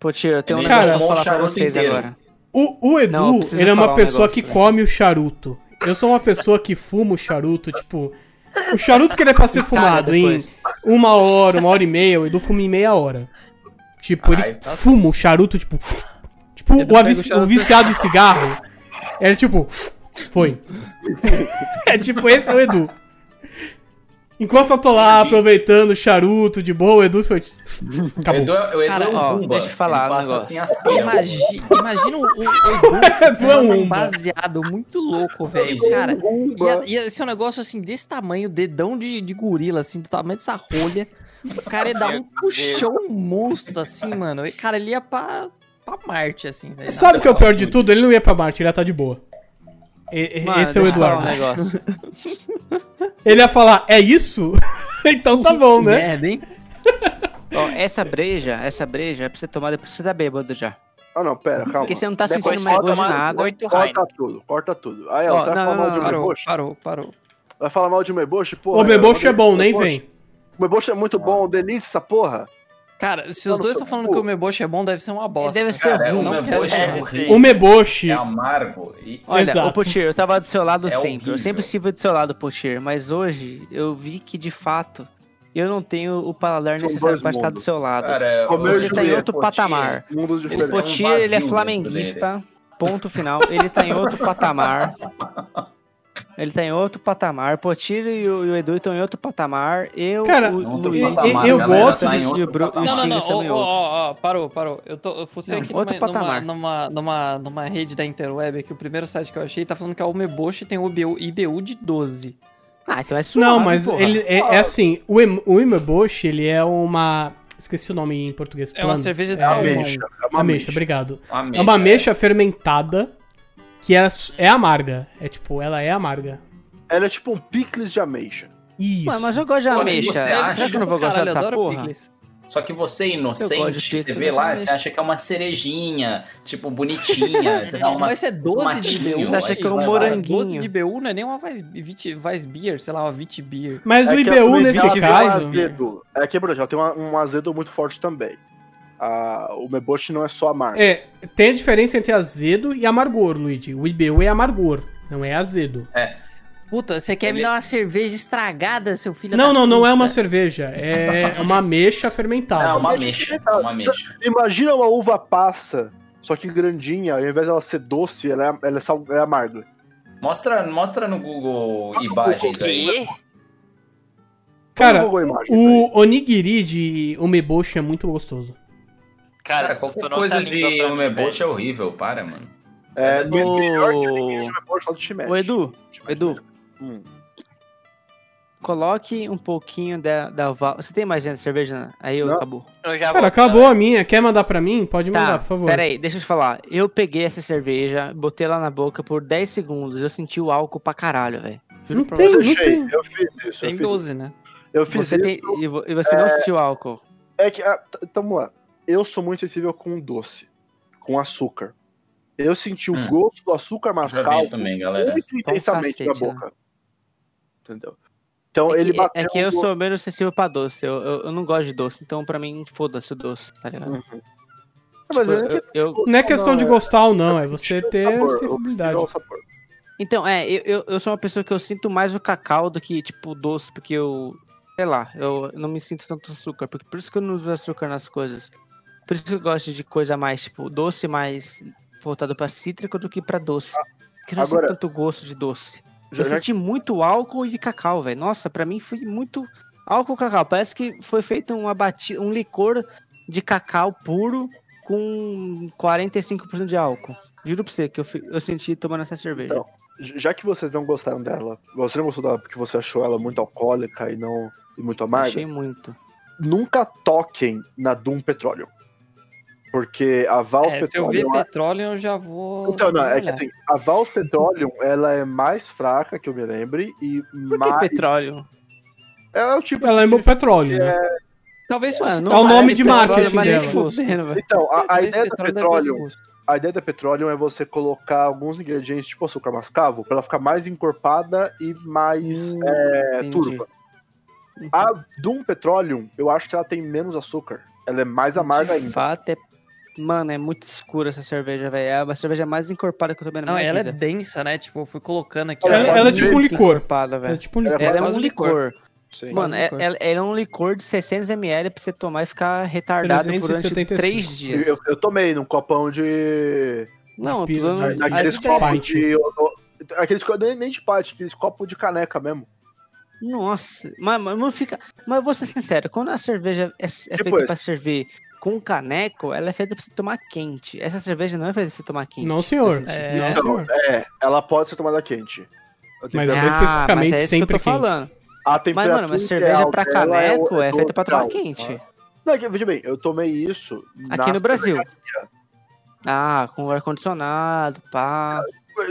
[SPEAKER 6] Potir, eu tenho um
[SPEAKER 4] Ele
[SPEAKER 3] tá
[SPEAKER 6] negócio
[SPEAKER 4] tomou
[SPEAKER 6] pra
[SPEAKER 4] o
[SPEAKER 6] falar pra
[SPEAKER 4] charuto
[SPEAKER 6] vocês
[SPEAKER 4] inteiro.
[SPEAKER 6] agora.
[SPEAKER 3] O, o Edu,
[SPEAKER 6] Não, eu preciso
[SPEAKER 3] ele é
[SPEAKER 6] falar
[SPEAKER 3] uma
[SPEAKER 6] um
[SPEAKER 3] pessoa
[SPEAKER 6] negócio,
[SPEAKER 3] que
[SPEAKER 6] velho.
[SPEAKER 3] come o charuto. Eu sou uma pessoa que fuma o charuto, tipo. O charuto que ele é pra ser fumado
[SPEAKER 6] Cara,
[SPEAKER 3] em
[SPEAKER 6] depois.
[SPEAKER 3] uma hora, uma hora e meia, o Edu fuma em meia hora. Tipo,
[SPEAKER 4] Ai,
[SPEAKER 3] ele
[SPEAKER 4] nossa.
[SPEAKER 3] fuma o charuto, tipo. Tipo,
[SPEAKER 2] Edu
[SPEAKER 3] o,
[SPEAKER 2] pega o
[SPEAKER 3] avi-
[SPEAKER 2] charuto.
[SPEAKER 3] o viciado em cigarro. Ele, tipo. Foi. é tipo, esse é o Edu. Enquanto eu tô lá aproveitando o charuto de boa, o Edu foi. tipo, Acabou.
[SPEAKER 4] O Edu, é- o Edu
[SPEAKER 2] Cara,
[SPEAKER 4] é um
[SPEAKER 6] ó,
[SPEAKER 4] Bumba.
[SPEAKER 6] deixa eu falar
[SPEAKER 4] Ele
[SPEAKER 6] um
[SPEAKER 4] passa
[SPEAKER 6] negócio.
[SPEAKER 4] assim as pilhas.
[SPEAKER 2] Imagi- Imagina o, o, o
[SPEAKER 3] É,
[SPEAKER 2] Edu
[SPEAKER 3] tu é um
[SPEAKER 2] fumando um
[SPEAKER 3] umba.
[SPEAKER 2] baseado muito louco, velho.
[SPEAKER 4] Ele é um
[SPEAKER 2] Cara, ia, ia ser um negócio assim desse tamanho, dedão de, de gorila, assim, do tamanho dessa rolha. O cara ia dar um
[SPEAKER 1] Meu
[SPEAKER 2] puxão monstro, assim, mano. E, Cara, ele ia pra, pra Marte, assim. velho.
[SPEAKER 3] Sabe o que é o pior de tudo? Ele não ia pra Marte, ele ia tá de boa. E- e-
[SPEAKER 6] Mano,
[SPEAKER 3] Esse é o
[SPEAKER 6] deixa eu falar um
[SPEAKER 3] Eduardo.
[SPEAKER 6] negócio.
[SPEAKER 3] Ele ia falar, é isso? então tá bom,
[SPEAKER 2] Que
[SPEAKER 3] né?
[SPEAKER 2] Merda, hein?
[SPEAKER 6] Ó, essa breja, essa breja é pra você tomar depois que você tá bêbado já.
[SPEAKER 5] Ah não, pera, calma.
[SPEAKER 6] Porque você não tá
[SPEAKER 5] Depois
[SPEAKER 6] sentindo
[SPEAKER 5] só
[SPEAKER 6] mais gosto de
[SPEAKER 5] tomar
[SPEAKER 6] nada.
[SPEAKER 1] Oito Heineken.
[SPEAKER 5] Corta tudo, corta tudo. Aí, ó,
[SPEAKER 6] Ó,
[SPEAKER 5] você vai
[SPEAKER 6] não,
[SPEAKER 5] falar mal
[SPEAKER 6] não,
[SPEAKER 5] de
[SPEAKER 6] não,
[SPEAKER 2] Parou,
[SPEAKER 5] Meboche?
[SPEAKER 2] parou, parou.
[SPEAKER 5] Vai falar mal de Meboche? Porra,
[SPEAKER 3] o Beboche
[SPEAKER 5] eu-
[SPEAKER 3] é bom, nem
[SPEAKER 5] Meboche-
[SPEAKER 3] vem.
[SPEAKER 5] O Meboche é muito bom, delícia essa porra.
[SPEAKER 2] Cara, se os
[SPEAKER 5] Mano,
[SPEAKER 2] dois
[SPEAKER 5] eu-
[SPEAKER 2] estão falando que o Meboche é bom, deve ser uma bosta.
[SPEAKER 6] Deve ser
[SPEAKER 4] Cara, é
[SPEAKER 6] ruim.
[SPEAKER 4] um
[SPEAKER 2] não
[SPEAKER 4] Bumba
[SPEAKER 2] quero-
[SPEAKER 4] é
[SPEAKER 1] É,
[SPEAKER 3] O
[SPEAKER 4] horrível,
[SPEAKER 3] Meboche.
[SPEAKER 4] é amargo. E...
[SPEAKER 6] Olha,
[SPEAKER 3] Exato.
[SPEAKER 6] o Potir, eu tava do seu lado
[SPEAKER 4] É
[SPEAKER 6] sempre.
[SPEAKER 4] horrível.
[SPEAKER 6] Eu sempre estive do seu lado, Potir. Mas hoje eu vi que de fato eu não tenho o paladar
[SPEAKER 5] São
[SPEAKER 6] necessário
[SPEAKER 5] dois
[SPEAKER 6] pra estar do
[SPEAKER 5] mundos.
[SPEAKER 6] seu lado.
[SPEAKER 4] Cara,
[SPEAKER 5] Comeu
[SPEAKER 4] hoje
[SPEAKER 6] Você tá em
[SPEAKER 5] Julieta,
[SPEAKER 6] outro
[SPEAKER 4] Potir-
[SPEAKER 6] patamar.
[SPEAKER 5] Mundos
[SPEAKER 6] O
[SPEAKER 4] Eles
[SPEAKER 5] diferentes.
[SPEAKER 4] são
[SPEAKER 6] Potir,
[SPEAKER 4] um
[SPEAKER 6] ele é
[SPEAKER 4] vazio
[SPEAKER 6] flamenguista.
[SPEAKER 4] dentro
[SPEAKER 6] Ponto final. Ele tá em outro patamar. Ele tá em outro patamar. Potir e o, e o Edu estão em outro patamar. Eu,
[SPEAKER 3] Cara,
[SPEAKER 6] o,
[SPEAKER 4] Outro
[SPEAKER 6] o-
[SPEAKER 3] eu-
[SPEAKER 4] patamar,
[SPEAKER 3] eu
[SPEAKER 4] galera,
[SPEAKER 3] gosto
[SPEAKER 4] tá
[SPEAKER 6] de-
[SPEAKER 4] em outro
[SPEAKER 6] de bro-
[SPEAKER 4] patamar.
[SPEAKER 6] Não,
[SPEAKER 2] Não, é não, não,
[SPEAKER 6] Xinga
[SPEAKER 2] ó,
[SPEAKER 6] também é
[SPEAKER 2] ó, ó, parou, parou. Eu tô, eu fucei
[SPEAKER 6] Não,
[SPEAKER 2] aqui
[SPEAKER 6] outro
[SPEAKER 2] numa, numa,
[SPEAKER 6] patamar.
[SPEAKER 2] numa, numa, numa rede da Interweb que o primeiro site que eu achei tá falando que a Umeboshi tem o IBU, IBU de 12.
[SPEAKER 6] Ah, então é suave,
[SPEAKER 3] Não, mas
[SPEAKER 6] porra.
[SPEAKER 3] ele é, é assim, o, em, o Meboche, ele é uma... Esqueci o nome em português.
[SPEAKER 2] É uma
[SPEAKER 3] plano.
[SPEAKER 2] cerveja de
[SPEAKER 3] É
[SPEAKER 2] salmão.
[SPEAKER 5] ameixa, é uma
[SPEAKER 3] Ameixa,
[SPEAKER 5] ameixa.
[SPEAKER 3] obrigado.
[SPEAKER 4] Ameixa,
[SPEAKER 3] É uma ameixa fermentada que é, é amarga. É tipo, ela é amarga.
[SPEAKER 5] Ela é tipo um picles de ameixa.
[SPEAKER 3] Isso.
[SPEAKER 6] Ué, mas eu gosto de ameixa.
[SPEAKER 4] você acha?
[SPEAKER 6] Será que eu não vou gostar
[SPEAKER 2] Caralho, eu
[SPEAKER 6] dessa
[SPEAKER 2] adoro
[SPEAKER 6] porra?
[SPEAKER 2] picles.
[SPEAKER 4] Só que você, é
[SPEAKER 6] Eu gosto de
[SPEAKER 4] inocente, você
[SPEAKER 6] pizza,
[SPEAKER 4] vê
[SPEAKER 6] mas
[SPEAKER 4] lá,
[SPEAKER 6] não
[SPEAKER 4] você
[SPEAKER 6] deixa.
[SPEAKER 4] acha que é uma cerejinha, tipo, bonitinha. dá
[SPEAKER 2] Não,
[SPEAKER 4] uma-
[SPEAKER 2] mas é 12 de
[SPEAKER 4] matinho,
[SPEAKER 2] IBU.
[SPEAKER 6] Você acha
[SPEAKER 4] aí
[SPEAKER 6] que é um
[SPEAKER 4] vai lá.
[SPEAKER 6] moranguinho?
[SPEAKER 2] 12 de IBU não é nem uma Weiss, Vit- Weiss Beer, sei lá, uma Vit Beer.
[SPEAKER 3] Mas
[SPEAKER 5] É
[SPEAKER 3] o
[SPEAKER 5] que a
[SPEAKER 3] IBU,
[SPEAKER 5] Twitch, ela
[SPEAKER 3] nesse
[SPEAKER 5] tem um
[SPEAKER 3] caso...
[SPEAKER 5] azedo. É que, Bruno, ela tem uma- um azedo muito forte também. Ah, o Meboche não é só amargo.
[SPEAKER 3] É, tem a diferença entre azedo e amargor, Luigi. O IBU é amargor, não é azedo.
[SPEAKER 2] Puta, você quer me
[SPEAKER 4] Ele-
[SPEAKER 2] dar uma cerveja estragada, seu filho
[SPEAKER 3] Não,
[SPEAKER 2] da
[SPEAKER 3] não, não é uma
[SPEAKER 2] puta?
[SPEAKER 3] cerveja. É uma ameixa fermentada.
[SPEAKER 4] Não, é uma
[SPEAKER 5] Mas
[SPEAKER 4] ameixa,
[SPEAKER 5] que-
[SPEAKER 4] uma ameixa.
[SPEAKER 5] Imagina uma uva passa, só que grandinha, ao invés dela ser doce, ela é, ela é, sal, é amarga.
[SPEAKER 4] Mostra, mostra no Google imagens aí.
[SPEAKER 1] Que?
[SPEAKER 3] Cara,
[SPEAKER 5] Põe no Google a imagem pra
[SPEAKER 3] O onigiri de umeboshi é muito gostoso.
[SPEAKER 1] Cara,
[SPEAKER 4] Cara,
[SPEAKER 1] tu
[SPEAKER 4] qualquer
[SPEAKER 1] não
[SPEAKER 4] coisa
[SPEAKER 1] tá ligando
[SPEAKER 4] de
[SPEAKER 1] pra mim,
[SPEAKER 4] Umebote é
[SPEAKER 1] velho.
[SPEAKER 4] horrível, para, mano.
[SPEAKER 5] ele. É,
[SPEAKER 4] Sabe?
[SPEAKER 5] me- melhor que
[SPEAKER 6] Ô-
[SPEAKER 5] o Meboche lá do Chimete.
[SPEAKER 6] Ô, Edu,
[SPEAKER 5] Chimete.
[SPEAKER 6] Edu,
[SPEAKER 5] Hum.
[SPEAKER 6] coloque um pouquinho da, da val- Você tem mais né, cerveja né? aí, eu
[SPEAKER 5] Não.
[SPEAKER 6] acabou.
[SPEAKER 1] Eu já
[SPEAKER 3] Cara,
[SPEAKER 1] vou,
[SPEAKER 3] acabou a minha. Quer mandar pra mim? Pode mandar,
[SPEAKER 6] Tá,
[SPEAKER 3] por favor.
[SPEAKER 6] pera aí, deixa eu te falar. Eu peguei essa cerveja, botei ela na boca por 10 segundos. Eu senti o álcool pra caralho, velho. Juro
[SPEAKER 3] Não
[SPEAKER 6] pra
[SPEAKER 3] tem,
[SPEAKER 5] Eu
[SPEAKER 3] não
[SPEAKER 5] deixei,
[SPEAKER 3] tem.
[SPEAKER 5] eu fiz isso.
[SPEAKER 2] Tem
[SPEAKER 5] eu fiz,
[SPEAKER 2] 12, né?
[SPEAKER 5] eu
[SPEAKER 6] você.
[SPEAKER 5] fiz
[SPEAKER 6] Você
[SPEAKER 5] isso.
[SPEAKER 6] tem- e vo- e você não sentiu álcool.
[SPEAKER 5] É que, ah, t- então, vamos lá. Eu sou muito sensível com doce, com açúcar. Eu senti o
[SPEAKER 4] Hum.
[SPEAKER 5] gosto do açúcar
[SPEAKER 4] Já
[SPEAKER 5] mascavo
[SPEAKER 4] vi também, galera.
[SPEAKER 5] muito intensamente na
[SPEAKER 6] cacete, né?
[SPEAKER 5] boca. Entendeu? Então
[SPEAKER 6] É
[SPEAKER 5] ele
[SPEAKER 6] que, é-
[SPEAKER 5] bateu.
[SPEAKER 6] é que eu
[SPEAKER 5] no-
[SPEAKER 6] sou menos sensível pra doce. Eu, eu, eu não gosto de doce, então pra mim, foda-se o doce, tá ligado?
[SPEAKER 5] Ah, mas
[SPEAKER 6] Tipo,
[SPEAKER 5] ele-
[SPEAKER 6] eu- eu-
[SPEAKER 3] Não é questão de
[SPEAKER 5] é-
[SPEAKER 3] gostar ou não, é você
[SPEAKER 5] o
[SPEAKER 3] ter
[SPEAKER 5] sabor, o-
[SPEAKER 3] sensibilidade.
[SPEAKER 5] o sabor.
[SPEAKER 6] Então, é, eu, eu, eu sou uma pessoa que eu sinto mais o cacau do que, tipo, doce, porque eu. Sei lá, eu não me sinto tanto açúcar. Porque, por isso que eu não uso açúcar nas coisas. Por isso que eu gosto de coisa mais, tipo, doce, mais voltado pra cítrico do que pra doce. Porque eu não
[SPEAKER 5] Agora-
[SPEAKER 6] sinto tanto gosto de doce.
[SPEAKER 5] Já,
[SPEAKER 6] eu
[SPEAKER 5] já,
[SPEAKER 6] senti muito álcool e cacau, velho. Nossa, pra mim foi muito álcool e cacau. Parece que foi feito um, abati... um licor de cacau puro com 45% de álcool. Juro pra você que eu, fi- eu senti tomando essa cerveja.
[SPEAKER 5] Então, já que vocês não gostaram dela, você não gostou dela porque você achou ela muito alcoólica e não e muito amarga,
[SPEAKER 6] Achei muito.
[SPEAKER 5] nunca toquem na Doom Petroleum. Porque a Valve
[SPEAKER 2] É, se eu ver
[SPEAKER 5] Petroleum.
[SPEAKER 2] petróleo, eu já vou.
[SPEAKER 5] Então, não, é que
[SPEAKER 2] olhar.
[SPEAKER 5] assim, a Valve Petroleum, ela é mais fraca que eu me lembre e
[SPEAKER 6] Por que
[SPEAKER 5] mais.
[SPEAKER 6] petróleo?
[SPEAKER 5] Ela é o tipo.
[SPEAKER 3] Ela é
[SPEAKER 5] de-
[SPEAKER 3] meu petróleo, né?
[SPEAKER 2] Talvez
[SPEAKER 6] Ah,
[SPEAKER 2] fosse.
[SPEAKER 6] não
[SPEAKER 3] é o nome de
[SPEAKER 6] petróleo,
[SPEAKER 3] marketing
[SPEAKER 6] mas
[SPEAKER 3] dela.
[SPEAKER 6] nem
[SPEAKER 2] tipo,
[SPEAKER 6] fudendo, velho.
[SPEAKER 5] Então, a, a
[SPEAKER 2] talvez
[SPEAKER 5] ideia da
[SPEAKER 2] petróleo deve ter esse
[SPEAKER 5] Petroleum
[SPEAKER 2] gosto.
[SPEAKER 5] A ideia da Petroleum é você colocar alguns ingredientes, tipo açúcar mascavo, pra ela ficar mais encorpada e mais
[SPEAKER 6] Hum,
[SPEAKER 5] é,
[SPEAKER 6] entendi.
[SPEAKER 5] turva. A Doom Petroleum, eu acho que ela tem menos açúcar. Ela é mais amarga
[SPEAKER 6] De
[SPEAKER 5] ainda.
[SPEAKER 6] fato, é... Mano, é muito escura essa cerveja, velho. É a cerveja mais encorpada que eu tomei na
[SPEAKER 2] Não,
[SPEAKER 6] minha
[SPEAKER 2] ela é
[SPEAKER 6] vida.
[SPEAKER 2] densa, né? Tipo, eu fui colocando aqui.
[SPEAKER 5] Ela-
[SPEAKER 2] ó.
[SPEAKER 5] ela é
[SPEAKER 6] muito
[SPEAKER 3] tipo um licor.
[SPEAKER 6] Encorpada,
[SPEAKER 3] É
[SPEAKER 6] velho.
[SPEAKER 3] tipo um licor.
[SPEAKER 5] É
[SPEAKER 6] Ela é
[SPEAKER 2] quase
[SPEAKER 6] um
[SPEAKER 2] um
[SPEAKER 6] licor.
[SPEAKER 5] Sim.
[SPEAKER 6] Mano,
[SPEAKER 2] Quase
[SPEAKER 6] é,
[SPEAKER 2] um licor.
[SPEAKER 6] ela- ela é um licor de 600ml pra você tomar e ficar retardado durante
[SPEAKER 3] 375.
[SPEAKER 6] 3 dias.
[SPEAKER 5] Eu, eu tomei num copão de.
[SPEAKER 6] Não,
[SPEAKER 3] Pio-
[SPEAKER 6] eu tô
[SPEAKER 3] na-
[SPEAKER 6] dando-
[SPEAKER 5] Naqueles
[SPEAKER 6] a é
[SPEAKER 3] ideia-
[SPEAKER 5] copos
[SPEAKER 3] Pint.
[SPEAKER 5] de. eu- eu- Aqueles co- nem, nem de pate, aqueles copos de caneca mesmo.
[SPEAKER 6] Nossa, mas, mas não fica. Mas eu vou ser sincero, quando a cerveja é, é feita
[SPEAKER 5] Depois.
[SPEAKER 6] pra servir com caneco, ela é feita pra você tomar quente. Essa cerveja não é feita pra você tomar quente.
[SPEAKER 3] Não, senhor.
[SPEAKER 6] Nesse
[SPEAKER 2] É,
[SPEAKER 6] sentido.
[SPEAKER 3] Não,
[SPEAKER 5] Não,
[SPEAKER 3] senhor.
[SPEAKER 5] É, ela pode ser tomada quente. A
[SPEAKER 3] Mas
[SPEAKER 5] temperatura-
[SPEAKER 3] ela especificamente
[SPEAKER 6] mas Ah, é isso que
[SPEAKER 3] sempre
[SPEAKER 6] eu tô
[SPEAKER 3] quente.
[SPEAKER 6] falando.
[SPEAKER 5] a
[SPEAKER 6] Mas,
[SPEAKER 5] temperatura
[SPEAKER 6] mano, mas cerveja
[SPEAKER 5] ideal
[SPEAKER 6] pra
[SPEAKER 5] dela é o-
[SPEAKER 6] caneco é, feita pra
[SPEAKER 5] 12
[SPEAKER 6] tomar
[SPEAKER 5] graus.
[SPEAKER 6] quente.
[SPEAKER 5] Não, é que- veja bem, eu tomei isso.
[SPEAKER 6] Aqui
[SPEAKER 5] na
[SPEAKER 6] no Brasil.
[SPEAKER 5] cervejaria.
[SPEAKER 6] Ah, com ar-condicionado, pá.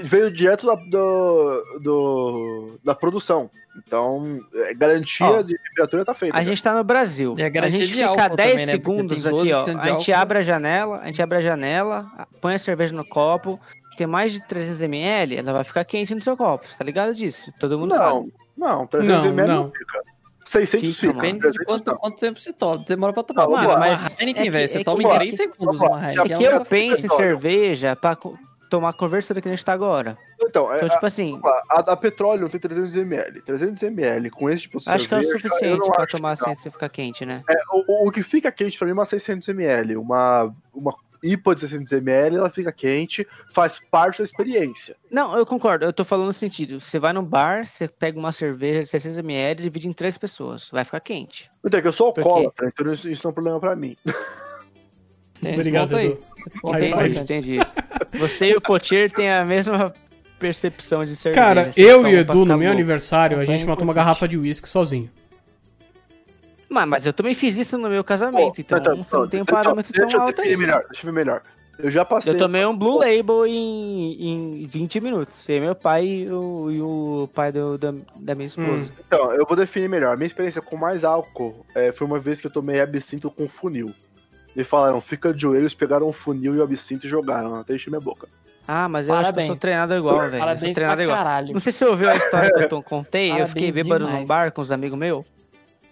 [SPEAKER 5] Veio direto da, do, do- da produção. Então, é, garantia
[SPEAKER 6] Ó,
[SPEAKER 5] de temperatura tá feita.
[SPEAKER 6] A gente tá no Brasil.
[SPEAKER 2] E a
[SPEAKER 6] a
[SPEAKER 2] garantia
[SPEAKER 6] gente
[SPEAKER 2] de
[SPEAKER 6] fica
[SPEAKER 2] álcool
[SPEAKER 6] 10
[SPEAKER 2] também, né? Porque
[SPEAKER 6] segundos
[SPEAKER 2] tem
[SPEAKER 6] aqui,
[SPEAKER 2] 12%
[SPEAKER 6] ó.
[SPEAKER 2] de
[SPEAKER 6] A gente
[SPEAKER 2] álcool.
[SPEAKER 6] abre a janela, a gente abre a janela, põe a cerveja no copo. Tem mais de 300ml, ela vai ficar quente no seu copo. Você tá ligado disso? Todo mundo sabe.
[SPEAKER 5] não, não, 300
[SPEAKER 3] Não,
[SPEAKER 5] ml não,
[SPEAKER 3] não.
[SPEAKER 5] fica. 600
[SPEAKER 6] Fica,
[SPEAKER 5] fica.
[SPEAKER 6] mano.
[SPEAKER 2] Depende de
[SPEAKER 5] 300
[SPEAKER 2] quanto,
[SPEAKER 5] não.
[SPEAKER 2] quanto tempo você toma. Demora pra tomar.
[SPEAKER 5] Não,
[SPEAKER 2] Mano,
[SPEAKER 5] então. vamos
[SPEAKER 2] uma
[SPEAKER 6] lá.
[SPEAKER 2] Heineken,
[SPEAKER 6] É que-
[SPEAKER 2] velho, você
[SPEAKER 6] é
[SPEAKER 2] toma em
[SPEAKER 5] que- vamos lá.
[SPEAKER 2] 3 segundos
[SPEAKER 5] Vamos lá.
[SPEAKER 2] uma
[SPEAKER 5] Se
[SPEAKER 6] É
[SPEAKER 2] Heineken.
[SPEAKER 6] que
[SPEAKER 2] ela
[SPEAKER 6] eu
[SPEAKER 2] fica assim,
[SPEAKER 6] penso em
[SPEAKER 5] Olha.
[SPEAKER 6] cerveja pra co- tomar conversa do que a gente tá agora.
[SPEAKER 5] Então, é,
[SPEAKER 6] Então, tipo assim,
[SPEAKER 5] a, a da petróleo tem 300 ml. 300 ml com esse tipo de
[SPEAKER 6] acho que é o
[SPEAKER 5] cerveja, eu
[SPEAKER 6] suficiente
[SPEAKER 5] não
[SPEAKER 6] pra
[SPEAKER 5] acho
[SPEAKER 6] tomar
[SPEAKER 5] que não.
[SPEAKER 6] sem você ficar quente, né?
[SPEAKER 5] É, o, o- o que fica quente pra mim é uma 600 ml. Uma, uma IPA de 600 ml, ela fica quente, faz parte da experiência.
[SPEAKER 6] Não, eu concordo. Eu tô falando no sentido. Você vai num bar, você pega uma cerveja de 600ml e divide em três pessoas. Vai ficar quente.
[SPEAKER 5] Então, é que eu sou
[SPEAKER 6] Porque-
[SPEAKER 5] alcoólatra, então isso, isso não é um problema pra mim.
[SPEAKER 2] Tem esse
[SPEAKER 3] Obrigado,
[SPEAKER 2] ponto aí.
[SPEAKER 3] Edu. High
[SPEAKER 6] Entendi,
[SPEAKER 3] five.
[SPEAKER 6] entendi. Você e o Potier têm a mesma percepção de cerveja.
[SPEAKER 3] Cara,
[SPEAKER 6] Vocês
[SPEAKER 3] eu e
[SPEAKER 6] tomam
[SPEAKER 3] o
[SPEAKER 6] pra
[SPEAKER 3] Edu,
[SPEAKER 6] ficar
[SPEAKER 3] no meu
[SPEAKER 6] louco.
[SPEAKER 3] aniversário, a
[SPEAKER 6] Então é
[SPEAKER 3] gente matou uma
[SPEAKER 6] importante.
[SPEAKER 3] garrafa de uísque sozinho.
[SPEAKER 6] Mas, mas eu também fiz isso no meu casamento, então
[SPEAKER 5] Então,
[SPEAKER 6] você não tem um
[SPEAKER 5] então,
[SPEAKER 6] parâmetro
[SPEAKER 5] deixa
[SPEAKER 6] tão
[SPEAKER 5] eu
[SPEAKER 6] alto
[SPEAKER 5] definir
[SPEAKER 6] aí.
[SPEAKER 5] melhor, deixa eu ver melhor. Eu já passei.
[SPEAKER 6] Eu tomei um Blue Label em, em 20 minutos. E meu pai e o, e o pai do- da, da minha esposa.
[SPEAKER 3] Hum.
[SPEAKER 5] Então, eu vou definir melhor. Minha experiência com mais álcool é, foi uma vez que eu tomei absinto com funil. E falaram, fica de joelhos, pegaram um funil e o absinto e jogaram até encher minha boca.
[SPEAKER 6] Ah, mas eu acho que eu sou
[SPEAKER 2] Parabéns.
[SPEAKER 6] treinado igual, velho. Eu sou
[SPEAKER 2] Parabéns
[SPEAKER 6] treinado
[SPEAKER 2] pra
[SPEAKER 6] igual.
[SPEAKER 2] caralho.
[SPEAKER 6] Não sei se você ouviu a história que eu to- contei. eu
[SPEAKER 2] Parabéns
[SPEAKER 6] fiquei bêbado num
[SPEAKER 2] demais.
[SPEAKER 6] bar com os amigos meus.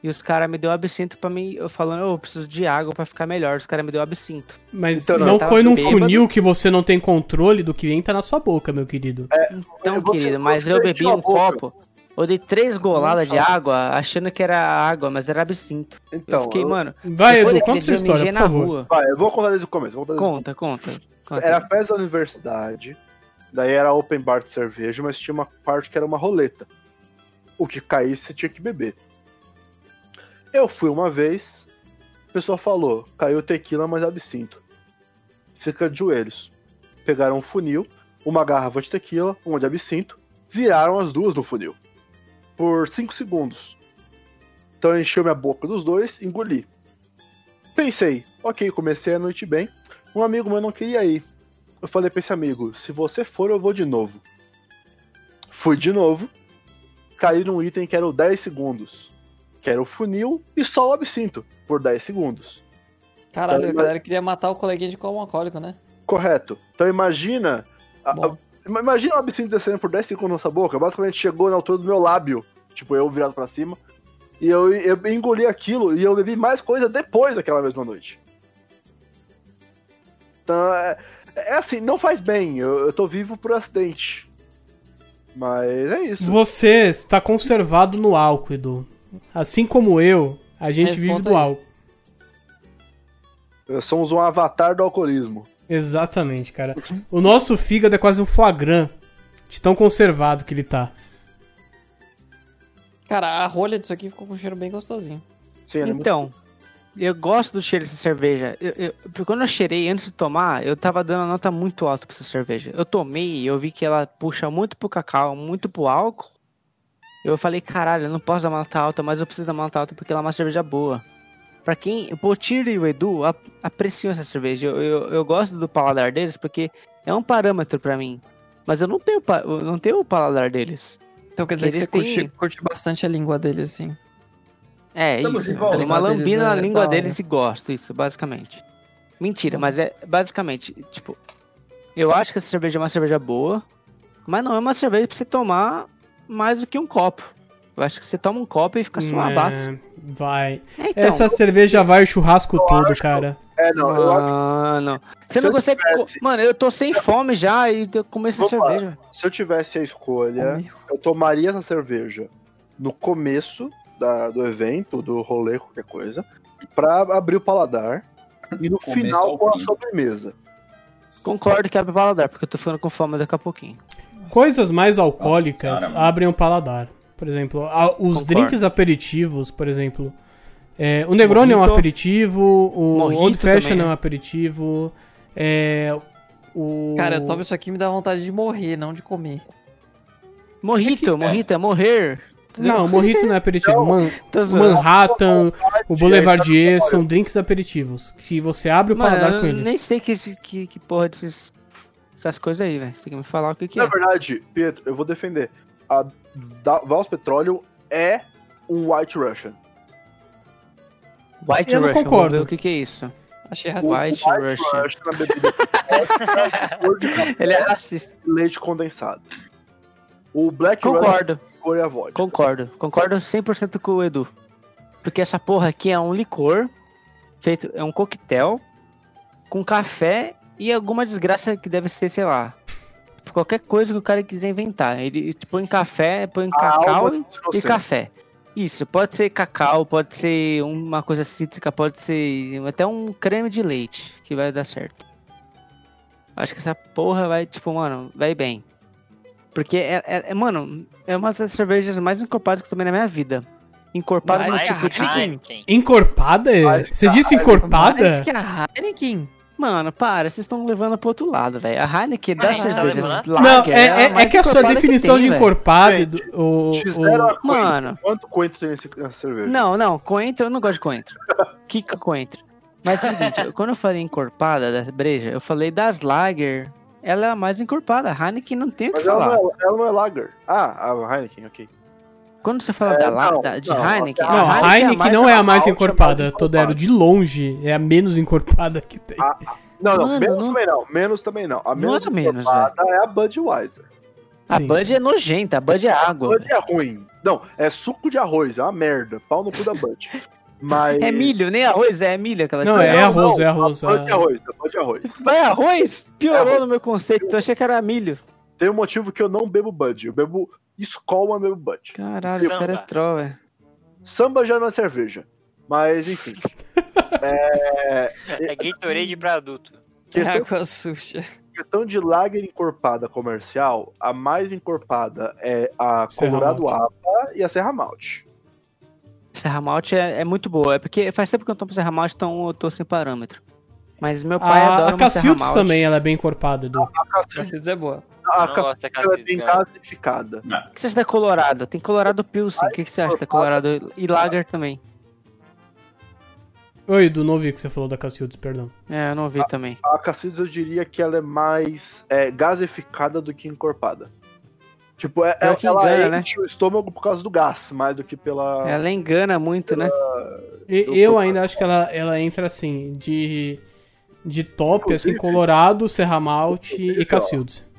[SPEAKER 6] E os caras me deu um absinto pra mim. Eu falando, eu preciso de água pra ficar melhor. Os caras me deu um absinto.
[SPEAKER 3] Mas
[SPEAKER 5] Então, não,
[SPEAKER 3] não
[SPEAKER 6] eu tava
[SPEAKER 3] foi num
[SPEAKER 6] bêbado.
[SPEAKER 3] funil que você não tem controle do que entra na sua boca, meu querido.
[SPEAKER 6] Então,
[SPEAKER 5] Eu vou-
[SPEAKER 6] querido,
[SPEAKER 5] eu
[SPEAKER 6] mas
[SPEAKER 5] vou
[SPEAKER 6] eu
[SPEAKER 5] fechar
[SPEAKER 6] bebi
[SPEAKER 5] a
[SPEAKER 6] um
[SPEAKER 5] boca.
[SPEAKER 6] copo. Eu dei três goladas de
[SPEAKER 2] falar.
[SPEAKER 6] água, achando que era água, mas era absinto.
[SPEAKER 5] Então,
[SPEAKER 6] eu fiquei,
[SPEAKER 5] eu,
[SPEAKER 6] mano.
[SPEAKER 3] Vai,
[SPEAKER 6] depois
[SPEAKER 3] Edu,
[SPEAKER 6] daquele
[SPEAKER 3] conta sua
[SPEAKER 6] dia eu
[SPEAKER 3] história,
[SPEAKER 6] mijei
[SPEAKER 3] por
[SPEAKER 6] na
[SPEAKER 3] favor.
[SPEAKER 6] rua.
[SPEAKER 5] vai, eu vou contar desde o começo. Vou contar desde
[SPEAKER 6] Conta, conta.
[SPEAKER 5] o
[SPEAKER 6] conta.
[SPEAKER 5] começo. Era a festa da universidade, daí era open bar de cerveja, mas tinha uma parte que era uma roleta. O que caísse, você tinha que beber. Eu fui uma vez, o pessoal falou, caiu tequila, mas absinto. Fica de joelhos. Pegaram um funil, uma garrafa de tequila, uma de absinto, viraram as duas no funil. Por 5 segundos. Então eu encheu minha boca dos dois, engoli. Pensei, ok, comecei a noite bem. Um amigo meu não queria ir. Eu falei pra esse amigo, se você for, eu vou de novo. Fui de novo. Caí num item que era o 10 segundos. Que era o funil e só o absinto, por 10 segundos.
[SPEAKER 2] Caralho, a galera queria matar o coleguinha de como alcoólico, né?
[SPEAKER 5] Correto. Então imagina. a-
[SPEAKER 2] Bom.
[SPEAKER 5] a- ima- imagina o absinto descendo por 10 segundos na sua boca. Basicamente chegou na altura do meu lábio. tipo, eu virado pra cima. E eu, eu engoli aquilo e eu bebi mais coisa depois daquela mesma noite. Então, é, é assim, não faz bem. Eu, eu tô vivo por acidente. Mas é isso.
[SPEAKER 3] Você está conservado no álcool, Edu. Assim como eu, a gente
[SPEAKER 2] Responda
[SPEAKER 3] vive do
[SPEAKER 2] aí.
[SPEAKER 3] álcool.
[SPEAKER 5] Somos um avatar do alcoolismo.
[SPEAKER 3] Exatamente, cara. O nosso fígado é quase um foie gras, de tão conservado que ele tá.
[SPEAKER 2] Cara, a rolha disso aqui ficou com um cheiro bem gostosinho.
[SPEAKER 5] Sim, ele é muito-
[SPEAKER 6] Então, eu gosto do cheiro dessa cerveja. Eu, eu- porque quando eu cheirei antes de tomar, eu tava dando a nota muito alta pra essa cerveja. Eu tomei e eu vi que ela puxa muito pro cacau, muito pro álcool. Eu falei, caralho, eu não posso dar uma nota alta, mas eu preciso dar uma nota alta porque ela é uma cerveja boa. Pra quem. O Potiro e o Edu a- apreciam essa cerveja. Eu, eu, eu gosto do paladar deles porque é um parâmetro pra mim. Mas eu não tenho, pa- eu não tenho o paladar deles.
[SPEAKER 2] Então quer dizer
[SPEAKER 6] Eles
[SPEAKER 2] que você curte,
[SPEAKER 6] têm-
[SPEAKER 2] curte bastante a língua dele, assim.
[SPEAKER 6] É,
[SPEAKER 4] Tamo
[SPEAKER 6] isso.
[SPEAKER 4] de
[SPEAKER 6] Eu
[SPEAKER 4] volta.
[SPEAKER 6] dou uma
[SPEAKER 2] Língua deles,
[SPEAKER 6] lambida na
[SPEAKER 2] né?
[SPEAKER 6] língua
[SPEAKER 2] Da hora.
[SPEAKER 6] deles e gosto, isso, basicamente. Mentira, mas é basicamente, tipo, eu acho que essa cerveja é uma cerveja boa, mas não é uma cerveja pra você tomar mais do que um copo. Eu acho que você toma um copo e fica suavaço.
[SPEAKER 3] É, vai.
[SPEAKER 6] É, então,
[SPEAKER 3] Essa cerveja vai o churrasco todo, cara.
[SPEAKER 5] É, não,
[SPEAKER 6] ah.
[SPEAKER 5] eu acho
[SPEAKER 6] Mano, você
[SPEAKER 5] Se
[SPEAKER 6] não
[SPEAKER 5] eu
[SPEAKER 6] gostei de co-
[SPEAKER 5] tivesse-
[SPEAKER 6] Mano, eu tô sem fome já e eu comi essa
[SPEAKER 5] Opa.
[SPEAKER 6] cerveja.
[SPEAKER 5] que se eu tivesse a escolha,
[SPEAKER 2] Come.
[SPEAKER 5] eu tomaria essa cerveja no começo da- do evento, do rolê, qualquer coisa, pra abrir o paladar. E no
[SPEAKER 4] Começo
[SPEAKER 5] final
[SPEAKER 4] ao
[SPEAKER 5] com a
[SPEAKER 4] fim.
[SPEAKER 5] sobremesa.
[SPEAKER 6] Concordo que abre o paladar, porque eu tô ficando com fome daqui a pouquinho.
[SPEAKER 3] Coisas mais alcoólicas
[SPEAKER 4] Nossa, cara, mano.
[SPEAKER 3] abrem o paladar. Por exemplo, a- os
[SPEAKER 6] Concordo.
[SPEAKER 3] drinks aperitivos, por exemplo. é, o Negroni é um
[SPEAKER 6] Mojito.
[SPEAKER 3] aperitivo, o
[SPEAKER 6] Mojito
[SPEAKER 3] Old Fashion
[SPEAKER 6] também,
[SPEAKER 3] é um
[SPEAKER 6] né?
[SPEAKER 3] aperitivo. É, o...
[SPEAKER 2] Cara, eu tomo isso aqui e me dá vontade de morrer, não de comer.
[SPEAKER 6] Morrito, morrito, é morrer.
[SPEAKER 3] Não, o Morrito não é aperitivo. Man-
[SPEAKER 6] Tô
[SPEAKER 3] o
[SPEAKER 6] zoando.
[SPEAKER 3] Manhattan, o Boulevardier são drinks aperitivos. Que você abre o paladar
[SPEAKER 6] Mano, eu
[SPEAKER 3] com ele.
[SPEAKER 6] nem sei que, esse- que, que porra desses, dessas coisas aí, velho. Você tem que me falar o que, que
[SPEAKER 5] Na
[SPEAKER 6] é.
[SPEAKER 5] verdade, Pietro, eu vou defender. A da- Vals Petroleum é um White Russian.
[SPEAKER 6] White
[SPEAKER 3] eu não
[SPEAKER 6] Russian,
[SPEAKER 3] concordo.
[SPEAKER 6] vamos ver O que, que é isso?
[SPEAKER 2] Achei racista.
[SPEAKER 6] White
[SPEAKER 5] White
[SPEAKER 6] Russian.
[SPEAKER 5] Russian é uma bebida com cor de café
[SPEAKER 6] Ele é racista.
[SPEAKER 5] e leite condensado. O Black Russian
[SPEAKER 6] Concordo,
[SPEAKER 5] é cor e a vodka.
[SPEAKER 6] concordo. Concordo 100% com o Edu. Porque essa porra aqui é um licor, feito, é um coquetel, com café e alguma desgraça que deve ser, sei lá, qualquer coisa que o cara quiser inventar. Ele tipo, põe café, põe
[SPEAKER 5] A
[SPEAKER 6] cacau
[SPEAKER 5] alma
[SPEAKER 6] e
[SPEAKER 5] dos
[SPEAKER 6] E
[SPEAKER 5] inocentes.
[SPEAKER 6] café. Isso, pode ser cacau, pode ser uma coisa cítrica, pode ser até um creme de leite que vai dar certo. Acho que essa porra vai, tipo, mano, vai bem. Porque, é, é- é- mano, é uma das cervejas mais encorpadas que eu tomei na minha vida. Encorpada no
[SPEAKER 2] Mas
[SPEAKER 1] Mais
[SPEAKER 2] Ai,
[SPEAKER 1] que
[SPEAKER 6] tipo
[SPEAKER 1] a
[SPEAKER 6] de.
[SPEAKER 1] Heineken.
[SPEAKER 3] Encorpada?
[SPEAKER 5] Mas,
[SPEAKER 3] Você disse
[SPEAKER 5] caralho,
[SPEAKER 3] encorpada?
[SPEAKER 2] Mais que a Heineken.
[SPEAKER 6] Mano, para, vocês estão levando pro outro lado, velho. A Heineken é das
[SPEAKER 1] Mas tá
[SPEAKER 6] cervejas.
[SPEAKER 1] levando?
[SPEAKER 3] Não,
[SPEAKER 6] lager,
[SPEAKER 3] é,
[SPEAKER 6] ela
[SPEAKER 3] é- é
[SPEAKER 6] mais
[SPEAKER 3] que a sua
[SPEAKER 6] encorpada que
[SPEAKER 3] definição
[SPEAKER 6] tem,
[SPEAKER 3] de
[SPEAKER 6] velho.
[SPEAKER 3] encorpada.
[SPEAKER 5] Gente,
[SPEAKER 3] do- o-
[SPEAKER 5] Te
[SPEAKER 3] o-
[SPEAKER 5] zero a coentro.
[SPEAKER 6] Mano.
[SPEAKER 5] Quanto coentro tem nesse- nessa cerveja?
[SPEAKER 6] Não, não, coentro eu não gosto de coentro. Kika coentro. Mas é o seguinte, eu- quando eu falei encorpada da breja, eu falei das lager. Ela é a mais encorpada. A Heineken não tem o que
[SPEAKER 5] Mas ela
[SPEAKER 6] falar.
[SPEAKER 5] não, é, ela não é lager. Ah, a Heineken, ok.
[SPEAKER 6] Quando você fala
[SPEAKER 5] É,
[SPEAKER 6] da, la-
[SPEAKER 5] não,
[SPEAKER 6] da- de
[SPEAKER 5] não,
[SPEAKER 6] Heineken.
[SPEAKER 5] a
[SPEAKER 3] Não,
[SPEAKER 6] a
[SPEAKER 3] a Heineken não é a mais
[SPEAKER 5] alta,
[SPEAKER 3] encorpada.
[SPEAKER 5] mais
[SPEAKER 3] Todero,
[SPEAKER 5] encorpada.
[SPEAKER 3] de longe, é a menos encorpada que tem.
[SPEAKER 5] Não, não,
[SPEAKER 6] Mano,
[SPEAKER 5] menos
[SPEAKER 6] não-
[SPEAKER 5] também não. Menos também não. A
[SPEAKER 6] Não
[SPEAKER 5] menos
[SPEAKER 6] é menos,
[SPEAKER 5] encorpada é a Budweiser.
[SPEAKER 6] A
[SPEAKER 3] Sim.
[SPEAKER 6] Bud é nojenta, a Bud é água.
[SPEAKER 5] Bud é ruim. Não, é suco de arroz, é uma merda. Pau no cu da Bud. Mas.
[SPEAKER 6] velho. É milho, nem arroz, é milho aquela
[SPEAKER 3] Não,
[SPEAKER 6] coisa.
[SPEAKER 3] é arroz, é arroz.
[SPEAKER 5] Bud de
[SPEAKER 3] ah.
[SPEAKER 5] arroz, é Bud de arroz.
[SPEAKER 6] Vai arroz?
[SPEAKER 5] É
[SPEAKER 6] Piorou
[SPEAKER 5] arroz.
[SPEAKER 6] no meu conceito, eu achei que era milho.
[SPEAKER 5] Tem um motivo que eu não bebo Bud. Eu bebo Skol, mas bebo Bud.
[SPEAKER 6] Caralho, o cara é
[SPEAKER 1] Samba.
[SPEAKER 6] troll, velho.
[SPEAKER 5] Samba já não é cerveja. Mas, enfim.
[SPEAKER 1] É Gatorade pra adulto.
[SPEAKER 2] É
[SPEAKER 5] Questão-
[SPEAKER 2] água suja.
[SPEAKER 5] questão de lager encorpada comercial, a mais encorpada é a
[SPEAKER 3] Serra
[SPEAKER 5] Colorado
[SPEAKER 3] Malte.
[SPEAKER 5] Apa e a Serra Malte.
[SPEAKER 6] Serra Malte é, é muito boa. É porque faz tempo que eu não tomo Serra Malte, então eu tô sem parâmetro. Mas meu pai
[SPEAKER 3] A,
[SPEAKER 6] adora
[SPEAKER 3] a
[SPEAKER 6] uma Serra
[SPEAKER 3] Cacildes
[SPEAKER 6] Malte.
[SPEAKER 3] também ela é bem encorpada, Edu.
[SPEAKER 5] A Cacilda,
[SPEAKER 2] Cacides é boa.
[SPEAKER 3] Ah,
[SPEAKER 5] a
[SPEAKER 1] Não
[SPEAKER 5] Cacilda
[SPEAKER 1] gosto da
[SPEAKER 5] ela é tem
[SPEAKER 1] Cassis, cara.
[SPEAKER 5] gasificada.
[SPEAKER 6] O que você acha da Colorado? Tem Colorado Pilsen. O que que você acha da Colorado e Lager também?
[SPEAKER 3] Oi, Edu, não ouvi o que você falou da Cacildes, perdão.
[SPEAKER 6] É, eu não vi também.
[SPEAKER 5] A Cacilda eu diria que ela é mais é, gasificada do que encorpada. Tipo, é,
[SPEAKER 6] Pior que
[SPEAKER 5] ela
[SPEAKER 6] engana, né? É.
[SPEAKER 5] enche o estômago por causa do gás, mais do que pela.
[SPEAKER 6] Ela engana muito, né?
[SPEAKER 3] E-
[SPEAKER 5] Eu
[SPEAKER 3] eu
[SPEAKER 5] tô-
[SPEAKER 3] ainda acho que ela, ela entra assim, de, de top, assim,
[SPEAKER 5] Inclusive-
[SPEAKER 3] Colorado, Serra Malte e
[SPEAKER 5] Inclusive, ó.
[SPEAKER 3] Cacildes.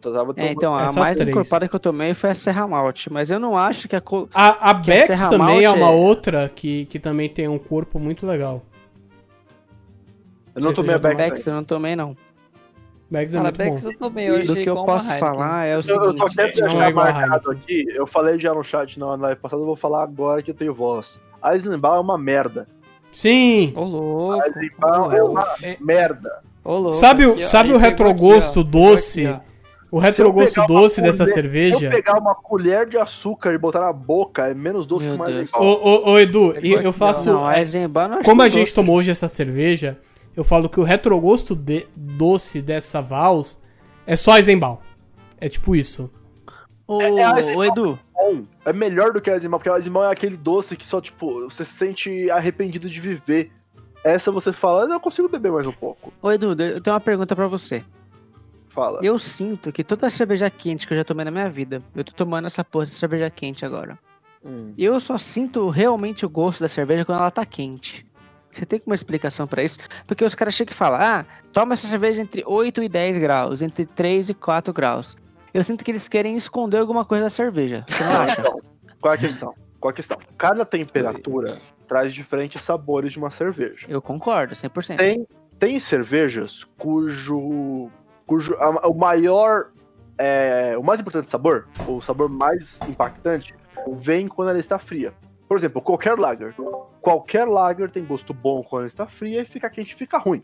[SPEAKER 5] tava
[SPEAKER 6] É, então, a
[SPEAKER 3] Essas
[SPEAKER 6] mais
[SPEAKER 3] três.
[SPEAKER 6] encorpada que eu tomei foi a Serra Malte, mas eu não acho que a. co-
[SPEAKER 3] A, a
[SPEAKER 6] Que a
[SPEAKER 3] Bex
[SPEAKER 6] Serra
[SPEAKER 3] também é
[SPEAKER 6] Malte
[SPEAKER 3] uma
[SPEAKER 6] é-
[SPEAKER 3] outra que, que também tem um corpo muito legal.
[SPEAKER 5] eu não
[SPEAKER 3] Você
[SPEAKER 5] tomei a
[SPEAKER 3] já tomou?
[SPEAKER 5] Beck.
[SPEAKER 6] Bex eu não tomei, não.
[SPEAKER 3] Bex é
[SPEAKER 2] Cara,
[SPEAKER 3] muito bom.
[SPEAKER 2] Bex eu tomei, eu achei
[SPEAKER 6] Do que eu
[SPEAKER 2] igual
[SPEAKER 6] posso
[SPEAKER 2] uma Heineken.
[SPEAKER 6] falar é o
[SPEAKER 5] Eu, eu tô
[SPEAKER 6] seguinte.
[SPEAKER 5] até pra
[SPEAKER 3] Não é
[SPEAKER 5] deixar
[SPEAKER 3] igual a
[SPEAKER 5] marcado aqui, eu falei já no chat na live passada, eu vou falar agora que eu tenho voz. A Eisenbach é uma merda.
[SPEAKER 2] um
[SPEAKER 3] Sim!
[SPEAKER 2] Ô, louco.
[SPEAKER 5] A
[SPEAKER 6] então,
[SPEAKER 5] Eisenbach é uma
[SPEAKER 3] É-
[SPEAKER 5] merda.
[SPEAKER 2] Ô, louco.
[SPEAKER 3] Sabe o-
[SPEAKER 2] aqui, ó.
[SPEAKER 3] sabe o
[SPEAKER 2] Ele pegou
[SPEAKER 3] retrogosto
[SPEAKER 2] aqui, ó.
[SPEAKER 3] doce?
[SPEAKER 2] Pegou aqui,
[SPEAKER 3] O retrogosto
[SPEAKER 5] pegar uma
[SPEAKER 3] doce dessa
[SPEAKER 5] colher- Se eu
[SPEAKER 3] cerveja.
[SPEAKER 5] pegar uma colher de açúcar e botar na boca, é menos doce
[SPEAKER 6] Meu
[SPEAKER 5] que uma
[SPEAKER 6] Deus.
[SPEAKER 3] Ô,
[SPEAKER 5] Eisenbach.
[SPEAKER 3] ô, ô, Edu, e
[SPEAKER 2] Pegou
[SPEAKER 3] eu
[SPEAKER 2] aqui, ó.
[SPEAKER 3] faço.
[SPEAKER 6] é,
[SPEAKER 3] é
[SPEAKER 6] Não, é a Eisenbahn eu acho
[SPEAKER 3] Como a
[SPEAKER 6] doce.
[SPEAKER 3] gente tomou hoje essa cerveja, eu falo que o retrogosto de- doce dessa Vals é só Eisenbaum. É tipo isso.
[SPEAKER 6] Ô,
[SPEAKER 5] É- é a Eisenbahn.
[SPEAKER 6] ô, Edu,
[SPEAKER 5] Bom, É melhor do que a Eisenbach, porque a Eisenbach é aquele doce que só, tipo, você se sente arrependido de viver. Essa você fala, não, eu consigo beber mais um pouco.
[SPEAKER 6] ô, Edu, eu tenho uma pergunta pra você.
[SPEAKER 5] Fala.
[SPEAKER 6] Eu sinto que toda a cerveja quente que eu já tomei na minha vida, eu tô tomando essa porra de cerveja quente agora. Eu só sinto realmente o gosto da cerveja quando ela tá quente. Você tem uma explicação pra isso? Porque os caras chegam e falam, ah, toma essa cerveja entre 8 e 10 graus, entre 3 e 4 graus. Eu sinto que eles querem esconder alguma coisa da cerveja. "Ah, Você não acha?
[SPEAKER 5] Então, qual é a questão? Qual é a questão? Cada temperatura traz diferentes sabores de uma cerveja.
[SPEAKER 6] Eu concordo, 100%.
[SPEAKER 5] Tem, tem cervejas cujo. cujo a- o maior. é, o mais importante sabor, o sabor mais impactante, vem quando ela está fria. Por exemplo, qualquer lager. Qualquer lager tem gosto bom quando ela está fria e fica quente fica ruim.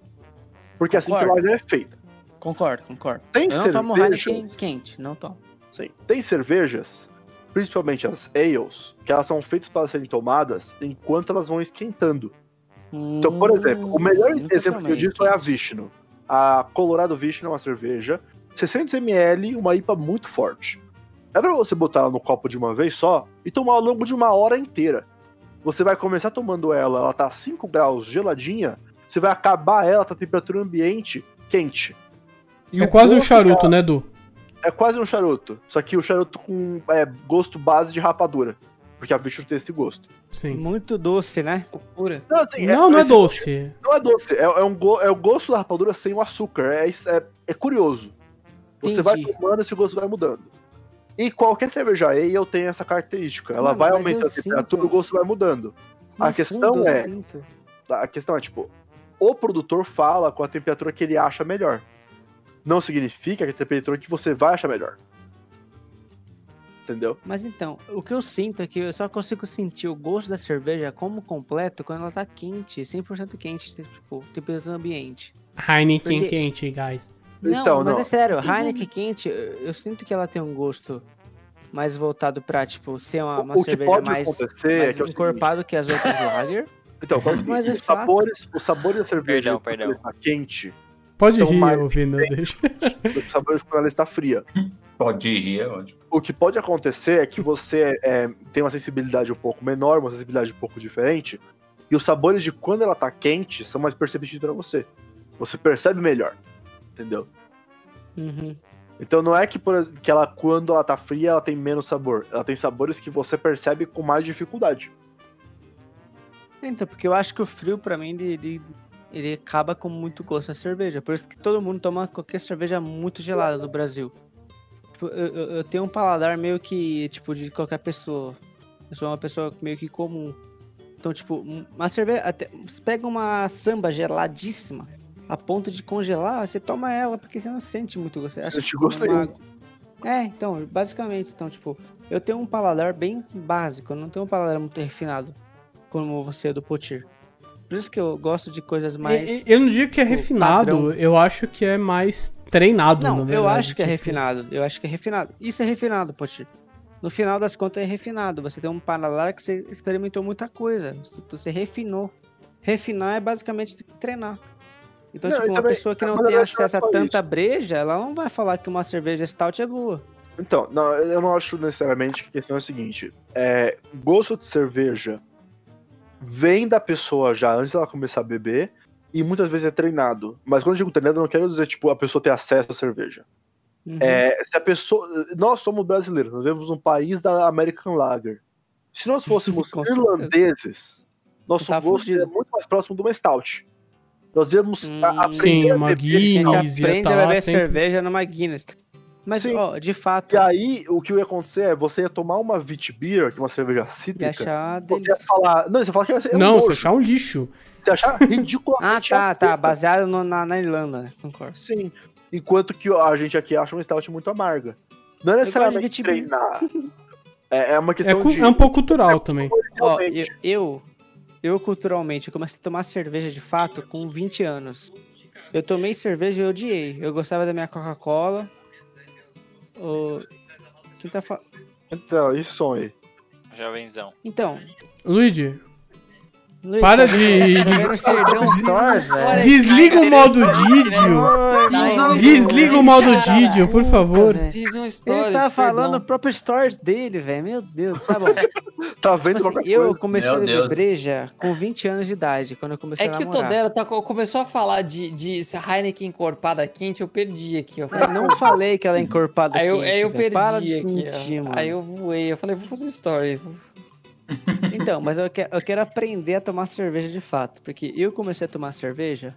[SPEAKER 5] Porque é assim que a
[SPEAKER 6] Concordo.
[SPEAKER 5] lager é feita.
[SPEAKER 6] Concordo, concordo.
[SPEAKER 5] Tem
[SPEAKER 6] eu não tomo
[SPEAKER 5] cervejas.
[SPEAKER 6] Heineken quente, não tomo.
[SPEAKER 5] Sim. Tem cervejas, principalmente as ales, que elas são feitas para serem tomadas enquanto elas vão esquentando. Então, por exemplo, o melhor
[SPEAKER 6] Hum,
[SPEAKER 5] exemplo que eu disso é a Vishnu. A Colorado Vishnu é uma cerveja, 600ml, uma IPA muito forte. É pra você botar ela no copo de uma vez só e tomar ao longo de uma hora inteira. Você vai começar tomando ela, ela tá a 5 graus geladinha, você vai acabar ela, tá a temperatura ambiente quente. E
[SPEAKER 3] é
[SPEAKER 5] o
[SPEAKER 3] quase um
[SPEAKER 5] gosto
[SPEAKER 3] charuto, né, Edu?
[SPEAKER 5] é quase um charuto. Só que o charuto com é, gosto base de rapadura. Porque a Vishnu tem esse gosto.
[SPEAKER 3] Sim.
[SPEAKER 6] Muito doce, né?
[SPEAKER 2] Loucura.
[SPEAKER 5] Não, assim,
[SPEAKER 3] Não, não é
[SPEAKER 5] esse-
[SPEAKER 3] doce.
[SPEAKER 5] Não é doce. É, é um go- é o gosto da rapadura sem o açúcar. É, isso- é- é curioso. Você vai
[SPEAKER 6] Entendi.
[SPEAKER 5] tomando esse gosto vai mudando. E qualquer cerveja ale tem essa característica. Ela
[SPEAKER 6] Mano,
[SPEAKER 5] vai
[SPEAKER 6] mas
[SPEAKER 5] aumentando
[SPEAKER 6] eu
[SPEAKER 5] a temperatura,
[SPEAKER 6] sinto-
[SPEAKER 5] o gosto vai mudando. A
[SPEAKER 6] No
[SPEAKER 5] questão
[SPEAKER 6] fundo, eu
[SPEAKER 5] é-
[SPEAKER 6] sinto.
[SPEAKER 5] A questão é, tipo, o produtor fala com a temperatura que ele acha melhor. Não significa que a temperatura que você vai achar melhor. Entendeu?
[SPEAKER 6] Mas então, o que eu sinto é que eu só consigo sentir o gosto da cerveja como completo quando ela tá quente, 100% quente, tipo, temperatura ambiente.
[SPEAKER 3] Heineken
[SPEAKER 6] Porque-
[SPEAKER 3] quente, guys.
[SPEAKER 6] Não,
[SPEAKER 5] Então,
[SPEAKER 6] mas
[SPEAKER 5] não.
[SPEAKER 6] é sério, Heineken quente, eu eu sinto que ela tem um gosto mais voltado pra, tipo, ser uma, uma
[SPEAKER 5] o que
[SPEAKER 6] cerveja
[SPEAKER 5] pode
[SPEAKER 6] mais,
[SPEAKER 5] acontecer é
[SPEAKER 6] mais
[SPEAKER 5] que é o seguinte,
[SPEAKER 6] encorpado que as outras lager.
[SPEAKER 5] Então, quando você
[SPEAKER 6] Mas
[SPEAKER 5] diz
[SPEAKER 6] é
[SPEAKER 5] os
[SPEAKER 6] fato.
[SPEAKER 5] sabores, os sabores da cerveja
[SPEAKER 1] Perdão,
[SPEAKER 5] quando
[SPEAKER 1] perdão.
[SPEAKER 5] ela está quente,
[SPEAKER 3] Pode
[SPEAKER 5] São
[SPEAKER 3] rir,
[SPEAKER 5] mais-
[SPEAKER 3] ouvindo, deixa.
[SPEAKER 5] os sabores quando ela está fria.
[SPEAKER 4] Pode ir, é ótimo.
[SPEAKER 5] O que pode acontecer é que você é, tem uma sensibilidade um pouco menor, uma sensibilidade um pouco diferente, e os sabores de quando ela está quente são mais perceptíveis para você. Você percebe melhor, entendeu?
[SPEAKER 6] Uhum.
[SPEAKER 5] Então não é que, por ex- que ela, quando ela tá fria, ela tem menos sabor. Ela tem sabores que você percebe com mais dificuldade.
[SPEAKER 6] Então, porque eu acho que o frio, pra mim, ele, ele, ele acaba com muito gosto da cerveja. Por isso que todo mundo toma qualquer cerveja muito gelada no Brasil. Tipo, Eu, eu- eu tenho um paladar meio que, tipo, de qualquer pessoa. Eu sou uma pessoa meio que comum. Então, tipo, um- uma cerveja. Até, você pega uma samba geladíssima, a ponto de congelar, você toma ela, porque você não sente muito gosto. Você acha
[SPEAKER 5] Sente
[SPEAKER 6] que
[SPEAKER 5] gosto
[SPEAKER 6] toma uma-
[SPEAKER 5] nenhum.
[SPEAKER 6] É, então, basicamente, então, tipo, eu tenho um paladar bem básico, eu não tenho um paladar muito refinado como você do Potir. Por isso que eu gosto de coisas mais.
[SPEAKER 3] E- e- Eu não digo que é
[SPEAKER 6] o
[SPEAKER 3] refinado,
[SPEAKER 6] padrão.
[SPEAKER 3] eu acho que é mais treinado, na
[SPEAKER 6] Não, eu
[SPEAKER 3] verdade,
[SPEAKER 6] acho que é
[SPEAKER 3] tipo-
[SPEAKER 6] refinado. Eu acho que é refinado. Isso é refinado, Potir. No final das contas é refinado. Você tem um paladar que você experimentou muita coisa. Você refinou. Refinar é basicamente treinar. Então,
[SPEAKER 5] Não,
[SPEAKER 6] tipo,
[SPEAKER 5] e
[SPEAKER 6] uma
[SPEAKER 5] também-
[SPEAKER 6] pessoa que não
[SPEAKER 5] mas eu
[SPEAKER 6] tem
[SPEAKER 5] acho que não é
[SPEAKER 6] acesso a
[SPEAKER 5] só
[SPEAKER 6] tanta breja, ela não vai falar que uma cerveja stout é boa.
[SPEAKER 5] Então, não, eu não acho necessariamente que a questão é a seguinte: é, gosto de cerveja vem da pessoa já antes dela começar a beber e muitas vezes é treinado. Mas quando eu digo treinado, eu não quero dizer tipo a pessoa ter acesso à cerveja.
[SPEAKER 6] Uhum.
[SPEAKER 5] É, se a pessoa, nós somos brasileiros, nós vivemos um país da American Lager. Se nós fôssemos
[SPEAKER 6] Com certeza.
[SPEAKER 5] irlandeses, nosso
[SPEAKER 6] Tá
[SPEAKER 5] gosto
[SPEAKER 6] fudido.
[SPEAKER 5] é muito mais próximo de uma stout. Nós íamos a-
[SPEAKER 6] Hum,
[SPEAKER 5] aprender
[SPEAKER 3] Sim,
[SPEAKER 5] a
[SPEAKER 3] uma
[SPEAKER 5] beber
[SPEAKER 6] A gente
[SPEAKER 3] Guinness ia
[SPEAKER 6] aprende
[SPEAKER 3] tá
[SPEAKER 6] a
[SPEAKER 3] lá
[SPEAKER 6] beber
[SPEAKER 3] sempre.
[SPEAKER 6] cerveja numa Guinness. Mas,
[SPEAKER 5] Sim.
[SPEAKER 6] ó, de fato,
[SPEAKER 5] E aí, o que ia acontecer é, você ia tomar uma Witbier, que é uma cerveja
[SPEAKER 6] ia
[SPEAKER 5] cítrica,
[SPEAKER 6] achar
[SPEAKER 5] você ia
[SPEAKER 6] delicioso.
[SPEAKER 5] falar... Não, você ia falar que é um
[SPEAKER 3] Não,
[SPEAKER 5] nojo,
[SPEAKER 3] você achar um lixo.
[SPEAKER 5] você ia achar ridículo.
[SPEAKER 6] Ah, tá, tá. Baseado no- na, na Irlanda, né? Concordo.
[SPEAKER 5] Sim. assim, Enquanto que a gente aqui acha uma stout muito amarga. Não é necessariamente
[SPEAKER 6] Eu gosto de
[SPEAKER 5] treinar. É, é uma
[SPEAKER 3] É,
[SPEAKER 5] questão
[SPEAKER 3] cu-
[SPEAKER 5] de...
[SPEAKER 3] é um pouco cultural também.
[SPEAKER 6] Ó,
[SPEAKER 5] realmente.
[SPEAKER 6] eu, eu, eu, culturalmente, eu comecei a tomar cerveja de fato com 20 anos. Eu tomei cerveja e odiei. Eu gostava da minha Coca-Cola. O... Quem tá fa-
[SPEAKER 5] Então, isso sonho.
[SPEAKER 1] Jovenzão.
[SPEAKER 6] Então,
[SPEAKER 3] Luigi,
[SPEAKER 6] Luiz,
[SPEAKER 3] para
[SPEAKER 6] tá
[SPEAKER 3] de. de-
[SPEAKER 6] jogando Serdão
[SPEAKER 3] Des-
[SPEAKER 6] Stars, velho.
[SPEAKER 3] Desliga o modo Didio.
[SPEAKER 6] Não,
[SPEAKER 3] Desliga o modo Didio, por favor.
[SPEAKER 6] velho.
[SPEAKER 2] Diz um story.
[SPEAKER 6] Ele
[SPEAKER 2] perdão.
[SPEAKER 6] tá falando o próprio stories dele, velho. Meu Deus, tá bom.
[SPEAKER 5] Tá vendo
[SPEAKER 6] Tipo assim,
[SPEAKER 5] qualquer
[SPEAKER 6] eu
[SPEAKER 5] coisa?
[SPEAKER 6] comecei a
[SPEAKER 4] Meu
[SPEAKER 6] beber
[SPEAKER 4] Deus.
[SPEAKER 6] breja com 20 anos de idade, quando eu comecei
[SPEAKER 2] É
[SPEAKER 6] a
[SPEAKER 2] que o
[SPEAKER 6] namorar.
[SPEAKER 2] Todero tá, co- começou a falar de, de Heineken encorpada quente, eu perdi aqui. Eu falei,
[SPEAKER 6] Eu não falei que ela é encorpada
[SPEAKER 2] aí eu,
[SPEAKER 6] quente,
[SPEAKER 2] aí eu
[SPEAKER 6] velho.
[SPEAKER 2] perdi
[SPEAKER 6] Para de
[SPEAKER 2] aqui.
[SPEAKER 6] mentir,
[SPEAKER 2] ó.
[SPEAKER 6] mano.
[SPEAKER 2] Aí eu voei, eu falei, vou fazer story.
[SPEAKER 6] Então, mas eu quero, eu quero aprender a tomar cerveja de fato, porque eu comecei a tomar cerveja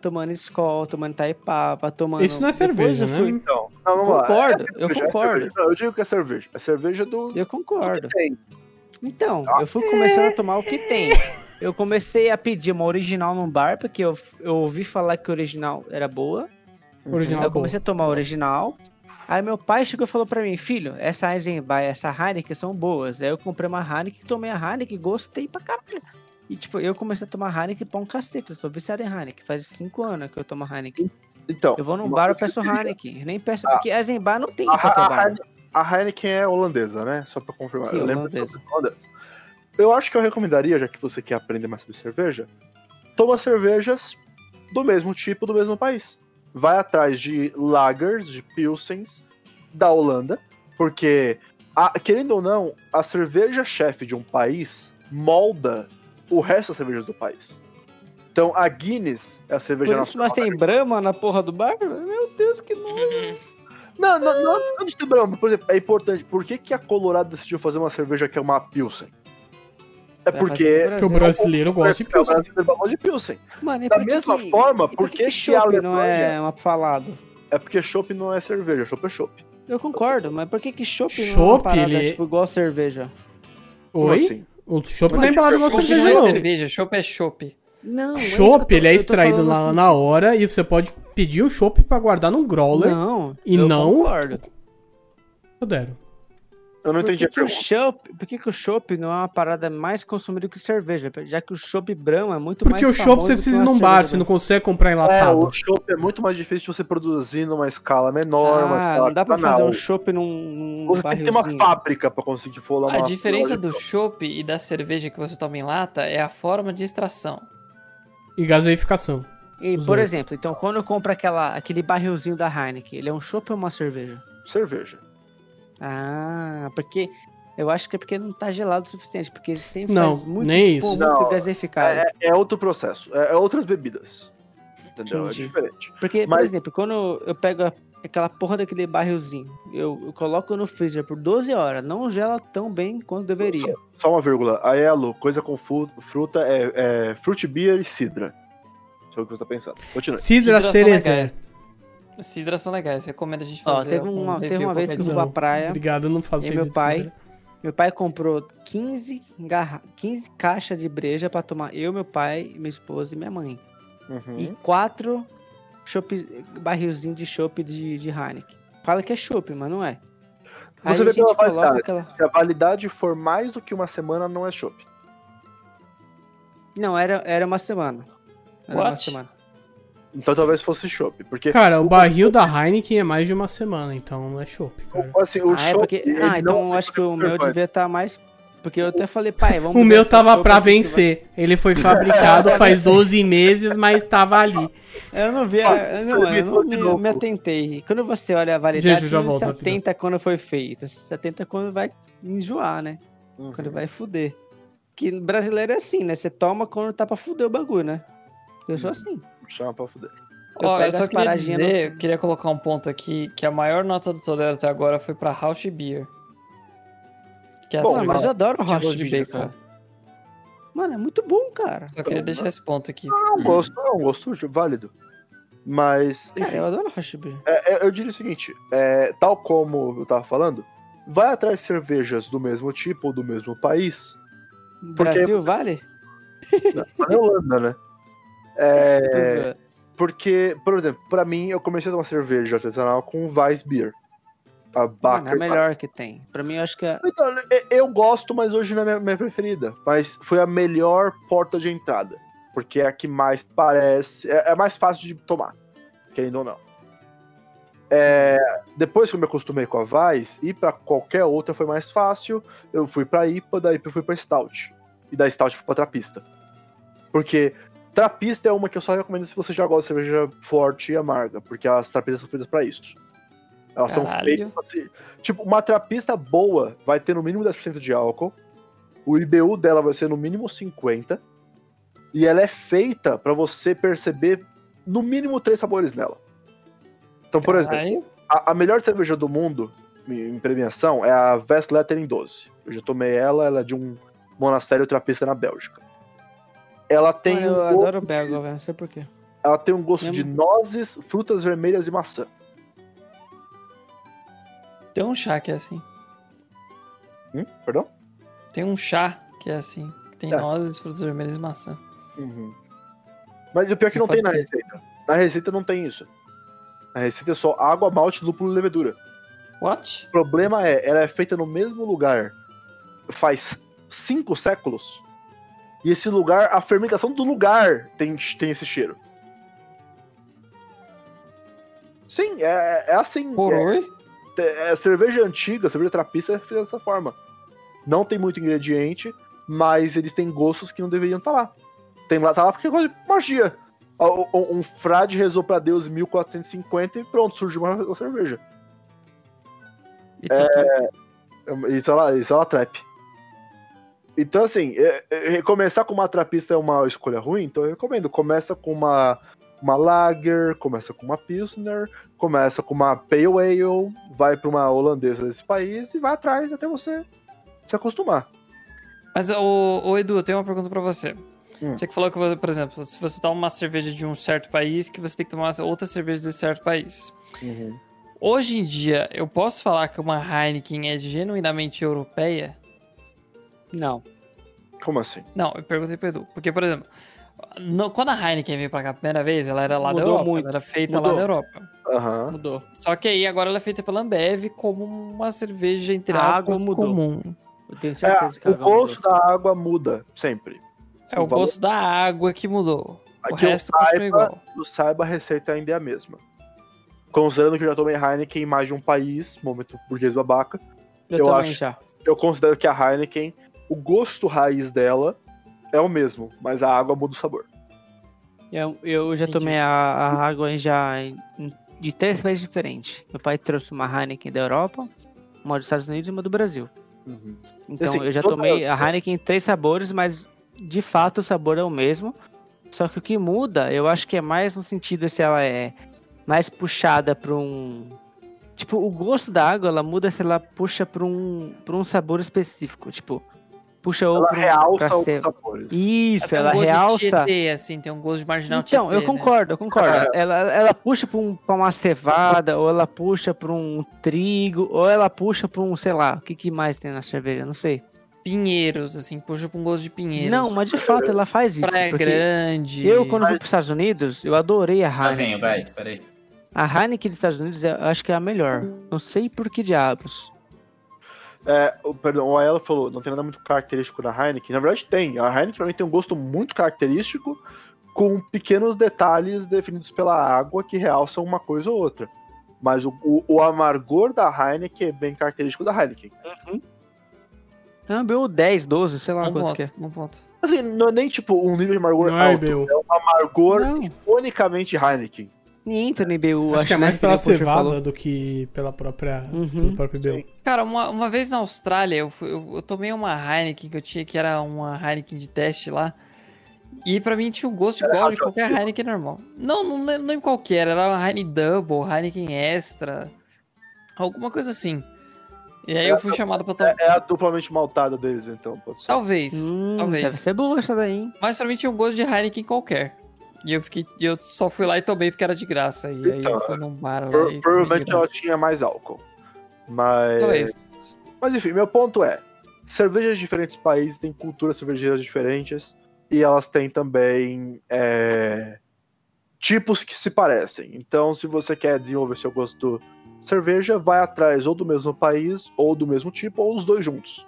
[SPEAKER 6] tomando Skol, tomando Taipava, tomando...
[SPEAKER 3] Isso não é
[SPEAKER 6] Depois
[SPEAKER 3] cerveja,
[SPEAKER 6] eu fui-
[SPEAKER 3] né?
[SPEAKER 5] Então, não, vamos lá.
[SPEAKER 6] Concordo, eu
[SPEAKER 5] Cerveja, é
[SPEAKER 6] concordo,
[SPEAKER 5] cerveja. Não, eu digo que é cerveja. É cerveja do...
[SPEAKER 6] eu
[SPEAKER 5] do
[SPEAKER 6] concordo.
[SPEAKER 5] que tem.
[SPEAKER 6] Então,
[SPEAKER 5] Ah,
[SPEAKER 6] eu fui começando a tomar o que tem. Eu comecei a pedir uma original num bar, porque eu, eu ouvi falar que a original era boa.
[SPEAKER 3] Original
[SPEAKER 6] eu comecei a tomar a original. Aí meu pai chegou e falou pra mim, filho, essa Eisenbahn e essa Heineken são boas. Aí eu comprei uma Heineken, tomei a Heineken e gostei pra caralho. E tipo, eu comecei a tomar Heineken pra um cacete. Eu sou viciado em Heineken. Faz cinco anos que eu tomo Heineken.
[SPEAKER 5] Então,
[SPEAKER 6] Eu vou num
[SPEAKER 5] uma
[SPEAKER 6] bar, eu
[SPEAKER 5] coisa
[SPEAKER 6] peço
[SPEAKER 5] que eu queria-
[SPEAKER 6] Heineken. Nem peço,
[SPEAKER 5] Ah.
[SPEAKER 6] porque Eisenbahn não tem em
[SPEAKER 5] A,
[SPEAKER 6] qualquer
[SPEAKER 5] a,
[SPEAKER 6] bar.
[SPEAKER 5] a, a Heineken é holandesa, né? Só pra confirmar.
[SPEAKER 6] Sim,
[SPEAKER 5] eu lembro que
[SPEAKER 6] holandesa.
[SPEAKER 5] é holandesa. Eu acho que eu recomendaria, já que você quer aprender mais sobre cerveja, toma cervejas do mesmo tipo, do mesmo país. Vai atrás de lagers, de pilsens da Holanda, porque, a- querendo ou não, a cerveja chefe de um país molda o resto das cervejas do país. Então, a Guinness é a cerveja
[SPEAKER 6] Por isso que nós tem Brahma na porra do bar? Meu Deus, que
[SPEAKER 5] É
[SPEAKER 6] nojo.
[SPEAKER 5] Não, não, não, não de Brahma, por exemplo, é importante. Por que, que a Colorado decidiu fazer uma cerveja que é uma Pilsen? É
[SPEAKER 6] Vai
[SPEAKER 5] porque. é,
[SPEAKER 3] Que o
[SPEAKER 6] Brasil.
[SPEAKER 3] brasileiro gosta de
[SPEAKER 5] porque o
[SPEAKER 3] pilsen.
[SPEAKER 5] brasileiro gosta de Pilsen.
[SPEAKER 6] Mano, e
[SPEAKER 5] Da
[SPEAKER 6] por que
[SPEAKER 5] mesma
[SPEAKER 6] que-
[SPEAKER 5] forma,
[SPEAKER 6] e
[SPEAKER 5] por que que
[SPEAKER 6] chopp
[SPEAKER 5] a
[SPEAKER 6] não é uma falado?
[SPEAKER 5] É porque chopp não é cerveja, chopp é chopp.
[SPEAKER 6] Eu concordo, mas por que que chopp não é uma
[SPEAKER 3] Chopp,
[SPEAKER 6] parada,
[SPEAKER 3] ele-
[SPEAKER 6] tipo, igual cerveja?
[SPEAKER 5] Como
[SPEAKER 3] Oi?
[SPEAKER 5] assim?
[SPEAKER 3] O chopp
[SPEAKER 5] Mas
[SPEAKER 3] não é embalado
[SPEAKER 5] chopp
[SPEAKER 3] igual
[SPEAKER 5] não
[SPEAKER 3] cerveja,
[SPEAKER 2] não é
[SPEAKER 3] não.
[SPEAKER 2] cerveja, chopp é chopp.
[SPEAKER 6] Não, é isso que eu
[SPEAKER 3] Chopp,
[SPEAKER 6] tô-
[SPEAKER 3] ele é
[SPEAKER 6] eu tô
[SPEAKER 3] extraído
[SPEAKER 6] falando
[SPEAKER 3] lá
[SPEAKER 6] assim,
[SPEAKER 3] na hora e você pode pedir o chopp pra guardar num growler.
[SPEAKER 6] Não,
[SPEAKER 3] e
[SPEAKER 6] eu
[SPEAKER 3] não-
[SPEAKER 6] Concordo.
[SPEAKER 3] Todero.
[SPEAKER 5] Eu não
[SPEAKER 6] Por
[SPEAKER 5] entendi
[SPEAKER 6] que,
[SPEAKER 5] a
[SPEAKER 6] que o
[SPEAKER 5] pergunta.
[SPEAKER 6] chopp, por que, que o chopp não é uma parada mais consumida que cerveja? Já que o chopp Brahma é muito mais
[SPEAKER 3] Porque o chopp
[SPEAKER 6] famoso
[SPEAKER 3] você
[SPEAKER 6] que né?
[SPEAKER 3] precisa ir
[SPEAKER 6] uma
[SPEAKER 3] num bar,
[SPEAKER 6] cerveja.
[SPEAKER 3] você não consegue comprar
[SPEAKER 5] É, o
[SPEAKER 3] enlatado.
[SPEAKER 5] chopp é muito mais difícil de você produzir numa escala menor, uma
[SPEAKER 6] Ah,
[SPEAKER 5] escala
[SPEAKER 6] não dá pra fazer
[SPEAKER 5] artesanal.
[SPEAKER 6] um chopp num, num
[SPEAKER 5] tá Você tem que ter uma
[SPEAKER 6] barrilzinho.
[SPEAKER 5] fábrica pra conseguir rolar
[SPEAKER 2] A
[SPEAKER 5] uma.
[SPEAKER 2] diferença
[SPEAKER 5] uma-
[SPEAKER 2] do
[SPEAKER 6] então.
[SPEAKER 2] chopp e da cerveja que você toma em lata é a forma de extração.
[SPEAKER 6] É,
[SPEAKER 3] E gaseificação.
[SPEAKER 6] E,
[SPEAKER 3] Os
[SPEAKER 6] por
[SPEAKER 3] dois.
[SPEAKER 6] exemplo, então quando eu compro aquela, aquele barrilzinho da Heineken, ele é um chopp ou uma cerveja?
[SPEAKER 5] Cerveja.
[SPEAKER 6] Ah, porque... Eu acho que é porque não tá gelado o suficiente, porque ele sempre
[SPEAKER 3] Não,
[SPEAKER 6] faz muito,
[SPEAKER 3] nem
[SPEAKER 6] espuma,
[SPEAKER 3] isso.
[SPEAKER 6] muito
[SPEAKER 5] Não,
[SPEAKER 6] gaseificado.
[SPEAKER 5] É, é- é outro processo. É, é outras bebidas. Entendeu?
[SPEAKER 6] Entendi.
[SPEAKER 5] É diferente.
[SPEAKER 6] Porque, por
[SPEAKER 5] Mas-
[SPEAKER 6] exemplo, quando eu pego a- aquela porra daquele barrilzinho, eu, eu coloco no freezer por 12 horas, não gela tão bem quanto deveria.
[SPEAKER 5] Só uma vírgula. Aí é Lu, coisa com fu- fruta é, é fruit beer e cidra. Isso é o que você tá pensando. Continue.
[SPEAKER 6] é
[SPEAKER 3] Cidra
[SPEAKER 2] Cidração
[SPEAKER 3] cereja.
[SPEAKER 6] né?
[SPEAKER 2] legais. Cidras são legais, recomendo a gente
[SPEAKER 6] Ó,
[SPEAKER 2] fazer. um-
[SPEAKER 6] teve uma, teve uma vez que eu fui pra
[SPEAKER 3] Não.
[SPEAKER 6] praia,
[SPEAKER 3] Obrigado, não faço
[SPEAKER 6] E
[SPEAKER 3] cerveja
[SPEAKER 6] meu
[SPEAKER 3] de
[SPEAKER 6] pai?
[SPEAKER 3] cidra.
[SPEAKER 6] meu pai comprou 15, garra... 15 caixas de breja pra tomar eu, meu pai, minha esposa e minha mãe. E quatro chopp- barrilzinhos de chopp de, de Heineken. Fala que é chopp, mas não é. Aí
[SPEAKER 5] Você
[SPEAKER 6] a
[SPEAKER 5] vê pela
[SPEAKER 6] gente coloca
[SPEAKER 5] validade.
[SPEAKER 6] aquela...
[SPEAKER 5] Se a validade for mais do que uma semana, não é chopp.
[SPEAKER 6] Não, era, era uma semana. Era uma
[SPEAKER 2] What?
[SPEAKER 6] semana.
[SPEAKER 5] Então talvez fosse chopp. Porque
[SPEAKER 3] Cara, o barril da Heineken é mais de uma semana, então não é chopp, cara.
[SPEAKER 5] assim, o
[SPEAKER 6] ah, é
[SPEAKER 5] chopp.
[SPEAKER 6] porque...
[SPEAKER 5] ele
[SPEAKER 6] ah, então
[SPEAKER 5] não- é
[SPEAKER 6] eu acho que o meu
[SPEAKER 5] Vai.
[SPEAKER 6] devia estar mais. Porque eu até falei, pai, vamos.
[SPEAKER 3] O
[SPEAKER 6] beber
[SPEAKER 3] meu
[SPEAKER 6] essa
[SPEAKER 3] tava
[SPEAKER 6] sopa
[SPEAKER 3] pra
[SPEAKER 6] que você
[SPEAKER 3] vencer. Ele foi fabricado faz
[SPEAKER 6] é
[SPEAKER 3] 12 meses, mas tava ali.
[SPEAKER 6] vai- Eu não vi, a- eu não, eu não me, eu me atentei. Quando você olha a validade,
[SPEAKER 3] Gente, eu já
[SPEAKER 6] você não
[SPEAKER 3] volto
[SPEAKER 6] se
[SPEAKER 3] rapidão.
[SPEAKER 6] atenta quando foi feito. Você se atenta quando vai enjoar, né?
[SPEAKER 5] Uhum.
[SPEAKER 6] Quando vai fuder. Que brasileiro é assim, né? Você toma quando tá pra fuder o bagulho, né? Eu
[SPEAKER 5] Uhum.
[SPEAKER 6] sou assim.
[SPEAKER 5] Chama pra fuder.
[SPEAKER 6] Eu
[SPEAKER 2] Ó, eu
[SPEAKER 6] pego
[SPEAKER 2] só
[SPEAKER 6] as
[SPEAKER 2] queria
[SPEAKER 6] paradinhas
[SPEAKER 2] dizer,
[SPEAKER 6] no-
[SPEAKER 2] queria colocar um ponto aqui, que a maior nota do Todero até agora foi pra Rausch Beer. Que é a
[SPEAKER 5] Bom,
[SPEAKER 6] Mano,
[SPEAKER 2] cerveja
[SPEAKER 6] mas eu adoro
[SPEAKER 2] de gosto
[SPEAKER 6] rocha
[SPEAKER 2] de
[SPEAKER 6] de
[SPEAKER 2] bacon.
[SPEAKER 6] cara. Mano, é muito bom, cara.
[SPEAKER 2] Só queria deixar esse ponto aqui.
[SPEAKER 5] É um gosto, é um gosto válido. Mas,
[SPEAKER 6] Cara,
[SPEAKER 5] enfim,
[SPEAKER 6] eu adoro Rocha de Brilho.
[SPEAKER 5] é, é, eu diria o seguinte: é, tal como eu tava falando, vai atrás de cervejas do mesmo tipo ou do mesmo país.
[SPEAKER 6] Brasil, vale?
[SPEAKER 5] Na Holanda, né? É,
[SPEAKER 6] Tô zoando.
[SPEAKER 5] porque, por exemplo, pra mim, eu comecei a tomar cerveja artesanal com Weissbier. A
[SPEAKER 6] Mano, é a
[SPEAKER 5] Backer.
[SPEAKER 6] melhor que tem. Pra mim, eu acho que é...
[SPEAKER 5] Então, eu- eu gosto, mas hoje não é minha, minha preferida. Mas foi a melhor porta de entrada. Porque é a que mais parece. É, é mais fácil de tomar, querendo ou não. É, depois que eu me acostumei com a Vice, ir pra qualquer outra foi mais fácil. Eu fui pra IPA, da IPA eu fui pra Stout. E da Stout eu fui pra Trapista. Porque Trapista é uma que eu só recomendo se você já gosta de cerveja forte e amarga. Porque as trapistas são feitas pra isso. Elas são
[SPEAKER 2] Caralho.
[SPEAKER 5] feitas pra se- Tipo, uma trapista boa vai ter no mínimo 10% de álcool. O IBU dela vai ser no mínimo 50. E ela é feita pra você perceber no mínimo três sabores nela. Então, por exemplo,
[SPEAKER 2] Aí,
[SPEAKER 5] a, a melhor cerveja do mundo em em premiação é a Vestlettering 12. Eu já tomei ela, ela é de um monastério trapista na Bélgica. Ela tem,
[SPEAKER 6] Mano, eu
[SPEAKER 5] um gosto,
[SPEAKER 6] adoro belga, velho. Não sei porquê.
[SPEAKER 5] ela tem um gosto
[SPEAKER 6] Minha
[SPEAKER 5] de nozes, frutas vermelhas e maçã.
[SPEAKER 2] tem um chá que é assim.
[SPEAKER 5] Hum? Perdão?
[SPEAKER 2] Tem um chá que é assim. que Tem
[SPEAKER 5] É.
[SPEAKER 2] nozes, frutos vermelhos e maçã.
[SPEAKER 5] Uhum. Mas o pior é que não
[SPEAKER 2] Pode
[SPEAKER 5] tem na
[SPEAKER 2] ser.
[SPEAKER 5] receita. Na receita não tem isso. Na receita é só água, malte, lúpulo e levedura.
[SPEAKER 2] What?
[SPEAKER 5] O problema é, ela é feita no mesmo lugar faz cinco séculos. E esse lugar, a fermentação do lugar tem, tem esse cheiro. Sim, é, é assim. É,
[SPEAKER 2] Coroi?
[SPEAKER 5] é cerveja antiga, cerveja trapista é feita dessa forma. Não tem muito ingrediente, mas eles têm gostos que não deveriam estar lá. Tem lá, tá lá porque é coisa de magia. O- o- Um, frade rezou pra Deus em 1450 e pronto, surgiu uma, uma cerveja.
[SPEAKER 2] It's a trap.
[SPEAKER 5] Isso ela, isso ela trap. Então, assim, é- é- começar com uma trapista é uma escolha ruim, então eu recomendo. Começa com uma, uma lager, começa com uma pilsner, começa com uma pale ale, vai pra uma holandesa desse país e vai atrás até você se acostumar.
[SPEAKER 2] Mas, ô, ô, Edu, eu tenho uma pergunta pra você.
[SPEAKER 5] Hum.
[SPEAKER 2] Você que falou que, você- por exemplo, se você toma uma cerveja de um certo país, que você tem que tomar outra cerveja desse certo país. Hoje em dia, eu posso falar que uma Heineken é genuinamente europeia?
[SPEAKER 6] Não.
[SPEAKER 5] Como assim?
[SPEAKER 2] Não, eu perguntei pro Edu. Porque, por exemplo, no- quando a Heineken veio pra cá a primeira vez, ela era lá da
[SPEAKER 6] Mudou
[SPEAKER 2] Europa.
[SPEAKER 6] muito.
[SPEAKER 2] Ela era feita lá
[SPEAKER 6] Mudou.
[SPEAKER 2] da Europa.
[SPEAKER 5] Aham.
[SPEAKER 6] Mudou.
[SPEAKER 2] Só que aí agora ela é feita pela Ambev como uma cerveja, entre
[SPEAKER 6] A água
[SPEAKER 2] aspas,
[SPEAKER 6] mudou.
[SPEAKER 2] comum.
[SPEAKER 6] Eu tenho
[SPEAKER 5] É,
[SPEAKER 6] certeza que
[SPEAKER 5] o
[SPEAKER 6] ela vai
[SPEAKER 5] gosto
[SPEAKER 6] mudar.
[SPEAKER 5] da água muda, sempre.
[SPEAKER 2] É o
[SPEAKER 5] O valor-
[SPEAKER 2] gosto da água que mudou. O
[SPEAKER 5] Aqui eu
[SPEAKER 2] resto continua igual.
[SPEAKER 5] eu saiba, a receita ainda é a mesma. Considerando que eu já tomei Heineken em mais de um país, momento burguês babaca,
[SPEAKER 6] Eu,
[SPEAKER 5] eu
[SPEAKER 6] também
[SPEAKER 5] acho.
[SPEAKER 6] já.
[SPEAKER 5] eu considero que a Heineken, o gosto raiz dela é o mesmo, mas a água muda o sabor.
[SPEAKER 6] Eu, eu já
[SPEAKER 2] Entendi.
[SPEAKER 6] tomei a, a água em- já em- em- de três países diferentes. Meu pai trouxe uma Heineken da Europa, uma dos Estados Unidos e uma do Brasil.
[SPEAKER 3] Uhum.
[SPEAKER 6] Então
[SPEAKER 5] Assim,
[SPEAKER 6] eu já
[SPEAKER 5] toda-
[SPEAKER 6] tomei a Heineken em três sabores, mas de fato o sabor é o mesmo. Só que o que muda, eu acho que é mais no sentido se ela é mais puxada para um. Tipo, o gosto da água, ela muda se ela puxa para um, pra um sabor específico. Tipo, puxa ou
[SPEAKER 5] Ela
[SPEAKER 6] pra, um- pra
[SPEAKER 5] realça os
[SPEAKER 6] ser-
[SPEAKER 5] sabores.
[SPEAKER 6] Isso,
[SPEAKER 2] Tem um
[SPEAKER 6] ela
[SPEAKER 2] gosto de
[SPEAKER 6] realça.
[SPEAKER 2] Tietê, assim, tem um gosto de marginal
[SPEAKER 6] Então,
[SPEAKER 2] Tietê,
[SPEAKER 6] eu
[SPEAKER 2] né?
[SPEAKER 6] concordo, eu
[SPEAKER 5] É.
[SPEAKER 6] concordo. Ela, ela puxa pra, um- pra uma cevada, ou ela puxa pra um trigo, ou ela puxa pra um, sei lá, o que, que mais tem na cerveja, não sei.
[SPEAKER 2] Pinheiros, assim, puxa pra um gosto de pinheiros.
[SPEAKER 6] Não, mas de fato ela faz isso.
[SPEAKER 2] Praia
[SPEAKER 6] porque
[SPEAKER 2] Grande.
[SPEAKER 6] eu, quando fui pros Estados Unidos, eu adorei a
[SPEAKER 4] Lá
[SPEAKER 6] Heineken.
[SPEAKER 4] vem o gás, Tá peraí.
[SPEAKER 6] a Heineken dos Estados Unidos eu acho que é a melhor. Não sei por que diabos.
[SPEAKER 5] É, o- perdão, o Ayala falou, não tem nada muito característico na Heineken. Na verdade tem, a Heineken pra mim tem um gosto muito característico, com pequenos detalhes definidos pela água que realçam uma coisa ou outra. Mas o, o- o amargor da Heineken é bem característico da Heineken.
[SPEAKER 6] É um BU 10, 12, sei lá
[SPEAKER 2] Um
[SPEAKER 6] quanto
[SPEAKER 2] ponto,
[SPEAKER 6] que é.
[SPEAKER 2] um ponto.
[SPEAKER 5] Assim, não é nem tipo um nível de amargor
[SPEAKER 3] Não é
[SPEAKER 5] alto,
[SPEAKER 3] IBU.
[SPEAKER 5] é um amargor
[SPEAKER 6] Não,
[SPEAKER 5] unicamente Heineken.
[SPEAKER 6] nem entra no BU.
[SPEAKER 3] Acho que é mais
[SPEAKER 6] né,
[SPEAKER 3] pela
[SPEAKER 6] que nem o Poxa
[SPEAKER 3] cevada
[SPEAKER 6] falou.
[SPEAKER 3] do que pela própria.
[SPEAKER 6] Uhum.
[SPEAKER 3] Pelo próprio Bel.
[SPEAKER 2] Cara, uma, uma vez na Austrália, eu, fui- eu, eu tomei uma Heineken que eu tinha, que era uma Heineken de teste lá. E pra mim tinha um gosto igual de qualquer Heineken normal. Não, não lem- lembro qual que era. Era uma Heineken Double, Heineken Extra. Alguma coisa assim. E aí eu fui chamado pra tomar.
[SPEAKER 5] É a duplamente maltada deles, então, pode ser.
[SPEAKER 2] Talvez,
[SPEAKER 6] Hum, deve
[SPEAKER 2] talvez.
[SPEAKER 6] ser boa essa daí, hein?
[SPEAKER 2] Mas pra mim tinha um gosto de Heineken qualquer. E eu, fiquei, e eu só fui lá e tomei porque era de graça. E aí eu
[SPEAKER 5] Então,
[SPEAKER 2] fui num bar lá.
[SPEAKER 5] Pro-
[SPEAKER 2] e tomei
[SPEAKER 5] provavelmente
[SPEAKER 2] de
[SPEAKER 5] é
[SPEAKER 2] graça. Então é
[SPEAKER 5] ela tinha mais álcool. Mas.
[SPEAKER 2] Talvez.
[SPEAKER 5] Mas enfim, meu ponto é: cervejas de diferentes países têm culturas cervejeiras diferentes e elas têm também é, tipos que se parecem. Então, se você quer desenvolver seu gosto de cerveja, vai atrás ou do mesmo país, ou do mesmo tipo, ou dos dois juntos.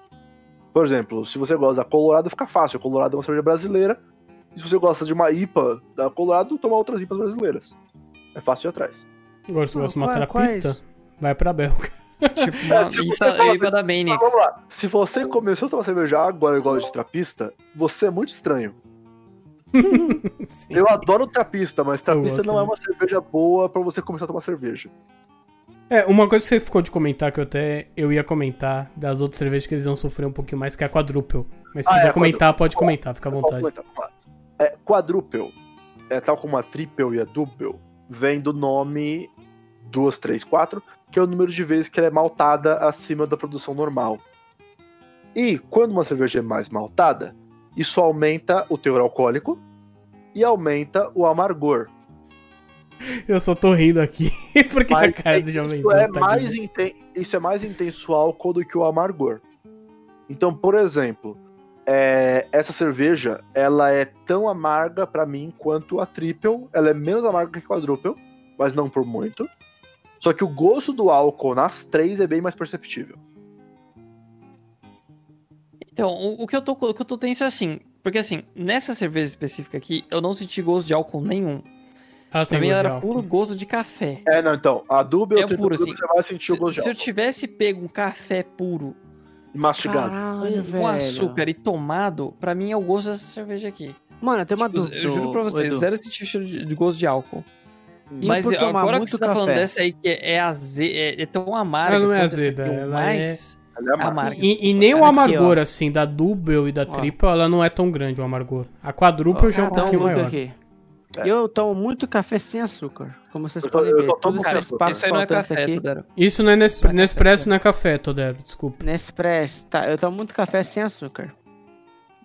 [SPEAKER 5] Por exemplo, se você gosta da Colorado, fica fácil. A Colorado é uma cerveja brasileira. E se você gosta de uma IPA da Colorado, toma outras IPAs brasileiras. É fácil ir atrás.
[SPEAKER 3] Agora, se você gosta de uma
[SPEAKER 6] Qual-
[SPEAKER 3] terapista, vai pra Bélgica.
[SPEAKER 2] Tipo, uma
[SPEAKER 5] tipo,
[SPEAKER 2] IPA,
[SPEAKER 5] você
[SPEAKER 2] IPA da
[SPEAKER 5] Mas
[SPEAKER 2] Manix.
[SPEAKER 5] vamos lá. Se você começou a tomar cerveja agora igual de trapista, você é muito estranho.
[SPEAKER 3] Sim.
[SPEAKER 5] Eu adoro trapista, mas trapista
[SPEAKER 3] gosto
[SPEAKER 5] não é
[SPEAKER 3] muito.
[SPEAKER 5] uma cerveja boa pra você começar a tomar cerveja.
[SPEAKER 3] É, uma coisa que você ficou de comentar, que eu até eu ia comentar, das outras cervejas que eles iam sofrer um pouquinho mais, que é a quadruple. Mas se
[SPEAKER 5] Ah, é,
[SPEAKER 3] quiser
[SPEAKER 5] a
[SPEAKER 3] comentar, pode comentar, fica à
[SPEAKER 5] Qual
[SPEAKER 3] vontade.
[SPEAKER 5] foi, tá? Vamos lá. É, quadruple, é, tal como a triple e a double, vem do nome 2, 3, 4, que é o número de vezes que ela é maltada acima da produção normal. E quando uma cerveja é mais maltada, isso aumenta o teor alcoólico e aumenta o amargor.
[SPEAKER 3] Eu só tô rindo aqui, porque a
[SPEAKER 5] Mas
[SPEAKER 3] cara
[SPEAKER 5] é-
[SPEAKER 3] do jovem tá
[SPEAKER 5] isso é, mais inten- isso é mais intenso o álcool do que o amargor. Então, por exemplo, é, essa cerveja, ela é tão amarga pra mim quanto a triple. Ela é menos amarga que a quadruple, mas não por muito. Só que o gosto do álcool nas três é bem mais perceptível.
[SPEAKER 2] Então, o, o que eu tô, o que eu tô tenso é assim. Porque assim, nessa cerveja específica aqui, eu não senti gosto de álcool nenhum. Pra
[SPEAKER 3] Ela tem
[SPEAKER 2] mim
[SPEAKER 3] gosto Tá de
[SPEAKER 2] era
[SPEAKER 3] álcool.
[SPEAKER 2] puro gosto de café.
[SPEAKER 5] É, não, então, a double
[SPEAKER 2] É
[SPEAKER 5] ou triple
[SPEAKER 2] puro,
[SPEAKER 5] double
[SPEAKER 2] assim.
[SPEAKER 5] você vai sentir o
[SPEAKER 2] Se,
[SPEAKER 5] gosto
[SPEAKER 2] se
[SPEAKER 5] de
[SPEAKER 2] eu
[SPEAKER 5] álcool.
[SPEAKER 2] tivesse pego um café puro
[SPEAKER 5] Mastigado.
[SPEAKER 6] Caralho,
[SPEAKER 2] com, com Um açúcar e tomado, pra mim é o gosto dessa cerveja aqui.
[SPEAKER 6] Mano,
[SPEAKER 3] é
[SPEAKER 6] tem uma
[SPEAKER 2] Tipo,
[SPEAKER 6] dúvida.
[SPEAKER 2] eu juro pra vocês,
[SPEAKER 6] Edu.
[SPEAKER 2] zero senti cheiro de, de gosto de álcool.
[SPEAKER 6] E
[SPEAKER 2] Mas
[SPEAKER 6] por tomar
[SPEAKER 2] agora que
[SPEAKER 6] muito
[SPEAKER 2] você tá falando
[SPEAKER 6] café?
[SPEAKER 2] dessa aí que é, é aze- é, é tão amarga.
[SPEAKER 3] Ela não é
[SPEAKER 2] quanto essa
[SPEAKER 3] azeda,
[SPEAKER 2] aqui, ou
[SPEAKER 3] ela
[SPEAKER 2] mais
[SPEAKER 5] Ela é amarga.
[SPEAKER 2] amarga.
[SPEAKER 3] E, e nem o
[SPEAKER 6] Cara, aqui,
[SPEAKER 3] amargor, assim, da double e da
[SPEAKER 6] Ó.
[SPEAKER 3] triple, ela não é tão grande, o amargor. A quadruple
[SPEAKER 6] Ó,
[SPEAKER 3] já é um
[SPEAKER 6] então,
[SPEAKER 3] pouquinho
[SPEAKER 6] muda
[SPEAKER 3] maior.
[SPEAKER 6] aqui.
[SPEAKER 5] É.
[SPEAKER 6] Eu tomo muito café sem açúcar, como vocês
[SPEAKER 5] Eu to-
[SPEAKER 6] podem
[SPEAKER 5] eu
[SPEAKER 6] ver.
[SPEAKER 5] to- tomo
[SPEAKER 6] Todos
[SPEAKER 5] sem
[SPEAKER 6] esses
[SPEAKER 5] açúcar.
[SPEAKER 6] papos
[SPEAKER 2] Isso aí não é
[SPEAKER 6] faltantes
[SPEAKER 2] café,
[SPEAKER 6] aqui.
[SPEAKER 2] Todero.
[SPEAKER 3] Isso não é
[SPEAKER 2] Isso é
[SPEAKER 3] Nespre-
[SPEAKER 2] café,
[SPEAKER 3] Nespresso,
[SPEAKER 6] né?
[SPEAKER 3] não é café, Todero, desculpa.
[SPEAKER 6] Nespresso, tá? Eu tomo muito café sem açúcar.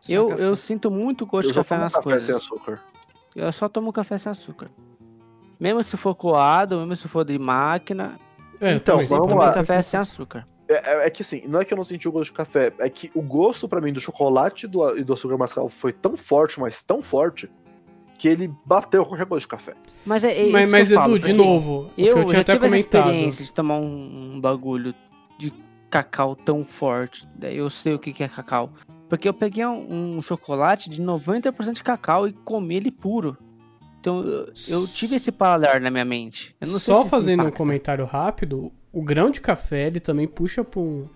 [SPEAKER 2] Isso não é
[SPEAKER 6] Eu,
[SPEAKER 2] café.
[SPEAKER 6] eu sinto muito gosto
[SPEAKER 5] Eu
[SPEAKER 6] de
[SPEAKER 5] já
[SPEAKER 6] café
[SPEAKER 5] tomo
[SPEAKER 6] nas
[SPEAKER 5] café
[SPEAKER 6] coisas.
[SPEAKER 5] sem açúcar.
[SPEAKER 6] Eu só tomo café sem açúcar. Mesmo se for coado, mesmo se for de máquina,
[SPEAKER 3] É, eu
[SPEAKER 5] Então,
[SPEAKER 3] também,
[SPEAKER 5] vamos
[SPEAKER 3] eu também
[SPEAKER 6] tomo
[SPEAKER 5] lá.
[SPEAKER 3] faço
[SPEAKER 6] café
[SPEAKER 3] isso.
[SPEAKER 6] sem açúcar.
[SPEAKER 5] É, é- é que assim, não é que eu não senti o gosto de café, é que o gosto pra mim do chocolate e do, a- e do açúcar mascavo foi tão forte, mas tão forte, que ele bateu qualquer gosto de café.
[SPEAKER 6] Mas é, é
[SPEAKER 3] Mas,
[SPEAKER 6] isso
[SPEAKER 3] mas
[SPEAKER 6] que eu falo,
[SPEAKER 3] Edu, de
[SPEAKER 6] porque
[SPEAKER 3] novo, o que
[SPEAKER 6] Eu,
[SPEAKER 3] eu tinha
[SPEAKER 6] já
[SPEAKER 3] até
[SPEAKER 6] tive essa
[SPEAKER 3] comentado.
[SPEAKER 6] experiência de tomar um, um bagulho de cacau tão forte. Daí eu sei o que, que é cacau. Porque eu peguei um, um chocolate de 90% de cacau e comi ele puro. Então eu, eu tive esse paladar na minha mente. Eu não sei
[SPEAKER 3] Só
[SPEAKER 6] se isso
[SPEAKER 3] fazendo um
[SPEAKER 6] impacta.
[SPEAKER 3] comentário rápido, o grão de café ele também puxa para um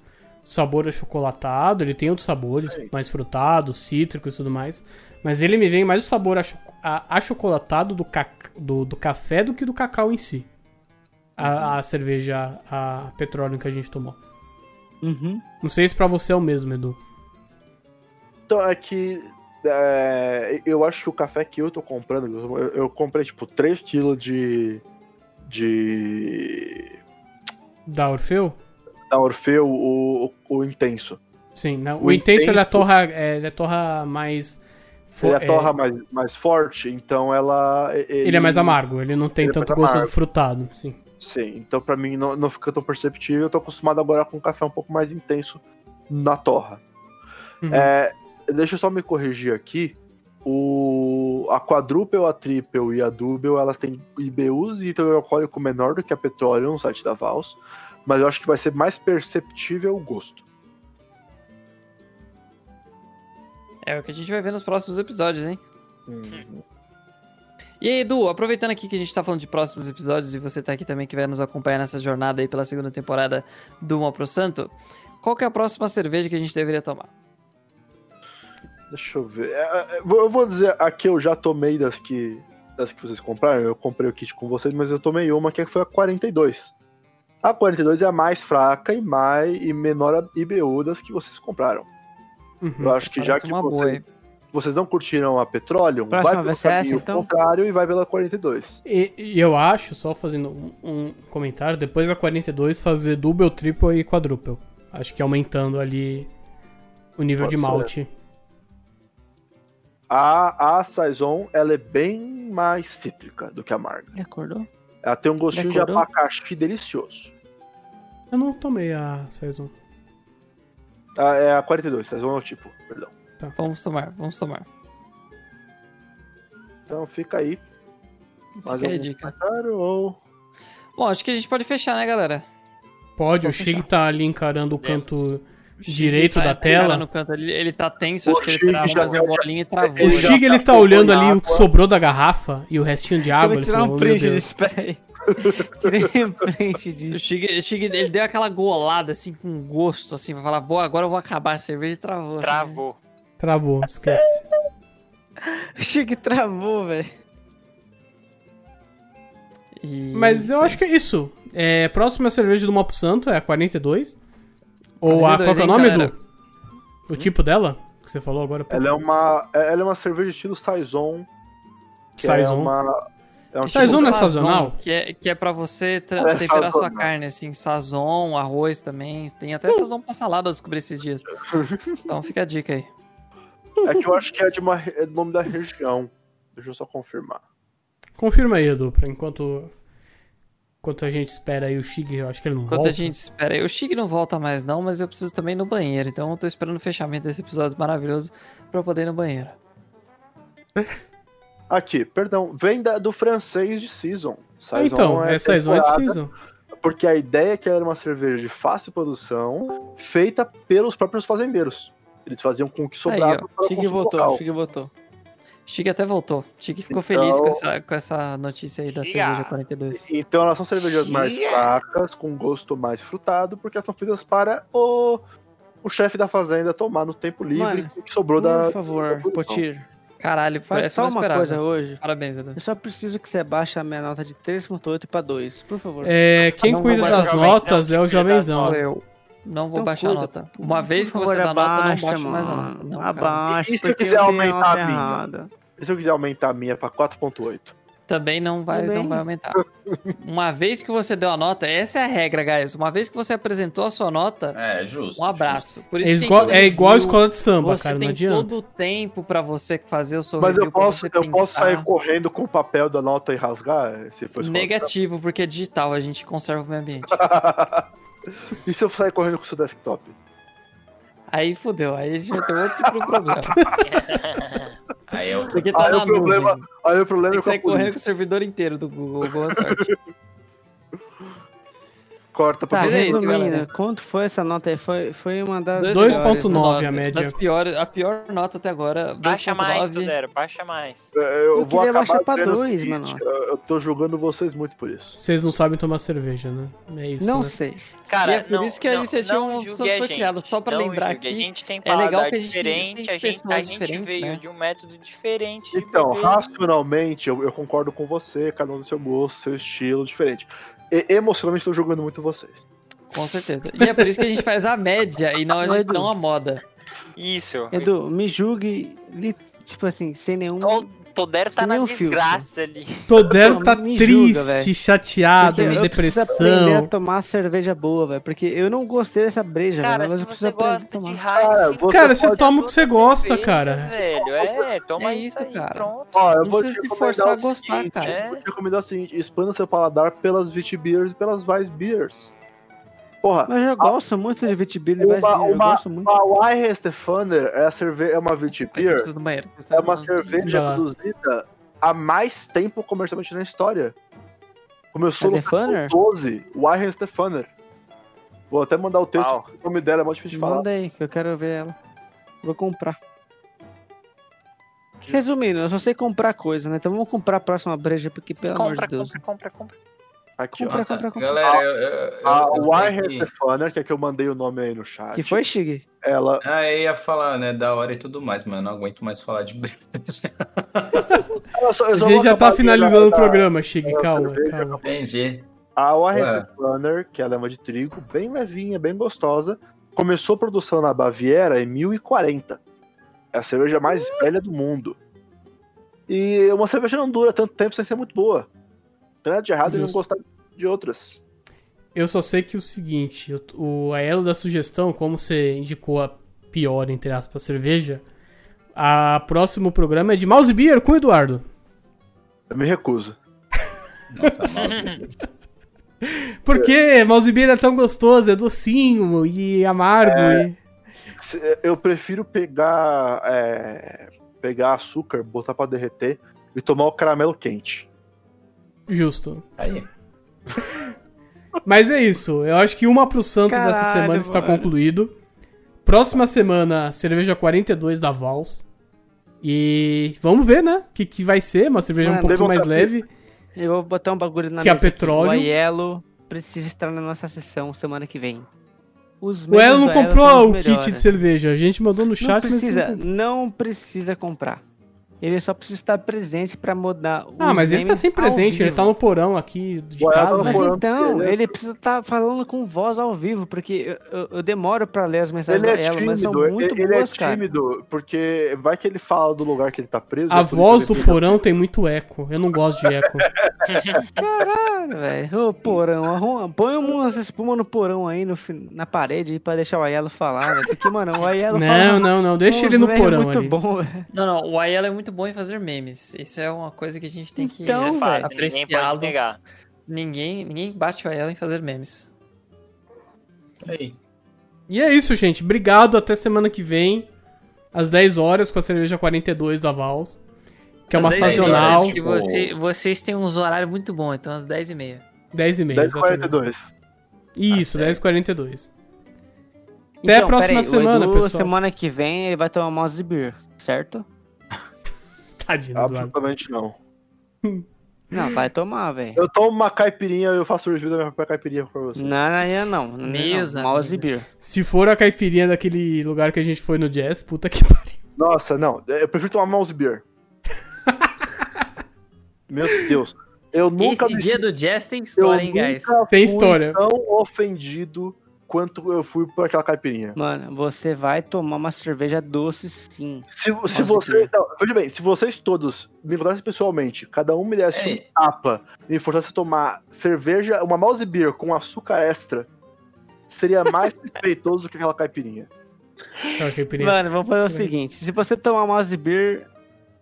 [SPEAKER 3] sabor achocolatado, ele tem outros sabores, mais frutados, cítricos e tudo mais. Mas ele me vem mais o sabor acho- a- achocolatado do, cac- do, do café do que do cacau em si. A, a cerveja, a petróleo que a gente tomou.
[SPEAKER 6] Uhum.
[SPEAKER 3] Não sei se pra você é o mesmo, Edu.
[SPEAKER 5] Então é que. é, eu acho que o café que eu tô comprando, eu, eu comprei tipo 3kg de. de.
[SPEAKER 3] Da Orfeu?
[SPEAKER 5] da Orfeu, o, o- o intenso.
[SPEAKER 3] Sim, né? o,
[SPEAKER 5] O
[SPEAKER 3] intenso ele
[SPEAKER 5] intenso-
[SPEAKER 3] atorra, é, ele atorra mais. fo-
[SPEAKER 5] ele
[SPEAKER 3] é,
[SPEAKER 5] atorra mais, mais forte, então ela. e-
[SPEAKER 3] ele é mais amargo, ele não tem
[SPEAKER 5] ele é
[SPEAKER 3] tanto
[SPEAKER 5] mais
[SPEAKER 3] gosto
[SPEAKER 5] amargo.
[SPEAKER 3] frutado, sim.
[SPEAKER 5] Sim, então pra mim não, não fica tão perceptível. Eu tô acostumado agora com um café um pouco mais intenso na torra.
[SPEAKER 3] Uhum.
[SPEAKER 5] É, deixa eu só me corrigir aqui. O, a quadruple, a triple e a double, elas têm IBUs e teor então é um alcoólico menor do que a petróleo no site da Vals. Mas eu acho que vai ser mais perceptível o gosto.
[SPEAKER 2] É o que a gente vai ver nos próximos episódios, hein? E aí, Edu, aproveitando aqui que a gente tá falando de próximos episódios e você tá aqui também que vai nos acompanhar nessa jornada aí pela segunda temporada do Uma Pro Santo, qual que é a próxima cerveja que a gente deveria tomar?
[SPEAKER 5] Deixa eu ver. É, é, vou- Eu vou dizer a que eu já tomei das que, das que vocês compraram. Eu comprei o kit com vocês, mas eu tomei uma que foi a 42. A 42 é a mais fraca e, mais, e menor IBU das que vocês compraram.
[SPEAKER 3] Uhum.
[SPEAKER 5] Eu acho que já
[SPEAKER 2] Parece
[SPEAKER 5] que
[SPEAKER 2] uma
[SPEAKER 5] vocês,
[SPEAKER 2] boa, hein?
[SPEAKER 5] vocês não curtiram a Petroleum,
[SPEAKER 6] Próxima vai
[SPEAKER 5] vai
[SPEAKER 6] ser
[SPEAKER 5] pelo
[SPEAKER 6] essa,
[SPEAKER 5] caminho
[SPEAKER 6] então?
[SPEAKER 5] contrário e vai pela 42.
[SPEAKER 3] E, e eu acho, só fazendo um, um comentário, depois da 42 fazer double, triple e quadruple. Acho que aumentando ali o nível
[SPEAKER 5] Pode
[SPEAKER 3] de
[SPEAKER 5] ser.
[SPEAKER 3] malte.
[SPEAKER 5] A, a Saison, ela é bem mais cítrica do que a amarga.
[SPEAKER 6] Ele acordou?
[SPEAKER 5] Ela tem um gostinho de
[SPEAKER 6] Decorou?
[SPEAKER 5] abacaxi delicioso.
[SPEAKER 3] Eu não tomei a Saison.
[SPEAKER 5] Ah, é a 42, Saison é o tipo, perdão.
[SPEAKER 2] Vamos tomar, vamos tomar.
[SPEAKER 5] Então fica aí. Mais
[SPEAKER 2] Fica aí a
[SPEAKER 5] algum
[SPEAKER 2] dica.
[SPEAKER 5] comentário ou...
[SPEAKER 2] Bom, acho que a gente pode fechar, né, galera?
[SPEAKER 3] Pode,
[SPEAKER 2] Vou
[SPEAKER 3] o Shig
[SPEAKER 2] fechar.
[SPEAKER 3] tá ali encarando o
[SPEAKER 5] É.
[SPEAKER 3] canto direito
[SPEAKER 2] Ele
[SPEAKER 3] da
[SPEAKER 2] tá-
[SPEAKER 3] tela.
[SPEAKER 2] cara no canto, ele, ele tá tenso,
[SPEAKER 5] O
[SPEAKER 2] acho que ele
[SPEAKER 5] Shig
[SPEAKER 2] travou
[SPEAKER 5] já-
[SPEAKER 2] fazer a bolinha e travou.
[SPEAKER 3] O
[SPEAKER 5] Ele
[SPEAKER 2] já.
[SPEAKER 5] já-
[SPEAKER 3] Shig ele tá
[SPEAKER 5] acabou
[SPEAKER 3] olhando
[SPEAKER 5] em
[SPEAKER 3] ali o
[SPEAKER 5] água.
[SPEAKER 3] que sobrou da garrafa e o restinho de
[SPEAKER 6] Eu
[SPEAKER 3] água.
[SPEAKER 6] vou
[SPEAKER 3] ele
[SPEAKER 6] tirar
[SPEAKER 3] falou,
[SPEAKER 6] um
[SPEAKER 3] "Oh, meu
[SPEAKER 6] print
[SPEAKER 3] Deus."
[SPEAKER 6] disso, peraí. Tirei um print
[SPEAKER 2] O
[SPEAKER 6] disso.
[SPEAKER 2] Shig, o Shig, ele deu aquela golada, assim, com gosto, assim, pra falar, boa, agora eu vou acabar a cerveja e travou.
[SPEAKER 1] Travou.
[SPEAKER 3] Travou, esquece.
[SPEAKER 6] Achei que travou, velho.
[SPEAKER 2] E-
[SPEAKER 3] Mas eu acho que é isso. É, próxima cerveja do Mapo Santo é a 42. Ou a.
[SPEAKER 2] 42,
[SPEAKER 3] Qual que é o
[SPEAKER 2] hein,
[SPEAKER 3] nome,
[SPEAKER 2] galera?
[SPEAKER 3] Edu? O tipo dela? Que você falou agora?
[SPEAKER 5] Ela é uma, é- ela é uma cerveja estilo Saison. Que
[SPEAKER 3] Saison.
[SPEAKER 5] É uma, é um
[SPEAKER 2] Tipo
[SPEAKER 3] Sazon
[SPEAKER 5] estilo-
[SPEAKER 3] não é
[SPEAKER 2] sazon,
[SPEAKER 3] sazonal?
[SPEAKER 2] Que é, que é pra você tra-
[SPEAKER 5] É
[SPEAKER 2] temperar sua
[SPEAKER 5] sazonal.
[SPEAKER 2] carne, assim, sazon, arroz também. Tem até sazon pra salada, eu descobri esses dias. Então fica a dica aí.
[SPEAKER 5] É que eu acho que é de uma re- é do nome da região. Deixa eu só confirmar.
[SPEAKER 3] Confirma aí, Edu, pra enquanto. Enquanto a gente espera aí o Shig, eu acho que ele não
[SPEAKER 2] Enquanto
[SPEAKER 3] volta.
[SPEAKER 2] a gente espera, aí, o Shig não volta mais não, mas eu preciso também ir no banheiro. Então eu tô esperando o fechamento desse episódio maravilhoso pra eu poder ir no banheiro.
[SPEAKER 5] Aqui, perdão. Vem da- do francês de Season.
[SPEAKER 3] Ah,
[SPEAKER 5] Saison
[SPEAKER 3] então, é Saison é de
[SPEAKER 5] Tá, temporada,
[SPEAKER 3] Saison.
[SPEAKER 5] Porque a ideia é que ela era uma cerveja de fácil produção, feita pelos próprios fazendeiros. Eles faziam com o que
[SPEAKER 2] Aí,
[SPEAKER 5] sobrava
[SPEAKER 2] ó.
[SPEAKER 5] para o
[SPEAKER 6] Cheguei e
[SPEAKER 5] consumo
[SPEAKER 6] voltou,
[SPEAKER 5] local.
[SPEAKER 6] cheguei e voltou.
[SPEAKER 2] Shig até voltou. Shig ficou
[SPEAKER 5] Então-
[SPEAKER 2] feliz com essa, com essa notícia aí da
[SPEAKER 1] Shig.
[SPEAKER 2] cerveja 42.
[SPEAKER 5] Então elas são cervejas mais fracas, com gosto mais frutado, porque elas são feitas para o, o chefe da fazenda tomar no tempo livre
[SPEAKER 6] Mano,
[SPEAKER 5] o que sobrou
[SPEAKER 6] Por
[SPEAKER 2] um
[SPEAKER 5] da.
[SPEAKER 6] favor,
[SPEAKER 5] da produção.
[SPEAKER 6] Potir,
[SPEAKER 2] Caralho,
[SPEAKER 6] faz
[SPEAKER 2] parece que eu
[SPEAKER 6] só
[SPEAKER 2] não
[SPEAKER 6] uma coisa
[SPEAKER 2] esperava.
[SPEAKER 6] hoje.
[SPEAKER 2] Parabéns, Edu.
[SPEAKER 6] Eu só preciso que você baixe a minha nota de 3.8 pra 2, por favor.
[SPEAKER 3] É, quem
[SPEAKER 2] Não,
[SPEAKER 3] cuida
[SPEAKER 2] não,
[SPEAKER 3] das
[SPEAKER 1] mas o
[SPEAKER 3] notas é o
[SPEAKER 2] Sou
[SPEAKER 3] jovenzão.
[SPEAKER 2] eu. Não vou
[SPEAKER 6] Então
[SPEAKER 2] baixar
[SPEAKER 6] cuida.
[SPEAKER 2] a nota. Uma vez que
[SPEAKER 6] Por
[SPEAKER 2] você
[SPEAKER 6] favor,
[SPEAKER 2] dá nota, não
[SPEAKER 6] abaixa,
[SPEAKER 2] baixa mais a
[SPEAKER 6] mano.
[SPEAKER 2] nota. Não,
[SPEAKER 5] Tá
[SPEAKER 2] cara.
[SPEAKER 6] abaixa,
[SPEAKER 5] E se eu
[SPEAKER 6] porque
[SPEAKER 5] quiser
[SPEAKER 6] tenho
[SPEAKER 5] aumentar
[SPEAKER 6] nota
[SPEAKER 5] a minha?
[SPEAKER 6] errada.
[SPEAKER 5] E se eu quiser aumentar a minha para 4.8?
[SPEAKER 2] Também não vai,
[SPEAKER 6] Também.
[SPEAKER 2] não vai aumentar. Uma vez que você deu a nota, essa é a regra, guys. Uma vez que você apresentou a sua nota,
[SPEAKER 4] É, justo.
[SPEAKER 2] um abraço. Por
[SPEAKER 3] É
[SPEAKER 2] que
[SPEAKER 3] igual,
[SPEAKER 2] em
[SPEAKER 3] é igual a
[SPEAKER 2] review,
[SPEAKER 3] escola de samba,
[SPEAKER 2] Você
[SPEAKER 3] cara, não
[SPEAKER 2] tem
[SPEAKER 3] adianta.
[SPEAKER 2] todo o tempo pra você fazer o seu
[SPEAKER 5] Mas eu
[SPEAKER 2] review, pra
[SPEAKER 5] posso,
[SPEAKER 2] você
[SPEAKER 5] eu posso
[SPEAKER 2] pensar.
[SPEAKER 5] sair correndo com o papel da nota e rasgar? Se for
[SPEAKER 2] Negativo, porque é digital, a gente conserva o meio ambiente.
[SPEAKER 5] e se eu sair correndo com o seu desktop?
[SPEAKER 2] Aí fudeu, aí a gente vai ter outro pro problema.
[SPEAKER 4] Aí é eu...
[SPEAKER 2] Porque tá
[SPEAKER 5] Aí
[SPEAKER 2] na
[SPEAKER 5] o problema-
[SPEAKER 2] nuvem.
[SPEAKER 5] Aí o
[SPEAKER 2] Tem que
[SPEAKER 5] problema é com a
[SPEAKER 2] sair correndo
[SPEAKER 5] polícia.
[SPEAKER 2] com o servidor inteiro do Google, boa sorte.
[SPEAKER 5] Corta pra
[SPEAKER 6] Tá,
[SPEAKER 2] Mas
[SPEAKER 5] você.
[SPEAKER 2] é isso,
[SPEAKER 6] resumindo,
[SPEAKER 2] galera.
[SPEAKER 6] quanto foi essa nota aí? Foi, foi uma das...
[SPEAKER 2] Dois-
[SPEAKER 6] melhores.
[SPEAKER 3] 2.9. a média.
[SPEAKER 2] Das piores, a pior nota até agora,
[SPEAKER 1] Baixa mais,
[SPEAKER 2] 2.9.
[SPEAKER 1] Tudero, baixa mais.
[SPEAKER 5] É, Eu,
[SPEAKER 6] Eu
[SPEAKER 5] vou
[SPEAKER 6] queria
[SPEAKER 5] acabar
[SPEAKER 6] baixar pra
[SPEAKER 5] dizendo o
[SPEAKER 6] dois,
[SPEAKER 5] seguinte,
[SPEAKER 6] mano.
[SPEAKER 5] Eu, eu tô julgando vocês muito por isso.
[SPEAKER 3] Vocês não sabem tomar cerveja, né? É isso.
[SPEAKER 6] Não
[SPEAKER 3] né?
[SPEAKER 6] sei.
[SPEAKER 2] E
[SPEAKER 1] Cara,
[SPEAKER 2] é por
[SPEAKER 1] não,
[SPEAKER 2] isso que a
[SPEAKER 1] não,
[SPEAKER 2] iniciativa
[SPEAKER 1] não
[SPEAKER 2] Opção
[SPEAKER 1] julgue a
[SPEAKER 2] foi
[SPEAKER 1] gente,
[SPEAKER 2] criada, só pra
[SPEAKER 1] não
[SPEAKER 2] lembrar
[SPEAKER 1] julgue. A
[SPEAKER 2] que
[SPEAKER 1] gente tem
[SPEAKER 2] é legal
[SPEAKER 1] paladar
[SPEAKER 2] que a gente tem
[SPEAKER 1] diferente, a gente,
[SPEAKER 2] pessoas
[SPEAKER 1] a gente
[SPEAKER 2] diferentes,
[SPEAKER 1] veio
[SPEAKER 2] né?
[SPEAKER 1] de um método diferente de
[SPEAKER 5] Então,
[SPEAKER 1] beber.
[SPEAKER 5] racionalmente, eu, eu concordo com você, cada um do seu gosto, seu estilo, diferente. E- emocionalmente, tô julgando muito vocês.
[SPEAKER 2] Com certeza. E é por isso que a gente faz a média e não a,
[SPEAKER 6] Não,
[SPEAKER 2] gente,
[SPEAKER 6] Edu.
[SPEAKER 2] não a moda.
[SPEAKER 1] Isso.
[SPEAKER 6] Edu, me julgue, li- tipo assim, sem nenhum...
[SPEAKER 1] O Todero tá
[SPEAKER 6] Que nem
[SPEAKER 1] na
[SPEAKER 6] um filtro.
[SPEAKER 1] desgraça ali.
[SPEAKER 3] Todero
[SPEAKER 6] Pô,
[SPEAKER 3] tá
[SPEAKER 6] me julga,
[SPEAKER 3] triste,
[SPEAKER 6] velho.
[SPEAKER 2] Ah,
[SPEAKER 3] chateado,
[SPEAKER 6] Porque
[SPEAKER 3] em
[SPEAKER 6] eu preciso aprender a
[SPEAKER 3] depressão.
[SPEAKER 6] tomar cerveja boa, velho. Porque eu não gostei dessa breja, velho.
[SPEAKER 1] Cara,
[SPEAKER 6] Mas
[SPEAKER 1] se
[SPEAKER 6] eu preciso
[SPEAKER 1] você
[SPEAKER 6] aprender a
[SPEAKER 1] gosta de
[SPEAKER 6] tomar.
[SPEAKER 5] Cara,
[SPEAKER 1] raiva,
[SPEAKER 5] você
[SPEAKER 3] Cara, você
[SPEAKER 5] pode-
[SPEAKER 3] toma o que você gosta, cara.
[SPEAKER 1] Velho, é, toma
[SPEAKER 2] É
[SPEAKER 1] isso,
[SPEAKER 2] isso,
[SPEAKER 1] aí,
[SPEAKER 2] cara.
[SPEAKER 1] pronto.
[SPEAKER 5] Ó, eu
[SPEAKER 2] Não
[SPEAKER 5] vou te
[SPEAKER 2] precisa se
[SPEAKER 5] recomendar
[SPEAKER 2] forçar a
[SPEAKER 5] o
[SPEAKER 2] gostar,
[SPEAKER 5] seguinte, é
[SPEAKER 2] cara.
[SPEAKER 5] Eu vou te recomendar o seguinte: expanda seu paladar pelas Vit Beers e pelas Vice Beers. Porra,
[SPEAKER 6] Mas eu gosto muito de Vitibir, eu
[SPEAKER 5] Uma- uma-
[SPEAKER 6] gosto muito.
[SPEAKER 5] a Wire Stefaner é, a cerve- é uma Vit
[SPEAKER 2] Ai, eu
[SPEAKER 5] Beer
[SPEAKER 2] preciso do banheiro. vocês
[SPEAKER 5] é
[SPEAKER 2] estão
[SPEAKER 5] uma
[SPEAKER 1] Uhum.
[SPEAKER 2] falando.
[SPEAKER 5] cerveja
[SPEAKER 3] Vai lá.
[SPEAKER 5] produzida há mais tempo comercialmente na história. Começou
[SPEAKER 6] É
[SPEAKER 5] no
[SPEAKER 6] Stefaner?
[SPEAKER 5] 12, Warren Stefaner. Vou até mandar o texto,
[SPEAKER 1] Uau.
[SPEAKER 5] o nome dela é muito difícil de falar.
[SPEAKER 6] Manda aí, que eu quero ver ela. Vou comprar. Resumindo, eu só sei comprar coisa, né? Então vamos comprar a próxima breja, porque pelo amor de
[SPEAKER 1] Compra,
[SPEAKER 6] Deus.
[SPEAKER 1] compra, compra, compra.
[SPEAKER 5] Aqui, ó. Ah,
[SPEAKER 6] Compra,
[SPEAKER 4] Tipo, Nossa,
[SPEAKER 6] compra, compra.
[SPEAKER 4] galera, eu... eu, eu,
[SPEAKER 5] A
[SPEAKER 4] eu sei
[SPEAKER 5] Warren
[SPEAKER 4] que-
[SPEAKER 5] Stefaner, que é que eu mandei o nome aí no chat.
[SPEAKER 6] Que foi, Shig?
[SPEAKER 5] Ela.
[SPEAKER 4] Ah, eu ia falar, né, da hora e tudo mais, mas eu não aguento mais falar de breja.
[SPEAKER 5] ela só-
[SPEAKER 3] A
[SPEAKER 5] eu só
[SPEAKER 3] gente
[SPEAKER 5] vou
[SPEAKER 3] já tá
[SPEAKER 5] acabar
[SPEAKER 3] finalizando o
[SPEAKER 5] da-
[SPEAKER 3] programa, Chig,
[SPEAKER 5] da
[SPEAKER 3] calma,
[SPEAKER 5] cerveja.
[SPEAKER 3] calma.
[SPEAKER 4] Entendi.
[SPEAKER 5] A Warren
[SPEAKER 4] Ué.
[SPEAKER 5] Stefaner, que ela é uma de trigo, bem levinha, bem gostosa. Começou produção na Baviera em 1040. É a cerveja mais
[SPEAKER 6] Uhum.
[SPEAKER 5] velha do mundo. E uma cerveja não dura tanto tempo sem ser muito boa. Não tem nada de errado em não
[SPEAKER 3] Justo.
[SPEAKER 5] gostar de outras.
[SPEAKER 3] Eu só sei que o seguinte, eu- o, a elo da sugestão, como você indicou a pior, entre aspas, cerveja, A próximo programa é de Mouse Beer com o Eduardo.
[SPEAKER 5] Eu me recuso.
[SPEAKER 4] Nossa, mal.
[SPEAKER 3] Porque Mouse Beer é tão gostoso, é docinho e amargo.
[SPEAKER 6] É.
[SPEAKER 3] e-
[SPEAKER 5] Se- Eu prefiro pegar, é, pegar açúcar, botar pra derreter e tomar o caramelo quente.
[SPEAKER 3] Justo.
[SPEAKER 4] Aí.
[SPEAKER 3] Mas é isso. Eu acho que uma pro santo dessa
[SPEAKER 6] Caralho,
[SPEAKER 3] semana está
[SPEAKER 6] mano.
[SPEAKER 3] concluído. Próxima semana, cerveja 42 da Vals. E vamos ver, né? O que, que vai ser? Uma cerveja
[SPEAKER 6] Mano,
[SPEAKER 3] um pouco
[SPEAKER 5] levanta
[SPEAKER 3] mais
[SPEAKER 5] a
[SPEAKER 3] leve.
[SPEAKER 6] Eu vou botar um bagulho na
[SPEAKER 3] Que é
[SPEAKER 6] mesa aqui.
[SPEAKER 3] petróleo.
[SPEAKER 6] O Aiello precisa estar na nossa sessão semana que vem. Os
[SPEAKER 3] O Elo
[SPEAKER 6] membros
[SPEAKER 3] não
[SPEAKER 6] do Aiello são
[SPEAKER 3] comprou
[SPEAKER 6] os
[SPEAKER 3] o kit
[SPEAKER 6] melhores.
[SPEAKER 3] de cerveja. A gente mandou no
[SPEAKER 6] Não
[SPEAKER 3] chat, mas. ele não
[SPEAKER 6] precisa,
[SPEAKER 3] comprou.
[SPEAKER 6] não precisa comprar. Ele só precisa estar presente pra mudar o
[SPEAKER 3] Ah, mas ele tá sempre presente, ele tá no porão aqui de
[SPEAKER 5] Ué,
[SPEAKER 3] casa.
[SPEAKER 5] não
[SPEAKER 6] Mas
[SPEAKER 5] foi. porão,
[SPEAKER 6] então,
[SPEAKER 5] ele- é
[SPEAKER 6] ele precisa estar falando com voz ao vivo, porque eu, eu- eu demoro pra ler as mensagens
[SPEAKER 5] Ele é
[SPEAKER 6] do Aiello, mas são
[SPEAKER 5] tímido,
[SPEAKER 6] muito
[SPEAKER 5] ele, ele é
[SPEAKER 6] boas, cara.
[SPEAKER 5] tímido, porque vai que ele fala do lugar que ele tá preso.
[SPEAKER 3] A
[SPEAKER 5] por isso
[SPEAKER 3] voz
[SPEAKER 5] ele
[SPEAKER 3] do
[SPEAKER 5] fica-
[SPEAKER 3] porão tem muito eco. Eu não gosto de eco.
[SPEAKER 2] Então,
[SPEAKER 6] Caralho, velho. Ô, porão, arruma, põe umas espuma no porão aí, no, fin- na parede, aí, pra deixar o Aiello falar, velho. Porque, mano, o Aiello fala...
[SPEAKER 3] Não, não, não. Deixa ele no
[SPEAKER 6] uns velho é
[SPEAKER 3] porão
[SPEAKER 6] muito
[SPEAKER 3] ali.
[SPEAKER 6] bom, velho.
[SPEAKER 2] Não, não, o Aiello é muito bom em fazer memes. Isso é uma coisa que a gente tem que.
[SPEAKER 1] Isso
[SPEAKER 6] Então,
[SPEAKER 1] é fato,
[SPEAKER 2] velho.
[SPEAKER 1] ninguém pode negar.
[SPEAKER 2] Ninguém, ninguém bate o Aiello em fazer memes.
[SPEAKER 4] Aí.
[SPEAKER 3] E é isso, gente. Obrigado. Até semana que vem, às 10 horas, com a cerveja 42 da Vals. Que é uma
[SPEAKER 2] Às 10 horas,
[SPEAKER 3] sazonal.
[SPEAKER 2] que você- vocês têm uns horários muito bons, então às 10h30.
[SPEAKER 3] 10 e meia. 10h42.
[SPEAKER 5] 10h42.
[SPEAKER 3] Isso,
[SPEAKER 4] Tá
[SPEAKER 3] 10h42. Até a próxima
[SPEAKER 6] Então, peraí,
[SPEAKER 3] semana,
[SPEAKER 6] o Edu,
[SPEAKER 3] pessoal.
[SPEAKER 6] semana que vem ele vai tomar mouse beer, certo?
[SPEAKER 3] Tadinho,
[SPEAKER 5] Ah,
[SPEAKER 3] do Eduardo.
[SPEAKER 5] Absolutamente não.
[SPEAKER 6] Não, vai tomar, velho.
[SPEAKER 5] Eu tomo uma caipirinha e eu faço review da minha própria caipirinha pra você.
[SPEAKER 2] Hum.
[SPEAKER 6] Não, não, não, não.
[SPEAKER 2] Meus
[SPEAKER 6] não, mouse beer.
[SPEAKER 3] Se for a caipirinha daquele lugar que a gente foi no jazz, puta que pariu.
[SPEAKER 5] Nossa, não. Eu prefiro tomar mouse beer. Meu Deus. Eu nunca
[SPEAKER 2] Esse
[SPEAKER 5] me
[SPEAKER 2] dia do Jazz tem história, hein, guys?
[SPEAKER 5] nunca
[SPEAKER 3] Tem
[SPEAKER 5] fui
[SPEAKER 3] história.
[SPEAKER 5] tão ofendido quanto eu fui por aquela caipirinha.
[SPEAKER 6] Mano, você vai tomar uma cerveja doce sim.
[SPEAKER 5] Se, se
[SPEAKER 6] Nossa,
[SPEAKER 5] você.
[SPEAKER 6] que-
[SPEAKER 5] Não, veja bem, se vocês todos me encontrassem pessoalmente, cada um me desse
[SPEAKER 2] É.
[SPEAKER 5] um
[SPEAKER 4] Ei,
[SPEAKER 5] tapa e me forçasse a tomar cerveja, uma mouse beer com açúcar extra, seria mais respeitoso do que aquela caipirinha.
[SPEAKER 3] Aquela É caipirinha.
[SPEAKER 6] Mano, vamos fazer o seguinte: se você tomar um mouse beer,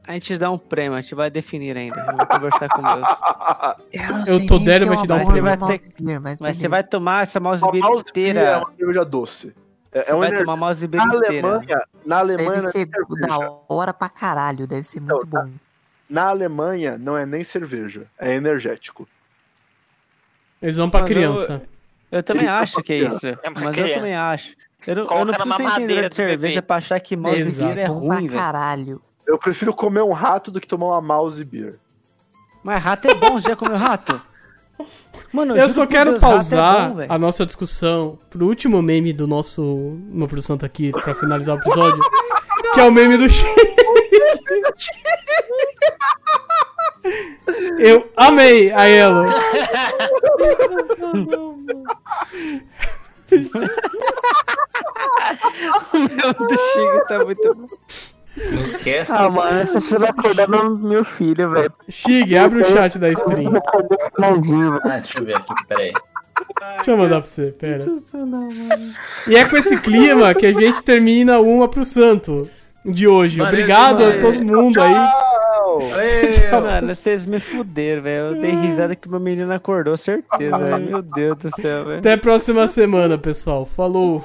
[SPEAKER 6] a gente te dá um prêmio, a gente vai definir ainda. Eu vou conversar com Deus.
[SPEAKER 3] Eu tô dando, vai te dar um
[SPEAKER 6] Mas você vai ter-
[SPEAKER 2] Mas,
[SPEAKER 6] Mas você vai tomar essa mouse
[SPEAKER 5] Uma
[SPEAKER 6] beer
[SPEAKER 5] mouse beer é
[SPEAKER 6] inteira.
[SPEAKER 5] uma cerveja doce. É,
[SPEAKER 6] Você
[SPEAKER 5] é um
[SPEAKER 6] vai
[SPEAKER 5] ener-
[SPEAKER 6] tomar mouse beer
[SPEAKER 5] na
[SPEAKER 6] inteira.
[SPEAKER 5] Alemanha, na Alemanha,
[SPEAKER 2] Deve
[SPEAKER 5] não é
[SPEAKER 2] ser
[SPEAKER 5] nem cerveja.
[SPEAKER 2] da hora pra caralho, deve ser
[SPEAKER 5] Então,
[SPEAKER 2] muito bom.
[SPEAKER 5] na Alemanha não é nem cerveja, é energético.
[SPEAKER 3] Eles vão pra
[SPEAKER 6] Mas eu-
[SPEAKER 3] criança.
[SPEAKER 6] Eu também
[SPEAKER 5] Ele tá
[SPEAKER 6] acho que é isso.
[SPEAKER 1] uma
[SPEAKER 6] Mas eu
[SPEAKER 1] criança.
[SPEAKER 6] também acho. Eu não, eu
[SPEAKER 1] Coloca
[SPEAKER 6] não
[SPEAKER 1] na
[SPEAKER 6] preciso entender
[SPEAKER 1] mamadeira
[SPEAKER 6] de
[SPEAKER 1] do
[SPEAKER 6] cerveja
[SPEAKER 1] bebê.
[SPEAKER 6] pra achar que mouse
[SPEAKER 3] Exato.
[SPEAKER 6] beer é
[SPEAKER 2] bom pra
[SPEAKER 6] ruim, velho.
[SPEAKER 2] caralho.
[SPEAKER 5] Eu prefiro comer um rato do que tomar uma mouse beer.
[SPEAKER 6] Mas rato é bom, você já comeu rato? Mano,
[SPEAKER 3] Eu
[SPEAKER 6] juro
[SPEAKER 3] só
[SPEAKER 6] por
[SPEAKER 3] quero
[SPEAKER 6] Deus, rato é
[SPEAKER 3] pausar
[SPEAKER 6] bom, velho.
[SPEAKER 3] a nossa discussão pro último meme do nosso uma pro Santo aqui pra finalizar o episódio, que é o meme do Shake. Eu amei a Elo.
[SPEAKER 6] O do Chico tá muito bom.
[SPEAKER 4] Não quer?
[SPEAKER 8] Ah, mano, essa você vai acordar meu, meu filho, velho.
[SPEAKER 3] Shig, abre o chat da stream.
[SPEAKER 8] Finalzinho, velho.
[SPEAKER 4] Ah, deixa eu ver aqui, peraí.
[SPEAKER 3] Deixa eu mandar pra você, pera. E é com esse clima que a gente termina o uma pro santo de hoje.
[SPEAKER 4] Valeu
[SPEAKER 3] Obrigado a
[SPEAKER 4] demais.
[SPEAKER 3] todo mundo aí.
[SPEAKER 4] Ei,
[SPEAKER 6] Mano, vocês me fuderam, velho. Eu dei risada que meu menino acordou, certeza. velho. Meu Deus do céu, velho.
[SPEAKER 3] Até a próxima semana, pessoal. Falou.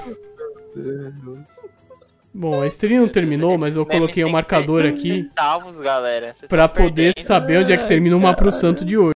[SPEAKER 3] Bom, a stream não terminou, mas eu
[SPEAKER 1] Memes
[SPEAKER 3] coloquei um
[SPEAKER 1] têm Né, que ser-
[SPEAKER 3] marcador
[SPEAKER 1] têm que
[SPEAKER 3] aqui
[SPEAKER 1] ser Salvos, galera. Vocês
[SPEAKER 3] pra
[SPEAKER 1] tão
[SPEAKER 3] poder
[SPEAKER 1] perdendo.
[SPEAKER 3] saber onde é que termina o Mapro Santo de hoje.